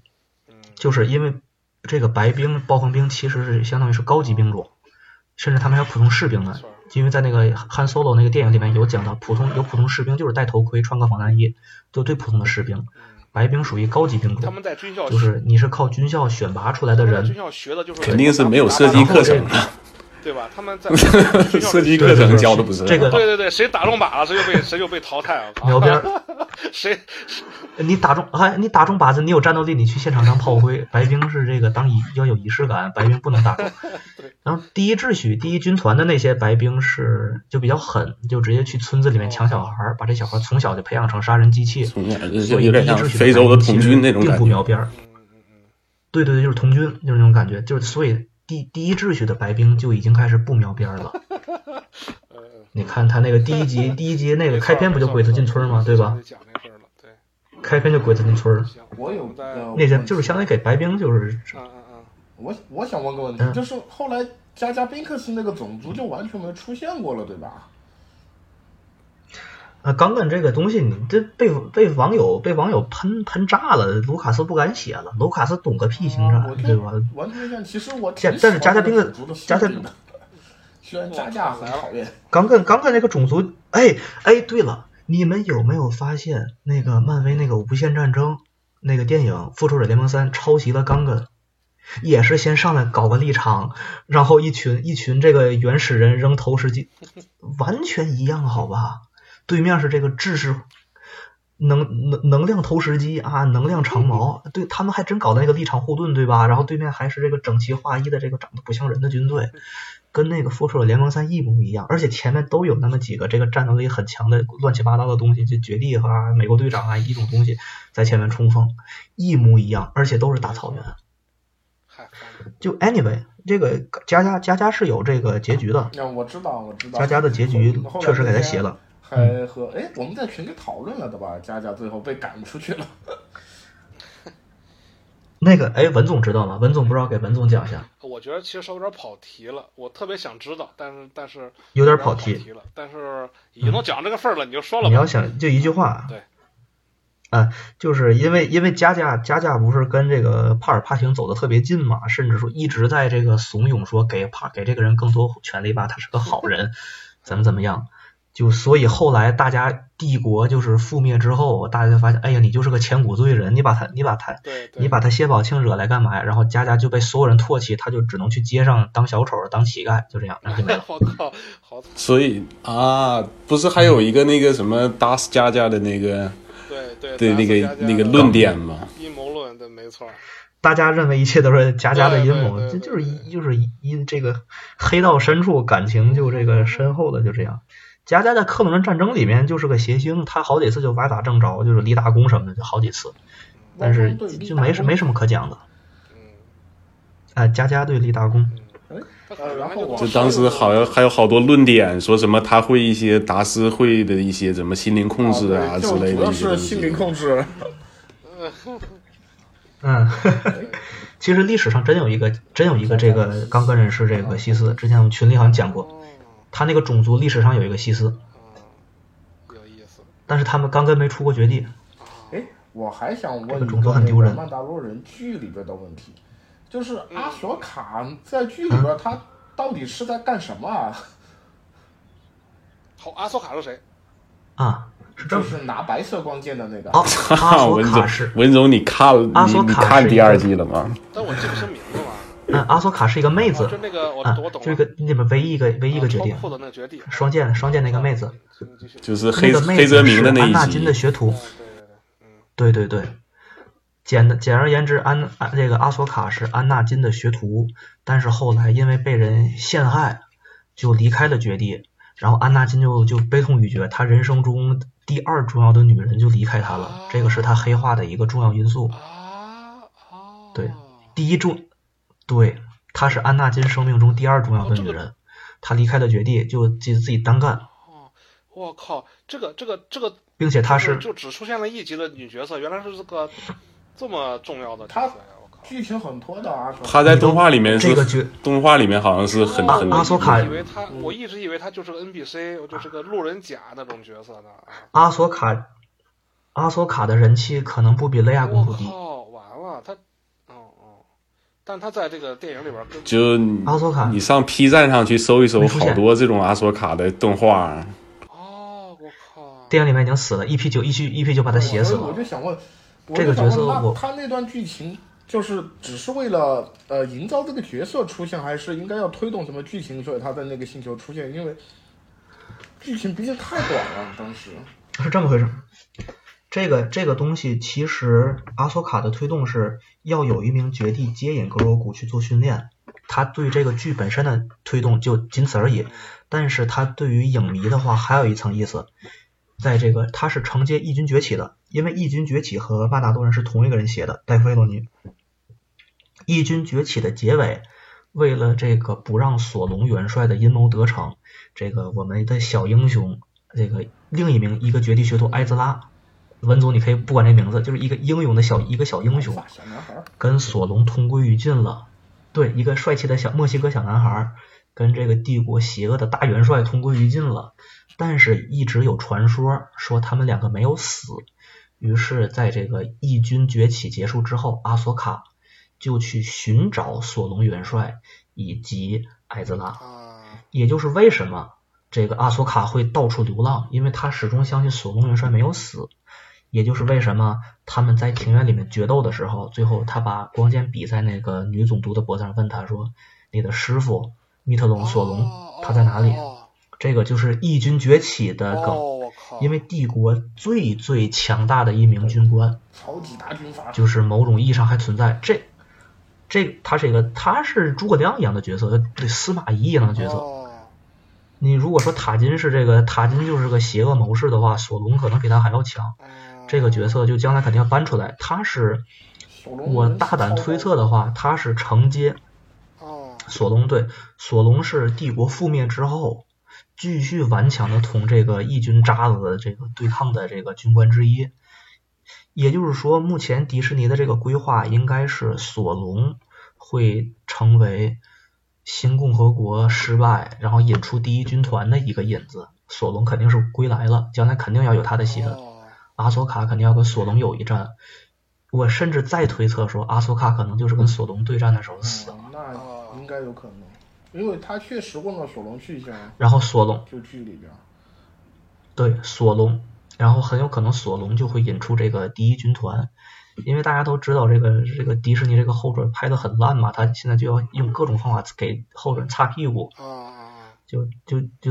嗯，就是因为这个白兵暴风兵其实是相当于是高级兵种，甚至他们还有普通士兵呢没。错儿，因为在那个汉 Solo 那个电影里面有讲到，普通有普通士兵就是戴头盔、穿个防弹衣，就最普通的士兵。嗯，白兵属于高级兵他种，们在军校就是你是靠军校选拔出来的他们在军人。校学的就是肯定是没有射击课程的， 对吧？他 们在军校射击课程教的不是这个对对对，谁打中靶了，谁就被谁就被淘 汰了。苗边儿， 谁你打中哎，你打中靶子，你有战斗力，你去现场当炮灰。白兵是这个当仪要有仪式感，白兵不能打中。然后第一秩序、第一军团的那些白兵是就比较狠，就直接去村子里面抢小孩儿，把这小孩儿从小就培养成杀人机器。从哪儿就是所以有点第一像秩序非洲的童军那种并感不觉。描边儿。对对对，就是童军，就是那种感觉，就是所以第第一秩序的白兵就已经开始不描边儿了。你看他那个第一集，第一集那个开篇不就鬼子进村儿吗？对吧？？ 讲那事儿了，对，开篇就鬼子进村儿，行，我有们在呃嗯那些就是相当于给白兵就是嗯嗯，我我想问个问题，嗯就是后来加加宾克斯那个种族就完全没出现过了，对吧？啊，钢弹这个东西，你这被被网友被网友喷喷炸了，卢卡斯不敢写了，卢卡斯懂个屁星我战，就嗯啊对吧？完全没看。其实我加挺但是喜加加欢这宾个克种族的加设加定的， 虽然加加很讨厌，钢弹钢弹这个种族，哎哎，对了，你们有没有发现那个漫威那个无限战争那个电影《复仇者联盟三》抄袭了钢弹？也是先上来搞个立场，然后一群一群这个原始人扔投石机，完全一样，好吧？对面是这个制式能能能量投石机啊，能量长矛，对他们还真搞的那个立场护盾，对吧？然后对面还是这个整齐划一的这个长得不像人的军队，跟那个复仇者联盟三一模一样，而且前面都有那么几个这个战斗力很强的乱七八糟的东西，就绝地和、啊、美国队长啊一种东西在前面冲锋，一模一样，而且都是大草原。嗨，就 anyway，这个佳佳佳佳是有这个结局的，那我知道，我知道。佳佳的结局后来确实给他大家写了。嗯还和哎，我们在群里讨论了的吧？佳佳最后被赶出 去了。那个哎，文总知道吗？文总不知道，给文总讲一下。我觉得其实稍微有点跑题了，我特别想知道，但是但是有点跑跑题了，但是已经都讲这个份儿了，你就说了你要吧。想就一句话，对，啊，就是因为因为佳佳佳佳不是跟这个帕尔帕廷走的特别近嘛，甚至说一直在这个怂恿说给帕给这个人更多权利吧，他是个好人，怎么怎么样，就所以后来大家帝国就是覆灭之后，大家就发现，哎呀，你就是个千古罪人，你把他你把他对对，你把他谢宝庆惹来干嘛呀？然后佳佳就被所有人唾弃，他就只能去街上当小丑、当乞丐，就这样，然后就没了。我靠，好惨所以啊，不是还有一个那个什么达斯加加的那个对对对达那斯加个加那个的论点吗？阴谋论，对，没错儿。大家认为一切都是假假的阴谋，对对这对就对是一就是一因这个黑到深处，感情就这个深厚的就这样。佳佳在克隆人战争里面就是个谐星，他好几次就歪打正着，就是立大功什么的，就好几次，但是汪汪队立就大没什功没什么可讲的。嗯哎，佳佳对立大功，他可呃能然后就我就光当时说好像还有好多论点，说什么他会一些达斯会的一些什么心灵控制啊哦对之就类主的要一些东是心灵西。控制。嗯， 其实历史上真有一个真有一个这个刚跟人是这嗯个西斯，之前我们群里好像讲哦过，他那个种族历史上有一个西斯，有意思。但是他们刚跟没出过绝地，哎， 我还想问这个一种族个很那丢个人曼达洛人剧里边的问题，就是阿索卡在剧里啊边他到底是在干什么啊？好，阿索卡是谁？啊，是这就么是拿白色光剑的那个。哦， 阿哈，啊索文卡总是，文总，你看了阿你索你卡是看一第个二季了吗？但我记不清名字了。 嗯，阿索卡是一个妹哦子就，那个，我啊我，懂就是了。个里面唯一一个唯一一个决定啊超，酷的那个啊决定，双剑双剑那个妹子，请继续。就是那黑个妹黑子泽明是的那安纳一金的集，学徒啊，对对对，对对对。简的简而言之，安安这个阿索卡是安纳金的学徒，但是后来因为被人陷害，就离开了绝地，然后安纳金就就悲痛欲绝，她人生中第二重要的女人就离开他了，这个是他黑化的一个重要因素。啊哦，对第一重，对，她是安纳金生命中第二重要的女人，她离开了绝地，就自己自己单干，我靠，这个这个这个，并且她就是就只出现了一集的女角色，原来是这个这么重要的角色呀！我靠，剧情很拖的啊阿索卡。他在动画里面是这个啊角动画里面好像是很阿很阿索卡我以为他，我一直以为他就是个 NPC，就是个路人甲那种角色呢。阿索卡，阿索卡的人气可能不比雷亚公我主低。靠，完了，他，哦哦，但他在这个电影里边跟就你阿索卡你上 P 站上去搜一搜，没出现好多这种阿索卡的动画。 哦，我靠，电影里面已经死了，一 P 九一去一 P 九把他写死我了就。想问，我这就个想角色问，那我他那段剧情就是只是为了呃营造这个角色出现，还是应该要推动什么剧情，所以他在那个星球出现？因为剧情毕竟太短了，当时。是这么回事。这个这个东西其实阿索卡的推动是要有一名绝地接引格罗古去做训练，他对这个剧本身的推动就仅此而已。但是他对于影迷的话还有一层意思，在这个他是承接《异军崛起》的，因为《异军崛起》和《曼达多人》是同一个人写的，戴夫·费罗尼。《异军崛起》的结尾，为了这个不让索隆元帅的阴谋得逞，这个我们的小英雄，这个另一名一个绝地学徒埃兹拉，文总你可以不管这名字，就是一个英勇的小一个小英雄，小男孩儿，跟索隆同归于尽了。对，一个帅气的小墨西哥小男孩儿跟这个帝国邪恶的大元帅同归于尽了。但是，一直有传说说他们两个没有死。于是，在这个义军崛起结束之后，阿索卡就去寻找索隆元帅以及艾泽拉。嗯啊，也就是为什么这个阿索卡会到处流浪，因为他始终相信索隆元帅没有死。也就是为什么他们在庭院里面决斗的时候，最后他把光剑比在那个女总督的脖子上，问他说：“你的师傅密特隆索隆哦他在哪里哦？”这个就是义军崛起的梗，哦，我靠！因为帝国最最强大的一名军官，超级大军阀，就是某种意义上还存在。这这他是一个，他是诸葛亮一样的角色，呃对司马懿一样的角色。哦，你如果说塔金是这个，塔金就是个邪恶谋士的话，索隆可能比他还要强。哦这个角色就将来肯定要搬出来。他是小龙我大胆推 测的话，他是承接哦，索隆对，索隆是帝国覆灭之后继续顽强的同这个义军渣子的这个对抗的这个军官之一。也就是说，目前迪士尼的这个规划应该是索隆会成为新共和国失败，然后引出第一军团的一个引子。索隆肯定是归来了，将来肯定要有他的戏份。哦阿索卡肯定要跟索隆有一战。我甚至再推测说，阿索卡可能就是跟索隆对战的时候死了，嗯啊那应该有可能，因为他确实问了索隆去一下，然后索隆就剧里边儿，对索隆，然后很有可能索隆就会引出这个第一军团，因为大家都知道这个这个迪士尼这个后传拍的很烂嘛，他现在就要用各种方法给后传擦屁股，哦哦，就就就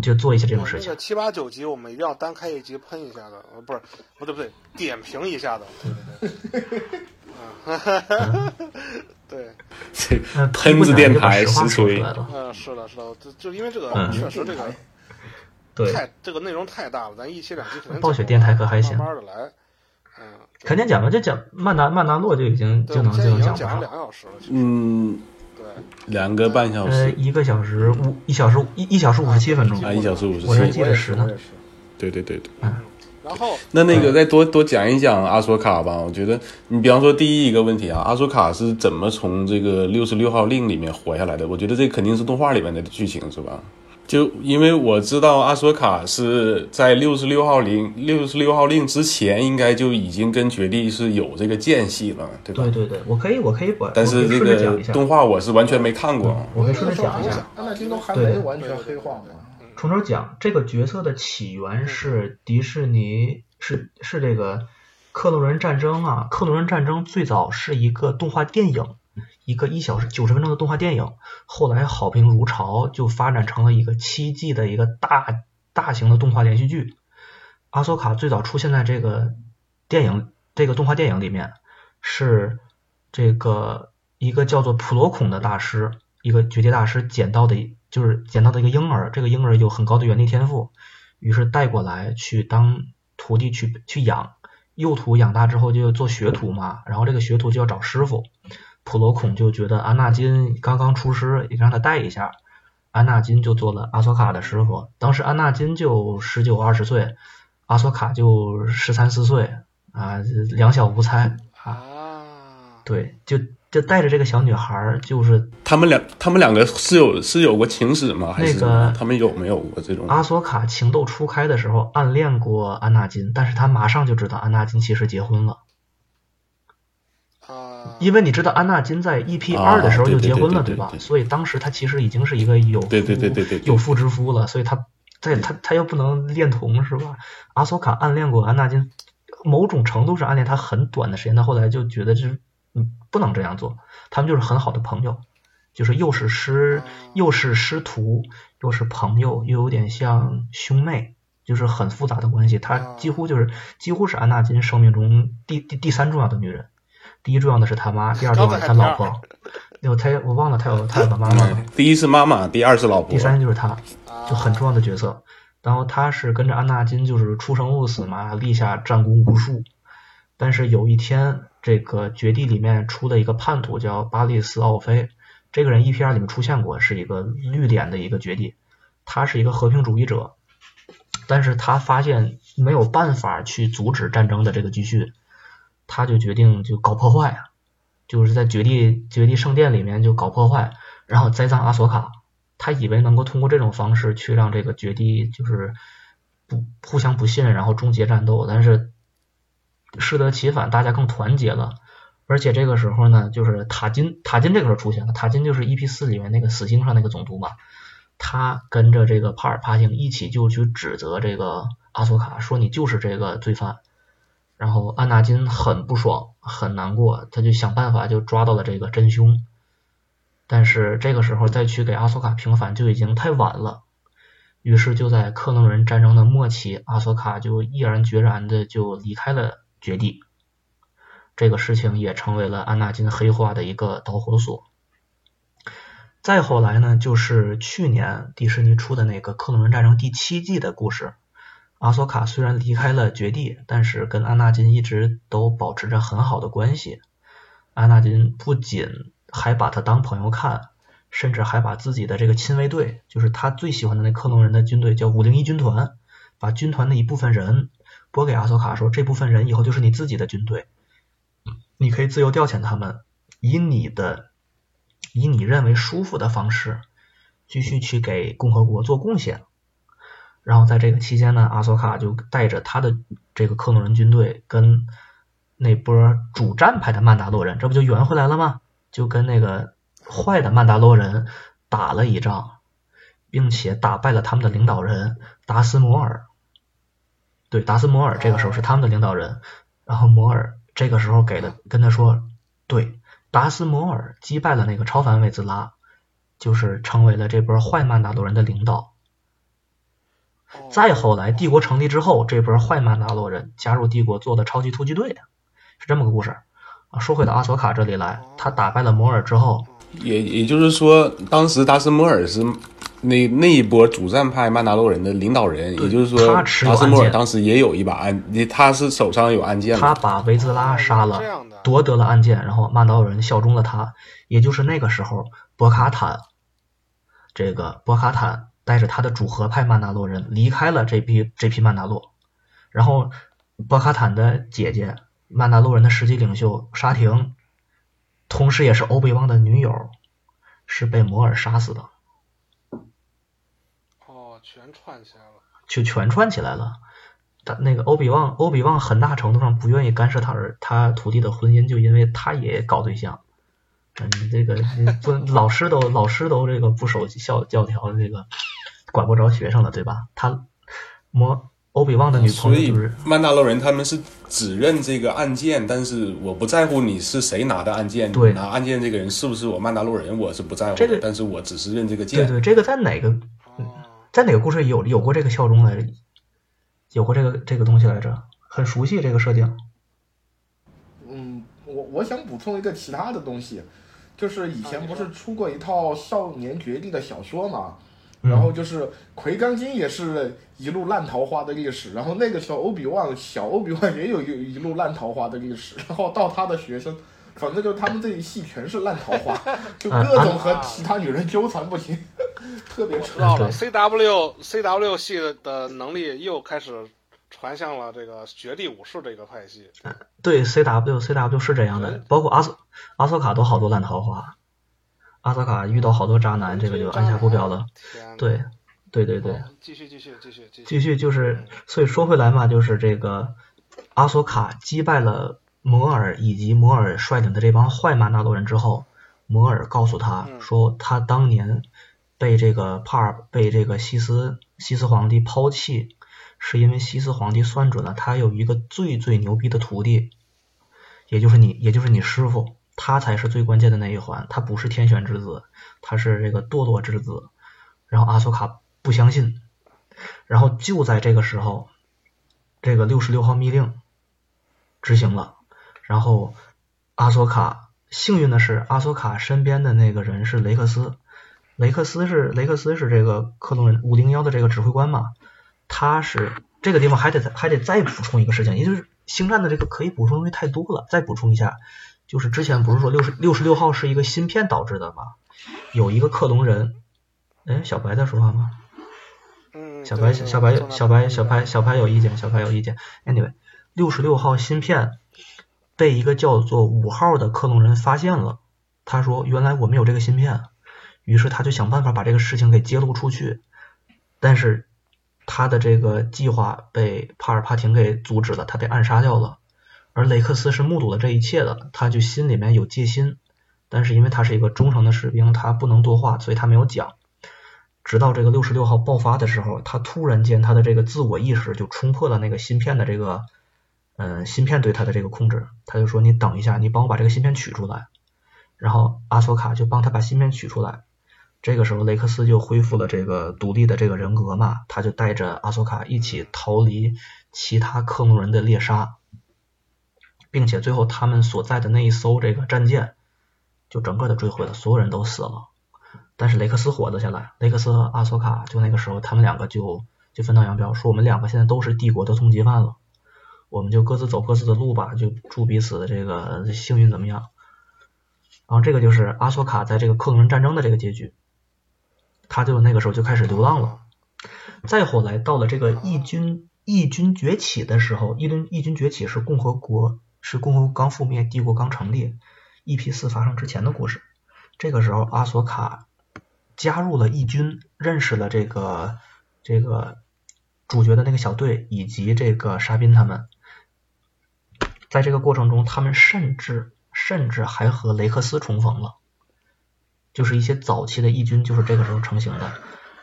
就做一些这种事那 情个。七八九集我们一定要单开一集喷一下的，呃，不是，不对不对，点评一下的，对对 对，嗯，对，这那喷子电台实话实说出锤来了，嗯，是的，是的，就就因为这个嗯确实这个对，太这个内容太大了，咱一期两期肯定暴雪讲不电台完可还行慢慢的来，嗯，肯定讲了，就讲曼达曼达洛就已经对就能我们现在就已能经讲不讲了两个少。小时了，其实嗯，对，两个半小呃，时，一个小时五，一小时一一小时五十七分钟啊，。一小时五十呃我是七，记得实我的也，是，对对对对。然后那那个嗯再多多讲一讲阿索卡吧，我觉得你比方说第一一个问题啊，阿索卡是怎么从这个六十六号令里面活下来的？我觉得这肯定是动画里面的剧情是吧？就因为我知道阿索卡是在六十六号令六十六号令之前，应该就已经跟绝地是有这个间隙了，对吧？对对对，我可以我可以把，但是我可以这顺着讲个一下，动画我是完全没看过，我可以那顺个着时候讲安一娜下。安娜金都还对没完全黑化嘛，从头讲，这个角色的起源是迪士尼，是是这个《克隆人战争》啊，《克隆人战争》最早是一个动画电影，一个一小时九十分钟的动画电影，后来好评如潮，就发展成了一个七季的一个大大型的动画连续剧。阿索卡最早出现在这个电影这个动画电影里面，是这个一个叫做普罗孔的大师，一个绝地大师捡到的一，就是捡到的一个婴儿，这个婴儿有很高的园地天赋，于是带过来去当徒弟去去养，幼徒养大之后就做学徒嘛，然后这个学徒就要找师傅，普罗孔就觉得安纳金刚刚出师，也让他带一下，安纳金就做了阿索卡的师傅，当时安纳金就十九二十岁，阿索卡就十三四岁啊，两小无猜啊，啊，对，就就带着这个小女孩儿，就是他们两他们两个是有是有过情史吗？还是那个他们有没有过这种？阿索卡情窦初开的时候暗恋过安纳金，但是他马上就知道安纳金其实结婚了，啊，因为你知道安纳金在 EP 二的时候啊对就结婚了，对对对吧对？对所以当时他其实已经是一个有对对对对对对有妇之夫了，所以他在他他又不能恋童是吧？阿索卡暗恋过安纳金，某种程度上暗恋他很短的时间，他后来就觉得这嗯不能这样做，他们就是很好的朋友，就是又是师又是师徒，又是朋友，又有点像兄妹，就是很复杂的关系。她几乎就是几乎是安纳金生命中第第第三重要的女人，第一重要的是他妈，第二重要的是他老婆。有他我忘了他有他有个妈妈了，第一是妈妈，第二是老婆，第三就是他，就很重要要的角色。然后他是跟着安纳金就是出生入死嘛，立下战功无数。但是有一天，这个绝地里面出了一个叛徒叫巴利斯奥菲，这个人 E P R 里面出现过，是一个绿脸的一个绝地，他是一个和平主义者，但是他发现没有办法去阻止战争的这个继续，他就决定就搞破坏啊，就是在绝地绝地圣殿里面就搞破坏，然后栽赃阿索卡，他以为能够通过这种方式去让这个绝地就是不互相不信任，然后终结战斗，但是适得其反，大家更团结了。而且这个时候呢，就是塔金，塔金这个时候出现了，塔金就是 EP 四里面那个死星上那个总督嘛，他跟着这个帕尔帕廷一起就去指责这个阿索卡，说你就是这个罪犯。然后安纳金很不爽，很难过，他就想办法就抓到了这个真凶。但是这个时候再去给阿索卡平反就已经太晚了，于是就在克隆人战争的末期，阿索卡就毅然决然的就离开了绝地。这个事情也成为了安纳金黑化的一个导火索。再后来呢，就是去年迪士尼出的那个《克隆人战争》第七季的故事。阿索卡虽然离开了绝地，但是跟安纳金一直都保持着很好的关系。安纳金不仅还把他当朋友看，甚至还把自己的这个亲卫队，就是他最喜欢的那克隆人的军队，叫五零一军团，把军团的一部分人拨给阿索卡说，这部分人以后就是你自己的军队，你可以自由调遣他们，以你的以你认为舒服的方式，继续去给共和国做贡献。然后在这个期间呢，阿索卡就带着他的这个克隆人军队跟那波主战派的曼达洛人，这不就圆回来了吗？就跟那个坏的曼达洛人打了一仗，并且打败了他们的领导人达斯摩尔。对，达斯摩尔这个时候是他们的领导人，然后摩尔这个时候给了跟他说，对，达斯摩尔击败了那个超凡维兹拉，就是成为了这波坏曼达洛人的领导。哦再后来，帝国成立之后，这波坏曼达洛人加入帝国，做的超级突击队，是这么个故事。啊，说回到阿索卡这里哦来，他打败了摩尔之后，也也就是说，当时达斯摩尔是那那一波主战派曼达洛人的领导人，也就是说，他持有达斯摩案尔件当时也有一把案，他是手上有案件嘛他把维兹拉杀了哦这样的，夺得了案件，然后曼达洛人效忠了他。也就是那个时候，博卡坦，这个博卡坦带着他的主和派曼达洛人离开了这批这批曼达洛，然后博卡坦的姐姐曼达洛人的实际领袖沙婷，同时也是欧贝旺的女友，是被摩尔杀死的。哦，全串起来了。就全串起来了。他那个欧比旺，欧比旺很大程度上不愿意干涉他儿他徒弟的婚姻，就因为他也搞对象。嗯，这个 你不老师都老师都这个不守教教条，这个管不着学生了，对吧？他摩欧比旺的女所朋友以就是曼达洛人他们是只认这个案件，但是我不在乎你是谁拿的案件，对拿案件这个人是不是我曼达洛人，我是不在乎的，这个但是我只是认这个对剑。对，这个在哪个哦，在哪个故事有有过这个效忠来着？有过这个这个东西来着？很熟悉这个设定。嗯，我我想补充一个其他的东西，就是以啊前不是出过一套《少年绝地》的小说嘛，嗯然后就是魁罡星也是一路烂桃花的历史，然后那个时候欧比旺小欧比旺也有一一路烂桃花的历史，然后到他的学生，反正就是他们这一系全是烂桃花，就各种和其他女人纠缠不清，特别知扯。道了嗯对，CW CW 系的能力又开始传向了这个绝地武士这个派系。对，C W C W 是这样的，包括阿索阿索卡都好多烂桃花，阿索卡遇到好多渣男，这个就按下不表了。天哪，对，对对对，继续继续继续继续。继续就是，所以说回来嘛，就是这个阿索卡击败了摩尔以及摩尔率领的这帮坏曼达洛人之后，摩尔告诉他嗯说，他当年被这个帕尔被这个西斯西斯皇帝抛弃，是因为西斯皇帝算准了他有一个最最牛逼的徒弟，也就是你，也就是你师傅，他才是最关键的那一环，他不是天选之子，他是这个堕落之子。然后阿索卡不相信，然后就在这个时候，这个六十六号密令执行了，然后阿索卡幸运的是，阿索卡身边的那个人是雷克斯，雷克斯是雷克斯是这个克隆人五零幺的这个指挥官嘛，他是这个地方还得还得再补充一个事情，也就是星战的这个可以补充的东西太多了，再补充一下，就是之前不是说六十六十六号是一个芯片导致的吗？有一个克隆人，哎，小白在说话吗？嗯，小白对小白对小白小白小白有意见，小白有意见。Anyway，六十六号芯片被一个叫做五号的克隆人发现了，他说原来我们有这个芯片，于是他就想办法把这个事情给揭露出去，但是他的这个计划被帕尔帕廷给阻止了，他被暗杀掉了。而雷克斯是目睹了这一切的，他就心里面有戒心，但是因为他是一个忠诚的士兵，他不能多话，所以他没有讲。直到这个六十六号爆发的时候，他突然间他的这个自我意识就冲破了那个芯片的这个，嗯、芯片对他的这个控制，他就说你等一下，你帮我把这个芯片取出来。然后阿索卡就帮他把芯片取出来。这个时候，雷克斯就恢复了这个独立的这个人格嘛，他就带着阿索卡一起逃离其他克隆人的猎杀，并且最后他们所在的那一艘这个战舰就整个的坠毁了，所有人都死了，但是雷克斯活了下来。雷克斯和阿索卡就那个时候，他们两个就就分道扬镳，说我们两个现在都是帝国的通缉犯了，我们就各自走各自的路吧，就祝彼此的这个幸运怎么样。然后这个就是阿索卡在这个克隆人战争的这个结局。他就那个时候就开始流浪了。再后来到了这个义军义军崛起的时候，义军义军崛起是共和国是共和国刚覆灭，帝国刚成立，EP 四发生之前的故事。这个时候，阿索卡加入了义军，认识了这个这个主角的那个小队以及这个沙宾他们。在这个过程中，他们甚至甚至还和雷克斯重逢了。就是一些早期的义军，就是这个时候成型的。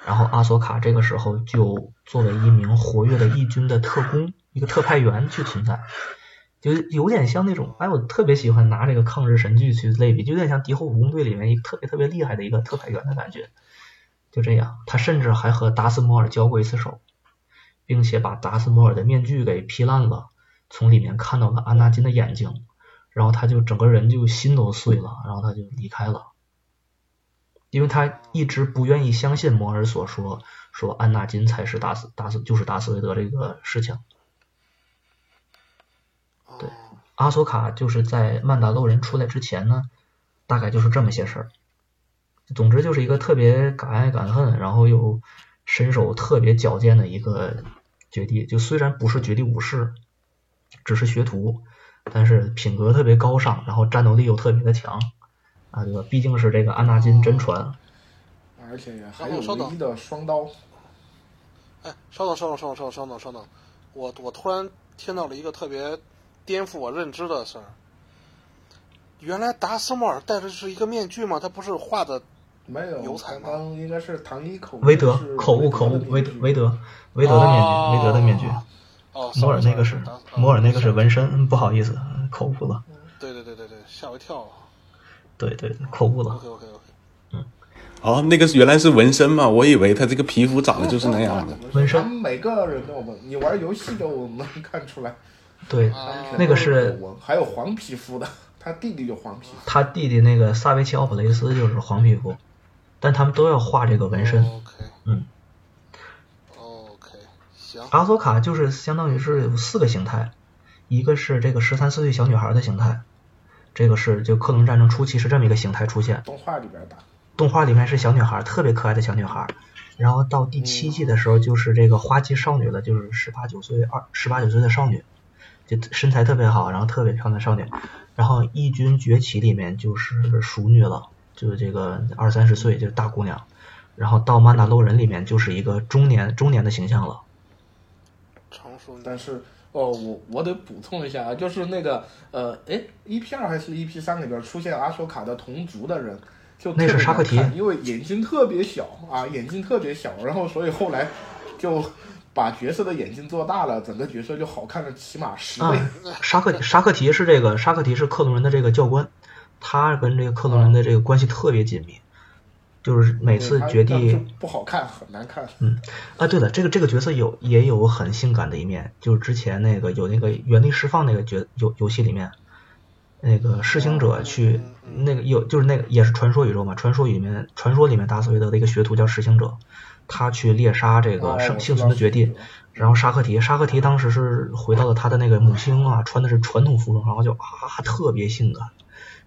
然后阿索卡这个时候就作为一名活跃的义军的特工，一个特派员去存在，就有点像那种，哎，我特别喜欢拿这个抗日神剧去类比，就有点像《敌后武工队》里面一个特别特别厉害的一个特派员的感觉。就这样，他甚至还和达斯摩尔交过一次手，并且把达斯摩尔的面具给劈烂了，从里面看到了安纳金的眼睛，然后他就整个人就心都碎了，然后他就离开了。因为他一直不愿意相信摩尔所说说安纳金才是达斯达斯就是达斯维德这个事情。哦对，阿索卡就是在曼达洛人出来之前呢，大概就是这么些事儿。总之就是一个特别敢爱敢恨，然后又身手特别矫健的一个绝地，就虽然不是绝地武士，只是学徒，但是品格特别高尚，然后战斗力又特别的强。啊，对吧？毕竟是这个安纳金真传，哦啊而且还然后有稍唯等一的双刀，哎，稍等，稍等，稍等，稍等，稍等，稍等，我我突然听到了一个特别颠覆我认知的事儿。原来达斯莫尔戴的是一个面具吗？他不是画的没有有彩吗刚刚应该是唐一口误韦德是口误口误，韦德韦德韦德的面具，韦德的面具，哦，摩尔那个是 sorry，sorry，达斯摩尔那个是哦纹身，嗯不好意思，口误了，对对对对对，吓我一跳。啊对对对，口误了 OK，OK OK，哦，那个是原来是纹身嘛，我以为他这个皮肤长得就是那样的。纹身咱们每个人都有纹，你玩游戏都能看出来，对，啊，那个是我还有黄皮肤的，他弟弟就黄皮肤。他弟弟那个萨维奇奥普雷斯就是黄皮肤，但他们都要画这个纹身。 OK，嗯，OK，行，阿索卡就是相当于是有四个形态，一个是这个十三四岁小女孩的形态，这个是就克隆战争初期是这么一个形态出现。动画里边打，动画里面是小女孩，特别可爱的小女孩。然后到第嗯七季的时候，就是这个花季少女了，就是十八九岁、二十八九岁的少女，就身材特别好，然后特别漂亮的少女。然后《义军崛起》里面就是熟女了，就是这个二三十岁就是大姑娘。然后到《曼达洛人》里面就是一个中年中年的形象了。成熟但是哦，我我得补充一下啊，就是那个呃，哎，EP 二还是 EP 三里边出现阿索卡的同族的人，就特别那是沙克提难看因为眼睛特别小啊，眼睛特别小，然后所以后来就把角色的眼睛做大了，整个角色就好看了起码十倍。啊，沙克沙克提是这个沙克提是克隆人的这个教官，他跟这个克隆人的这个关系特别紧密，就是每次他绝他地就不好看，很难看。啊，对了，这个这个角色有也有很性感的一面，就是之前那个有那个原力释放那个角游游戏里面，那个噬行者去那个有就是那个也是传说宇宙嘛，传说里面传说里面达斯维德的一个学徒叫噬行者，他去猎杀这哦个我生知幸道存的绝地是，然后沙克提沙克提当时是回到了他的那个母星啊，穿的是传统服装，然后就啊特别性感，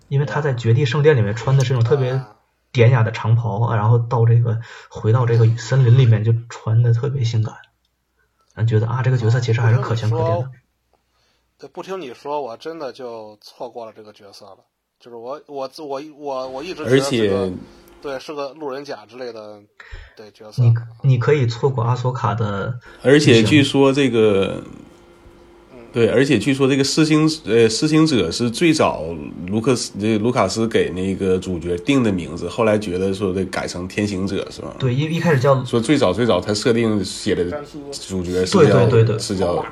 因为他在绝地圣殿里面穿的是那种特别啊典雅的长袍，啊然后到这个回到这个森林里面就穿的特别性感，嗯，觉得啊这个角色其实还是可圈可点的。对，不听你说，我真的就错过了这个角色了。就是我，我，我，我，我一直觉而得是个且对是个路人甲之类的，对角色。你你可以错过阿索卡的，而且据说这个，对，而且据说这个施星呃施行者是最早卢克斯这卢卡斯给那个主角定的名字，后来觉得说得改成天行者是吧？对，因为一开始叫说最早最早他设定写的但是主角是对对叫对对是叫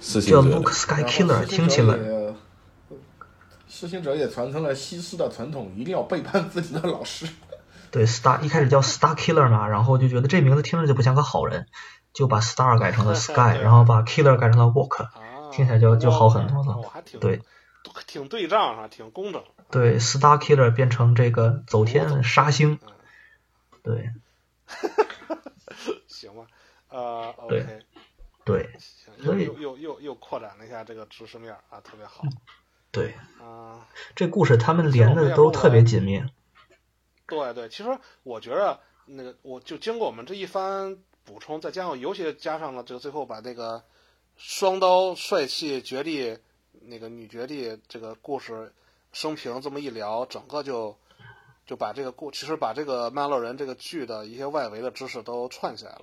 施行叫者 Luke 的， Sky 然后 Killer，施听行起者来也，施行者也传承了西斯的传统，一定要背叛自己的老师。对 Star 一开始叫 Star Killer 嘛，然后就觉得这名字听着就不像个好人，就把 Star 改成了 Sky，然后把 Killer 改成了 Walk。啊，听起来就就好很多了我还挺对，挺对仗哈，挺工整。对，Star Killer 变成这个走天杀星。嗯对行吧，呃对，OK，对行，所又以又又又又扩展了一下这个知识面儿啊，特别好对，啊。这故事他们连的都特别紧密。对对，其实我觉着那个，我就经过我们这一番补充，再加上尤其加上了这个最后把那个双刀帅气绝地那个女绝地这个故事生平这么一聊，整个就就把这个故其实把这个曼洛人这个剧的一些外围的知识都串起来了，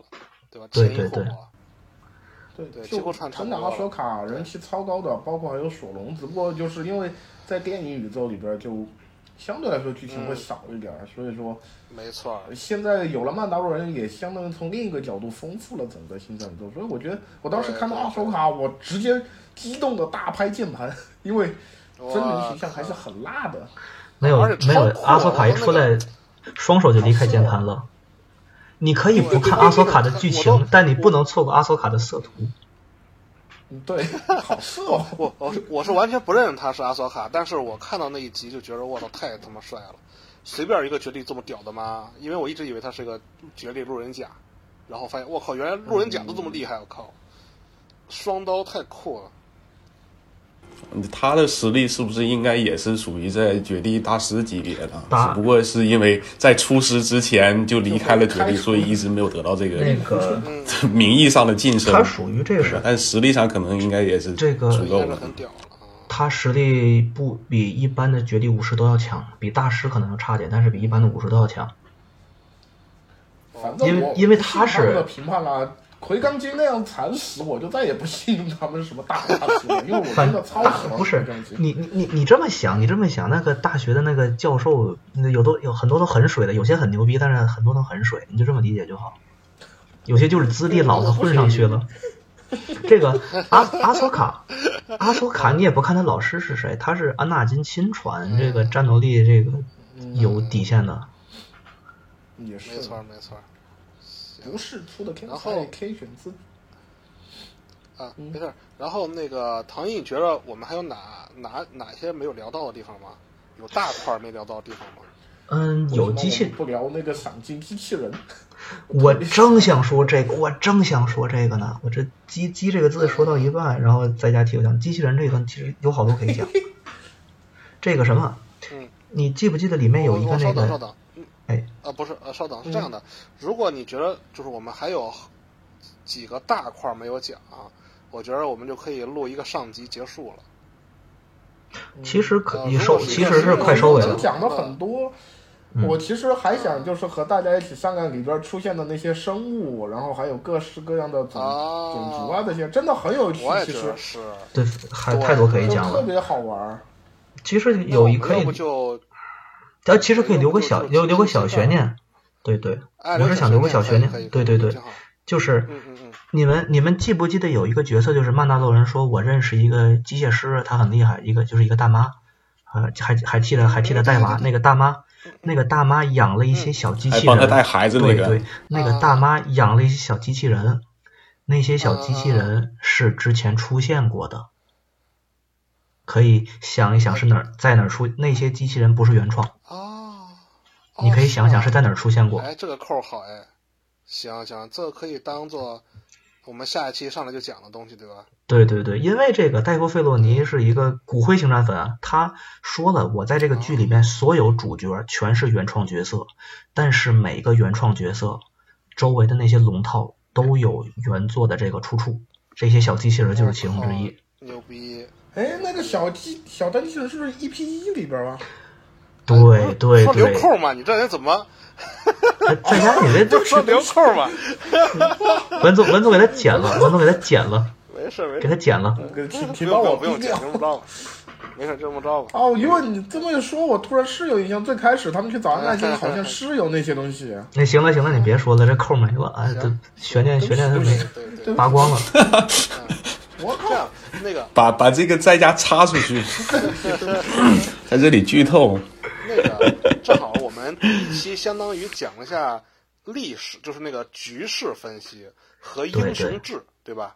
对吧？对前因对后对果。对 对 就几乎串差成不多长了阿索卡人气超高的，包括还有索隆，只不过就是因为在电影宇宙里边就相对来说剧情嗯会少一点儿，所以说没错儿，现在有了曼达洛人，也相当于从另一个角度丰富了整个星战宇宙。所以我觉得我当时看到对对阿索卡，我直接激动的大拍键盘，因为真人哇形象还是靠很辣的。没有而且没有超，酷啊阿索卡一出来，双手就啊离开键盘了。你可以不看阿索卡的剧我都情，但你不能错过阿索卡的色图。嗯对，好色哦。我我是我是完全不认识他是阿索卡，但是我看到那一集就觉得我操太他妈帅了，随便一个绝地这么屌的吗？因为我一直以为他是个绝地路人甲，然后发现我靠，原来路人甲都这么厉害，我靠，双刀太酷了。他的实力是不是应该也是属于在绝地大师级别的？大只不过是因为在出师之前就离开了绝就被开地，除所以一直没有得到这个那个，嗯 名义上的晋升他。属于这是但实力上可能应该也是这个足应够该是的。很屌了啊！他实力不比一般的绝地武士都要强，比大师可能要差点，但是比一般的武士都要强。反正因为我因为他是不信他们的评判啦，奎刚金那样惨死，我就再也不信他们什么大大师了，因为我反真的超大喜欢不奎哦是刚金。你你你你这么想，你这么想，那个大学的那个教授，那有都有很多都很水的，有些很牛逼，但是很多都很水，你就这么理解就好。有些就是资历老子混上去了。这个阿阿索卡，阿索卡，你也不看他老师是谁，他是安纳金亲传，这个战斗力这个有底线的。也是，没错儿没错儿不是出的天然才后天选之子，啊，没事儿。然后那个唐毅，你觉得我们还有哪哪哪些没有聊到的地方吗？有大块儿没聊到的地方吗？嗯，有为什么机我器们，不聊那个赏金机器人， 我正想说这个，我正想说这个呢。我这“机机”这个字说到一半，然后再加提我讲机器人这一段，其实有好多可 以讲。这个什么嗯，你记不记得里面有一我个我那稍等稍个？等，嗯哎，嗯啊，不是，呃，稍等，是这样的，如果你觉得就是我们还有几个大块儿没有讲、啊我觉得我们就可以录一个上集结束了。其实可呃以如收，果是其实是快收尾我了嗯们。讲了很多。我其实还想就是和大家一起商量里边出现的那些生物，然后还有各式各样的种、啊种族啊，这些真的很有趣我。也其觉实得是，对，还太多可以就讲特了。别好玩儿。其实那我 有一们可要以不，就但其实可以留个小要不就留留个小就这样悬念。对对，哎，我是想留个小悬念可以可对以对对挺好就是嗯嗯嗯，你们你们记不记得有一个角色，就是曼达洛人说，我认识一个机械师，他很厉害，一个就是一个大妈，呃，还还替他还替他带娃，那个大妈，那个大妈养了一些小机还器帮他人，带孩子那对个，对，那个大妈养了一些小机器人，那些小机器人是之前出现过的，可以想一想是哪儿在哪儿出，那些机器人不是原创，哦，哦你可以想想是是吗在哪儿出现过，哎，这个扣儿好哎，行行，这个可以当做我们下一期上来就讲的东西，对吧？对对对，因为这个戴夫·费洛尼是一个骨灰型战粉啊，他说了，我在这个剧里面所有主角全是原创角色，但是每个原创角色周围的那些龙套都有原作的这个出处，这些小机器人就是其中之哦一。牛逼！哎，那个小机小单机器人是不是 EP 一里边儿啊？对对哦说留对，扣儿啊嘛，你这人怎么哎在家 里这就说留扣儿嘛？文总文总给他剪了，文总给他剪了，没事没给事他，剪了。那个请不请帮用不我用嗯不用逼掉讲，。就这么着吧，没事就这么着吧。哦，因为你这么一说，我突然是有印象，最开始他们去找安耐心，好像是有那些东西。那行了行了，你别说了，这扣没了，哎，这悬念悬念都没对对 对对，拔光了。我这靠样，那个 把把这个在家插出去，在这里剧透。那个正好我们一期相当于讲了一下历史，就是那个局势分析和英雄志，对吧？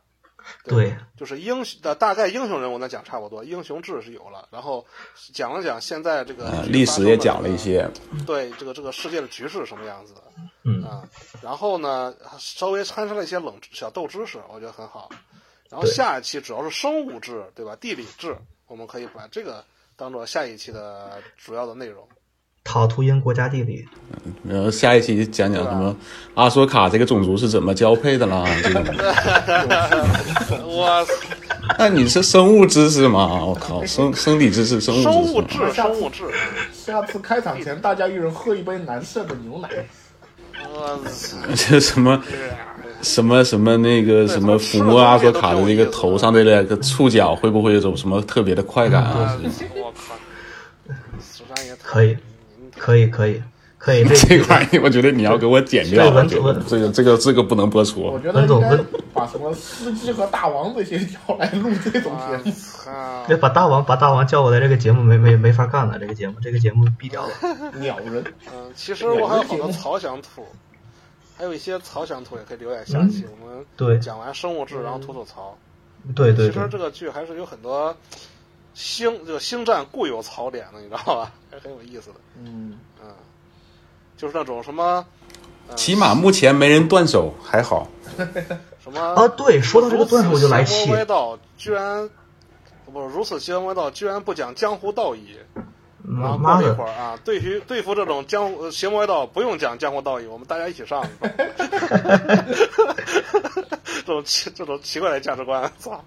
对，就是英雄的大概英雄人物呢讲差不多，英雄志是有了，然后讲了讲现在这个呃啊，历史也讲了一，些，对这个这个世界的局势是什么样子的，嗯啊，然后呢稍微掺上了一些冷小豆知识，我觉得很好。然后对下一期主要是生物志，对吧？地理志，我们可以把这个当做下一期的主要的内容。讨图因国家地理，然后呃下一期讲讲什么阿索卡这个种族是怎么交配的啦，这种。我那你是生物知识吗？我靠，生生理知识，生生物物知识志，生物志，下次开场前，大家一人喝一杯蓝色的 牛奶。我 吗， 这什么什么什么那个什么抚摸阿索卡的这个头上的那个触角，会不会有种什么特别的快感嗯啊？我靠，十三爷太可以，可以，可以，可以，这这块我觉得你要给我剪掉了， 这对文个这个这个这个不能播出我。觉得文应总该文把什么司机和大王这些叫来哎录这种节我目。操！ 这把大王把大王叫过来，这个节目没没没法干了，这个节目这个节目毙掉了。鸟人，嗯，其实我还有好多草想吐，还有一些草想吐也可以留在下期。嗯我们 对讲完生物志，然后吐吐槽。对对其实对这，个剧还是有很多星，就星战固有槽点的，你知道吧？还很有意思的。嗯，嗯，就是那种什么起码目前没人断手， 还好。什么啊对说到这个段如此子我就来邪气魔歪道居然不是如此邪魔歪道，居然不讲江湖道义。然后过嗯妈了一会的，儿啊，对于对付这种江湖呃邪魔歪道，不用讲江湖道义，我们大家一起上。 这种奇这种奇怪的价值观，操！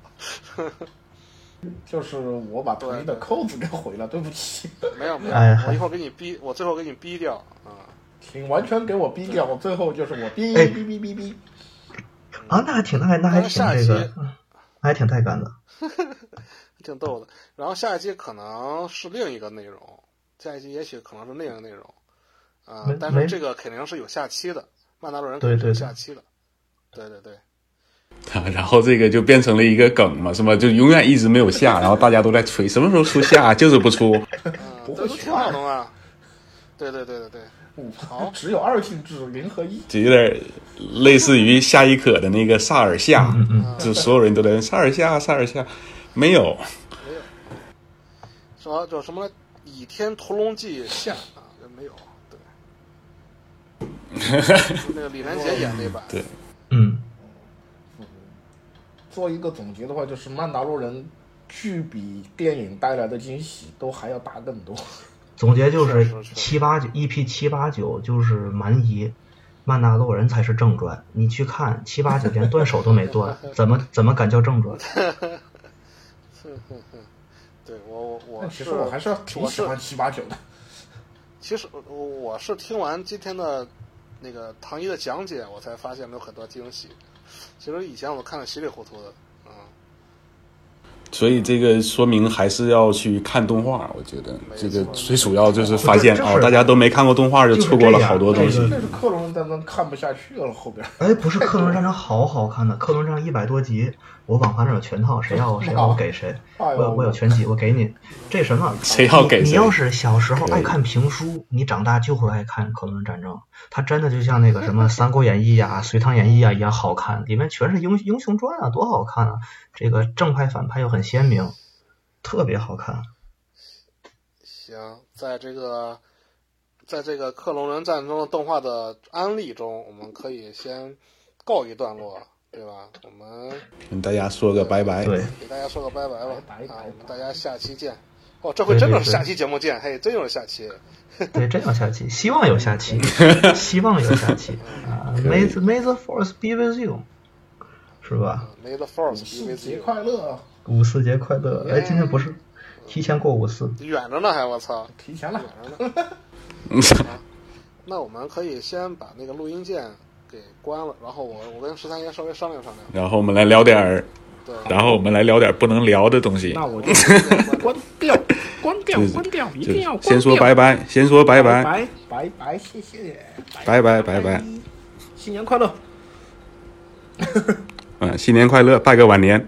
就是我把统一的扣子给毁了，对不 起，没有没有哎呀，我一会儿给你逼，我最后给你逼掉啊！请完全给我逼掉。最后就是我逼哎逼逼逼逼，啊，那还挺那还那还挺下一这期个，嗯那还挺带感的。挺逗的。然后下一期可能是另一个内容，下一期也许可能是另一个内容啊没，但没是这个肯定是有下期的，曼达洛人肯定是有对对对下期的。对对对，然后这个就变成了一个梗嘛，是吧？就永远一直没有下，然后大家都在吹什么时候出下，啊就是不出。嗯，不这会都啊去挺玩好的嘛。对对对对对，五好只有二进制零和一，就有点类似于夏伊可的那个萨尔夏，嗯嗯，就所有人都在问萨尔夏，萨尔夏，没有，什么叫什么来？《倚天屠龙记》下啊，这没有，对，就那个李连杰演那版，对嗯，做一个总结的话，就是《曼达洛人》剧比电影带来的惊喜都还要大更多。总结就是是是七八九 EP 七八九就是蛮夷，曼达洛人才是正传。你去看七八九连断手都没断，怎么怎么敢叫正传？对我我我但是哦其实我还是挺喜欢七八九的。其实我呃我是听完今天的那个唐一的讲解，我才发现有很多惊喜。其实以前我看的稀里糊涂的，嗯，所以这个说明还是要去看动画。我觉得这个最主要就是发现不是就是哦，大家都没看过动画，就错过了好多东西就是这。样但是克隆战争看不下去了，后边哎，不是《克隆战争》好好看的，《克隆战争》一百多集，我网盘上有全套，谁 要谁要我给谁，哎呦我有我有全集，我给你。这什么？ 谁要给你谁你要是小时候爱看评书，你长大就会爱看《克隆战争》，它真的就像那个什么《三国演义》呀、《隋唐演义》呀一样好看，里面全是英英雄传啊，多好看啊！这个正派反派又很鲜明，特别好看。行，在这个在这个克隆人战争的动画的安利中，我们可以先告一段落，对吧？我们跟大家说个拜哎拜。对，给大家说个拜拜吧，拜拜啊，拜我们大家下期见。哦，这回真的是下期节目见，嘿，真有下期。对，真有下期，希望有 下期，希望有下期啊！May the May the Force be with you，是吧？ May the force 圣 be with 节 you。快乐，五四节快乐！哎，今天不是提前过五四，远着呢还，我操！提前了。那我们可以先把那个录音键给关了，然后我我跟十三爷稍微商量商量。 然后我们来聊点儿，对，然后我们来聊点儿不能聊的东西。那我就关关掉，关 掉，关掉，一就定要关掉。先说拜拜，先说拜拜，拜拜拜，谢谢，拜拜拜拜。新年快乐。嗯，新年快乐，拜个晚年。